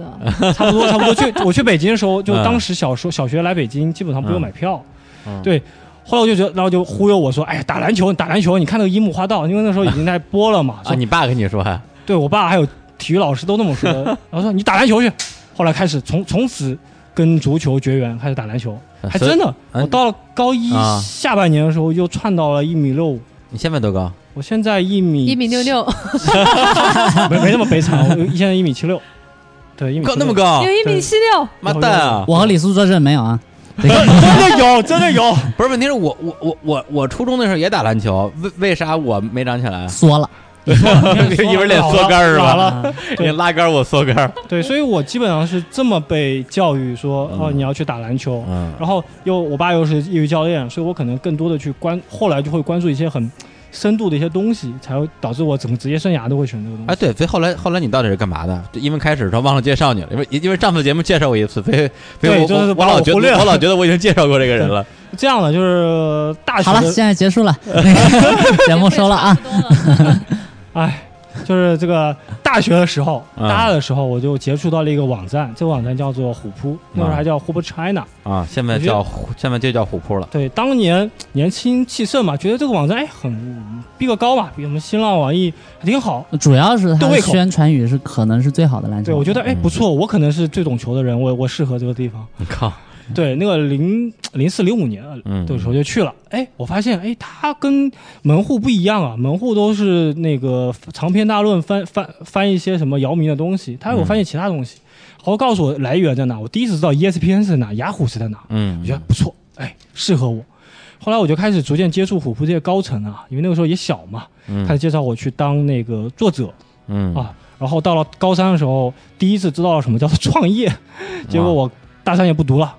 差不多差不多。去我去北京的时候，就嗯当时小时候小学来北京，基本上不用买票。嗯对，后来我就觉得，然后就忽悠我说，哎，打篮球，打篮球，你看那个樱木花道，因为那时候已经在播了嘛，啊，你爸跟你说啊，对我爸还有体育老师都这么 说，然后说你打篮球去。后来开始从从此跟足球绝缘，开始打篮球，还所以真的。啊我到了高一啊下半年的时候，又窜到了一米六五。你现在多高？我现在一米一米六，六， 没没那么悲惨，我现在一米七六，对，一米高76那么，高有？一米七 六，妈蛋啊！我和李叔说这没有啊， 真的 有，真的有，不是，问题是我我我我我初中的时候也打篮球，为为啥我没长起 来？缩了。 一会儿得缩杆儿是吧老了啊对 你拉杆我缩杆，对，所以我基本上是这么被教育说，嗯哦，你要去打篮球。嗯，然后又我爸又是业余教练，所以我可能更多的去关，后来就会关注一些很深度的一些东西，才会导致我整个职业生涯都会选这个东西。哎，对，所以后来后来你到底是干嘛的？就因为开始的时候忘了介绍你了，因为因为上次节目介绍过一次，所以所以对我就是我把我我老觉忽略得了我老觉得我已经介绍过这个 人了。这样的就是大学好了，的，现在结 束了，那个节目收了啊。哎，就是这个大学的时候，嗯大二的时候我就接触到了一个网站，这个网站叫做虎扑，那时候还叫 Hoop China。啊，现在我觉得叫虎现在就叫虎扑了。对，当年年轻气盛嘛，觉得这个网站哎很逼格高嘛，比什么新浪、网易还挺好。主要是他对的胃口宣传语是可能是最好的篮球。对，我觉得哎嗯不错，我可能是最懂球的人，我我适合这个地方。你 靠，对，那个零零四零五年嗯的时候就去了，哎，我发现哎，它跟门户不一样啊，门户都是那个长篇大论翻翻翻一些什么姚明的东西，它我嗯发现其他东西，然后告诉我来源在哪，我第一次知道 E ESPN 是在哪，雅虎是在哪，嗯我觉得不错，哎，适合我。后来我就开始逐渐接触虎扑这些高层啊，因为那个时候也小嘛，嗯开始介绍我去当那个作者，嗯啊，然后到了高三的时候，第一次知道了什么叫做创 业，结果我大三也不读了，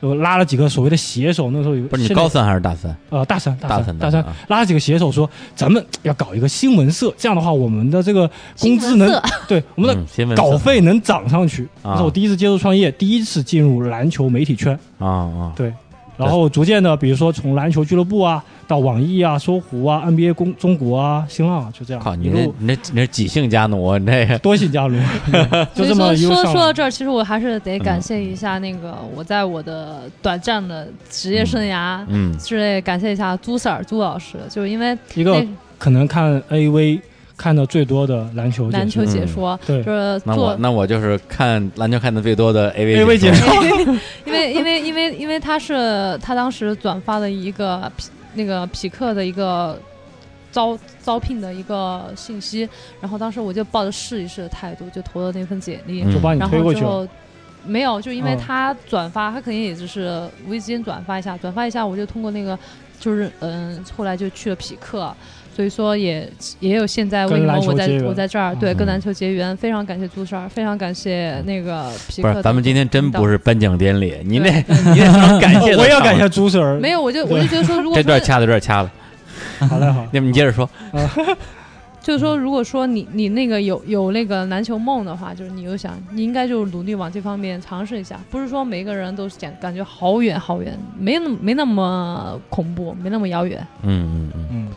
就拉了几个所谓的写手，那时候有不是你现在高三还是大三？呃大三大三三大大三三啊拉了几个写手说，咱们要搞一个新闻社，这样的话我们的这个工资新闻能社 对我们的嗯新闻稿社费能涨上去。啊那是我第一次接触创业，第一次进入篮球媒体圈，啊啊，对。然后逐渐的，比如说从篮球俱乐部啊，到网易啊、搜狐啊、NBA 公中国啊、新浪啊，就这样。靠，你一这路你这你这几姓家奴，啊你这个多谢加入，嗯 就 所以这么说一路说上说到来。这儿，其实我还是嗯得感谢一下那个我在我的短暂的职业生涯嗯之类，感谢一下朱 Sir 朱老师，就是因为一那个可能看 AV 看的最多的篮球篮解说，球解说，对就，是嗯那我做那我就是看篮球看的最多的 AV AV 解说，因为因为因为因为他是他当时转发的一个匹那个匹克的一个招招聘的一个信息，然后当时我就抱着试一试的态度就投了那份简历，嗯就把你然推后过去之了。后没有，就因为嗯他转发，他肯定也只是无意之间转发一下，转发一下我就通过那个就是嗯，后来就去了匹克。所以说也也有现在为什跟么篮球我在结缘我在这儿对嗯跟篮球结缘，非常感谢朱 Sir，非常感谢那个匹不克是，的。咱们今天真不是颁奖典礼，你那对你那能感谢的，哦 我也要感谢。朱 Sir，没有，我就我就觉得 说，如果这说段掐的，这段掐了。好嘞好，那么你接着说，就是说，如果说你你那个有有那个篮球梦的话，就是你又想，你应该就努力往这方面尝试一下。不是说每个人都是感感觉好远好远，没那么没那么恐怖，没那么遥远。嗯嗯嗯。嗯，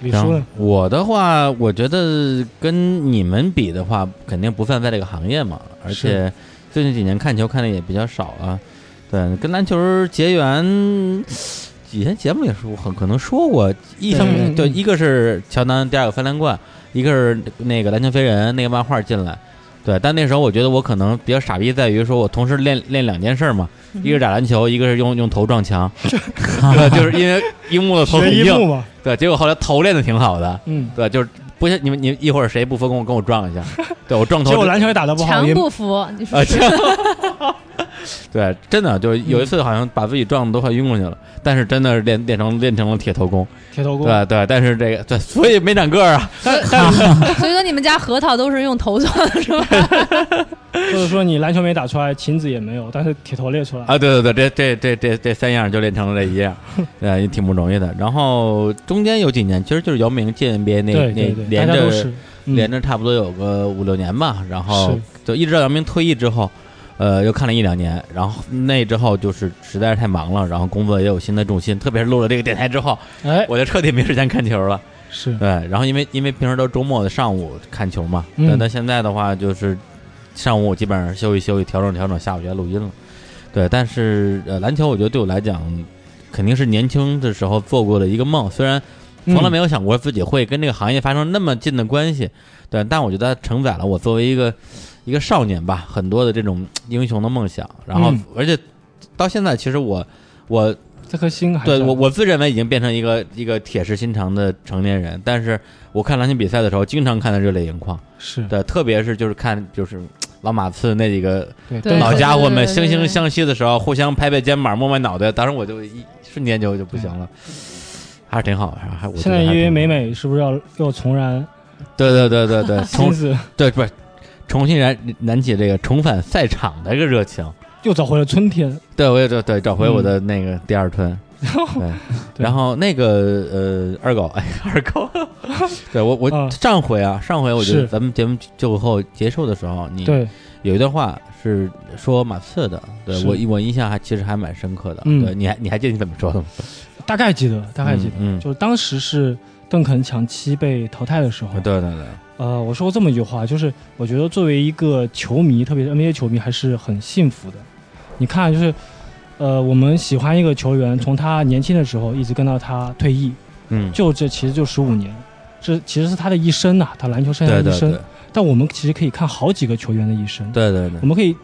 李然叔后呢？我的话，我觉得跟你们比的话，肯定不算在这个行业嘛。而是且最近几年看球看的也比较少了、对，跟篮球结缘，以前节目也是我很可能说过，一方面对，对嗯一个是乔丹第二个三连冠，一个是那个篮球飞人那个漫画进来。对，但那时候我觉得我可能比较傻逼，在于说我同时练练两件 事儿嘛，一个是打篮球，一个是用用头撞墙， 对，就是因为樱木的头很学樱硬，木嘛，对，结果后来头练的挺好的，嗯，对，就是不信你们，你们一会儿谁不 服跟我跟我撞一下，对我撞结头果，篮球也打得不好，强也不服，你说啊是？对，真的就有一次好像把自己撞的都快晕过去了，嗯但是真的是练练成练成了铁头功，铁头功。对对，但是这个对，所以没长个儿啊， 但但是所以说你们家核桃都是用头做 的是吧？或者说你篮球没打出来，琴子也没有，但是铁头列出来。啊，对对对，这这这这这三样就练成了这一 样，呃，也挺不容易的。然后中间有几年，其实就是姚明进 NBA 那对那对对，大连家都着是连着着差不多有个五六年吧，然后就一直到姚明退役之后，呃，又看了一两年，然后那之后就是实在是太忙了，然后工作也有新的重心，特别是录了这个电台之后，哎我就彻底没时间看球了。是对，然后因为因为平时都是周末的上午看球嘛，嗯但但现在的话就是上午我基本上休息休息，调整调整，下午就来录音了。对，但是呃，篮球我觉得对我来讲，肯定是年轻的时候做过的一个梦，虽然从嗯来没有想过自己会跟这个行业发生那么近的关系，对，但我觉得它承载了我作为一个一个少年吧，很多的这种英雄的梦想。然后，嗯而且到现在，其实我我这颗心还在对我，我自认为已经变成一个一个铁石心肠的成年人，但是我看篮球比赛的时候，经常看得热泪盈眶。是嗯对，特别是就是看就是老马刺那几个对对老家伙们对对惺对惺对相惜的时候，互相拍拍肩膀、摸摸脑袋，当时我就一瞬间就就不行了，还是挺好，还还我觉现得在还因为挺美好美是不是要又重燃对对对对 对，金重子，对不是重新燃燃起这个重返赛场的一个热情。又找回了春天？对，我也对对找回我的那个第二春。对，嗯对然后那个呃，二狗，哎，二狗， 对我我、嗯上回啊，上回我觉得是咱们节目最后结束的时候，你对，有一段话是说马刺的，对是我我印象还其实还蛮深刻的。嗯对，你还你还记得你怎么说的吗？大概记得，大概记得，嗯嗯就是当时是邓肯抢七被淘汰的时候，对对对，呃，我说过这么一句话，就是我觉得作为一个球迷，特别是呃 NBA 球迷，还是很幸福的。你看，就是呃，我们喜欢一个球员，从他年轻的时候一直跟到他退役，嗯，就这其实就十五年，这其实是他的一生呐、他篮球生涯的对一对生。对但我们其实可以看好几个球员的一生，对对我对，们可以一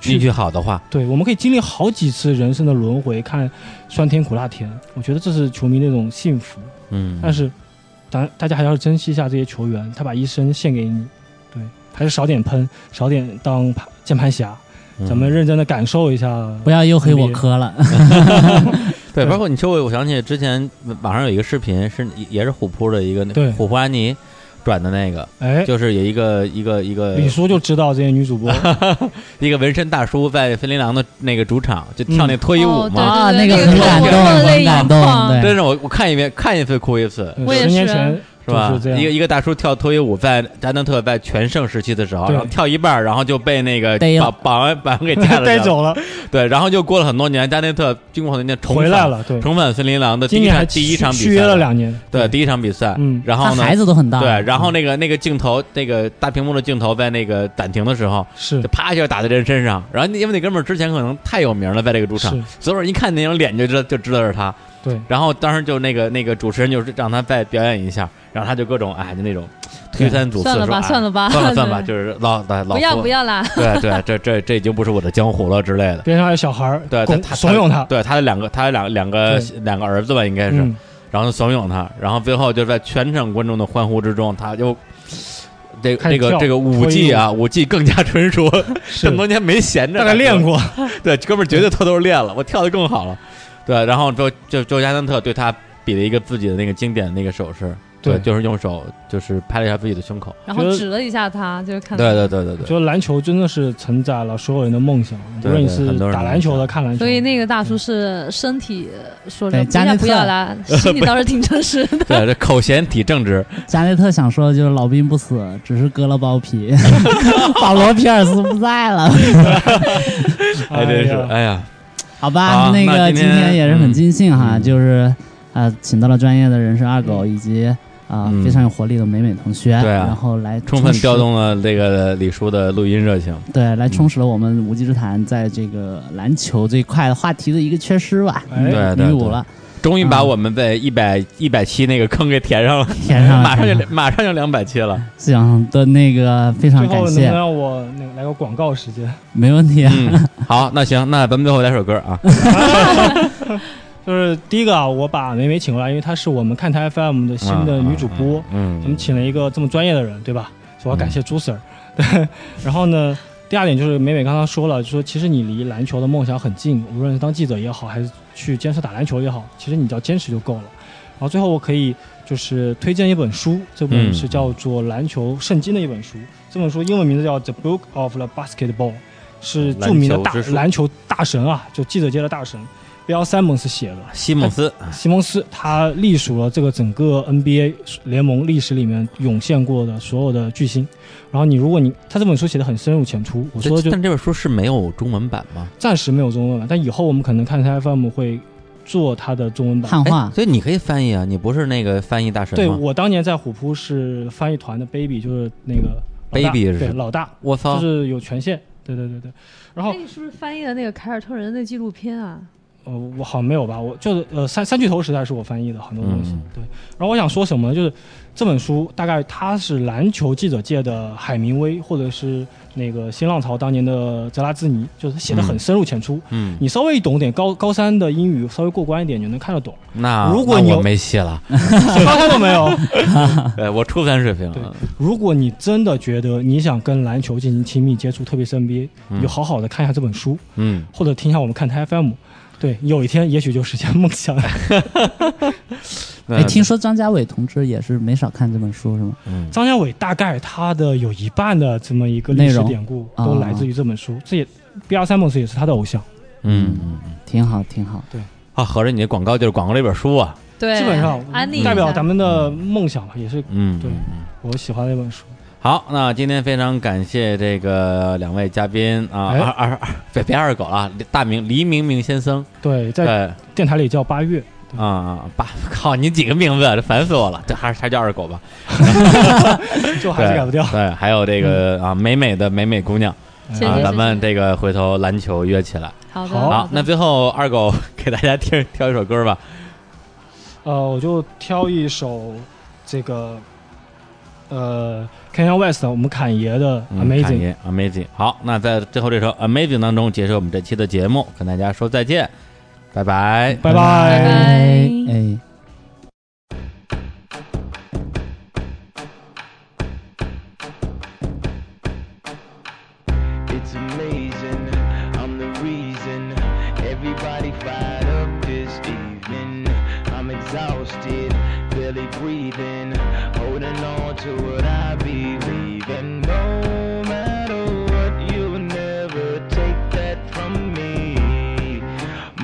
去句好的话，对，我们可以经历好几次人生的轮回，看酸甜苦辣甜。我觉得这是球迷那种幸福。嗯，但是，咱大家还要珍惜一下这些球员，他把一生献给你，对，还是少点喷，少点当盘键盘侠，嗯咱们认真的感受一下。不要又黑我科了。对，对包括你说我，我想起之前网上有一个视频，是也是虎扑的一个那对虎扑安妮转的那个，哎，就是有一个一个一个李叔就知道这些女 主播，呃一个纹身大叔在森林狼的那个主场就跳那脱衣舞哦对嘛，啊，对个对很对感动，我热泪很盈感动，眶对，真是我我看一遍看一次哭一次，对我也十年是前是吧嗯就是？这样一个一个大叔跳脱衣舞，在加南特在全盛时期的时候，对然后跳一半儿，然后就被那个逮了保保安保 安给架了，带。走了，对，然后就过了很多年，加内特经过很多年重返回来，了，对，重返森林狼的第今一年还场第一场比赛续约了两年，对第一场比赛，嗯然 他后呢孩子啊都很大，对，然后那个那个镜头，那个大屏幕的镜头在那个暂停的时候，是就啪一下打在人身上。然后因为那哥们儿之前可能太有名了，在这个主场是，所有人一看那张脸就知道就知道是他。对，然后当时就那个那个主持人就是让他再表演一下，然后他就各种哎就那种推三阻四，算了说吧哎算了吧算了算了吧， 对就是老老老不要夫不，要啦！对对，这这这已经不是我的江湖了之类的。边上还有小孩儿，对他拱他怂恿他，对他的两个他的两两个对两个儿子吧，应该是，嗯，然后怂恿他，然后最后就在全场观众的欢呼之中，他就这开这始个跳这个舞技啊，舞技更加 纯熟，这是么多年没闲着，大概练，过，对，哥们儿绝对偷偷练了，我跳的更好了，对，然后就就就亚当特对他比了一个自己的那个经典的那个手势，对，对就是用手就是拍了一下自己的胸口，然后觉得指了一下他，就是看。对对对对我对，觉得篮球真的是承载了所有人的梦想，无对论你对是很多人打的篮球梦想的、看篮球的， 所以那个大叔是身体说着对不哎加内要特不 要啦，心里倒是挺诚实 的。对这口嫌体正直，加内特想说的就是老兵不死，只是割了包 皮。保罗·皮尔斯不在了，还真是呀，哎呀，好吧，好那那个今今天天也是很尽兴哈，嗯就是呃，请到了专业的人士二狗以及啊、嗯非常有活力的美美同学，对啊然后来充分实调动了这个李叔的录音热情，对，来充实了我们无稽之谈在这个篮球这一块的话题的一个缺失吧，哎弥对对弥补对了， 终于把嗯我们在一百一百期那个坑给填上了。填上 了，马上就填两马上就两百期 了，行的那个非常最后能感不能谢，让我那个来个广告时间？没问题，啊 嗯，好，那行，那咱们最后来首歌啊，就是第一个啊，我把美美请过来，因为她是我们看台 FM 的新的女主播，嗯，我嗯们请了一个这么专业的人，对吧？所以我要感谢朱 Sir。对，然后呢，第二点就是美美刚刚说了，就说其实你离篮球的梦想很近，无论是当记者也好，还是去坚持打篮球也好，其实你只要坚持就够了。然后最后我可以就是推荐一本书，这本嗯是叫做《篮球圣经》的一本书，这本书英文名字叫《The Book of the Basketball》，是著名的大篮球之书篮球大神啊，就记者界的大神。Bill Simmons 写的，西蒙斯，西蒙斯他隶属了这个整个 NBA 联盟历史里面涌现过的所有的巨星。然后你如果你他这本书写的很深入浅出，我说的就但这本书是没有中文版吗？暂时没有中文版，但以后我们可能看台 FM 会做它的中文版。汉化哎，所以你可以翻译啊，你不是那个翻译大神对吗？我当年在虎扑是翻译团的 baby，就是那个老大 Baby 是对老大，我就操，是有权限。对对对对，然后哎，你是不是翻译的那个凯尔特人那纪录片啊？呃，我好像没有吧，我就是呃三三巨头时代是我翻译的很多东西。嗯对，然后我想说什么呢？就是这本书大概它是篮球记者界的海明威，或者是那个新浪潮当年的泽拉兹尼，就是写的很深入浅出。嗯，你稍微懂点高高三的英语，稍微过关一点，你就能看得 懂。那如果那你有我没戏 了，高三都没有。呃，我初三水平了，如果你真的觉得你想跟篮球进行亲密接触，特别是 NBA，你就好好的看一下这本书，嗯，或者听一下我们看台 FM。对，有一天也许就实现梦想了。哎，听说张家伟同志也是没少看这本书是吗？嗯张家伟大概他的有一半的这么一个历内史容典故啊都来自于这本书，这也 B R 三梦斯也是他的偶像。嗯嗯嗯，挺好，挺好。啊，合着你的广告就是广告这本书啊，对，基本上安利一下代表咱们的梦想吧，也是嗯，对嗯嗯我喜欢的一本书。好，那今天非常感谢这个两位嘉宾啊，哎二二二别别二狗了，啊大明黎明明先生，对，在对电台里叫八 月，啊八靠，你几个名字啊，这烦死我了，这还是还叫二狗吧，就还是改不掉。嗯对，还有这个啊美美的美美姑娘谢啊，谢，咱们谢这谢个回头篮球约起来。好的，好好，那最后二狗 给大家听挑一首歌吧，呃，我就挑一首这个呃 Kanye West 我们侃爷的嗯侃 Amazing。爷 Amazing。好，那在最后这首 Amazing 当中结束我们这期的节目，跟大家说再见，拜拜。拜拜拜哎哎。 It's amazing, I'm the reason everybody fired up this evening. I'm exhausted, barely breathing, holding on to what I believe. And no matter what, you'll never take that from me.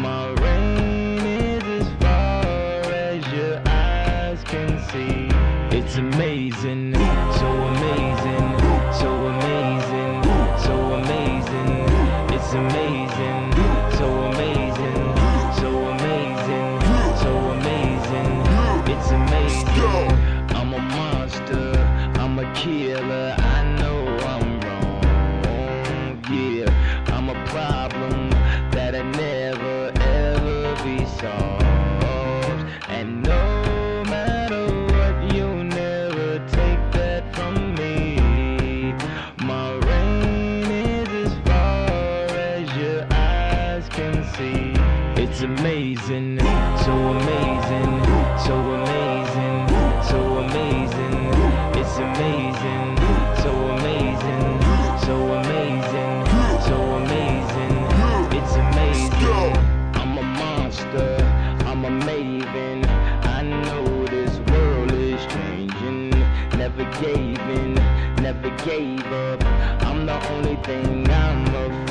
My reign is as far as your eyes can see. It's amazing, so amazing, so amazing, so amazing. It's amazing, so amazing, so amazing, so amazing. It's amazing. I'm a monster, I'm a killer. I know I'm wrong. Yeah, I'm a problem that I never ever be solved. And no matter what, you'll never take that from me. My reign is as far as your eyes can see. It's amazing, so amazing, so amazing, so amazing. It's amazing, so amazing, so amazing, so amazing. It's amazing. I'm a monster, I'm a maven. I know this world is changing. Never gave in, never gave up. I'm the only thing I'm afraid.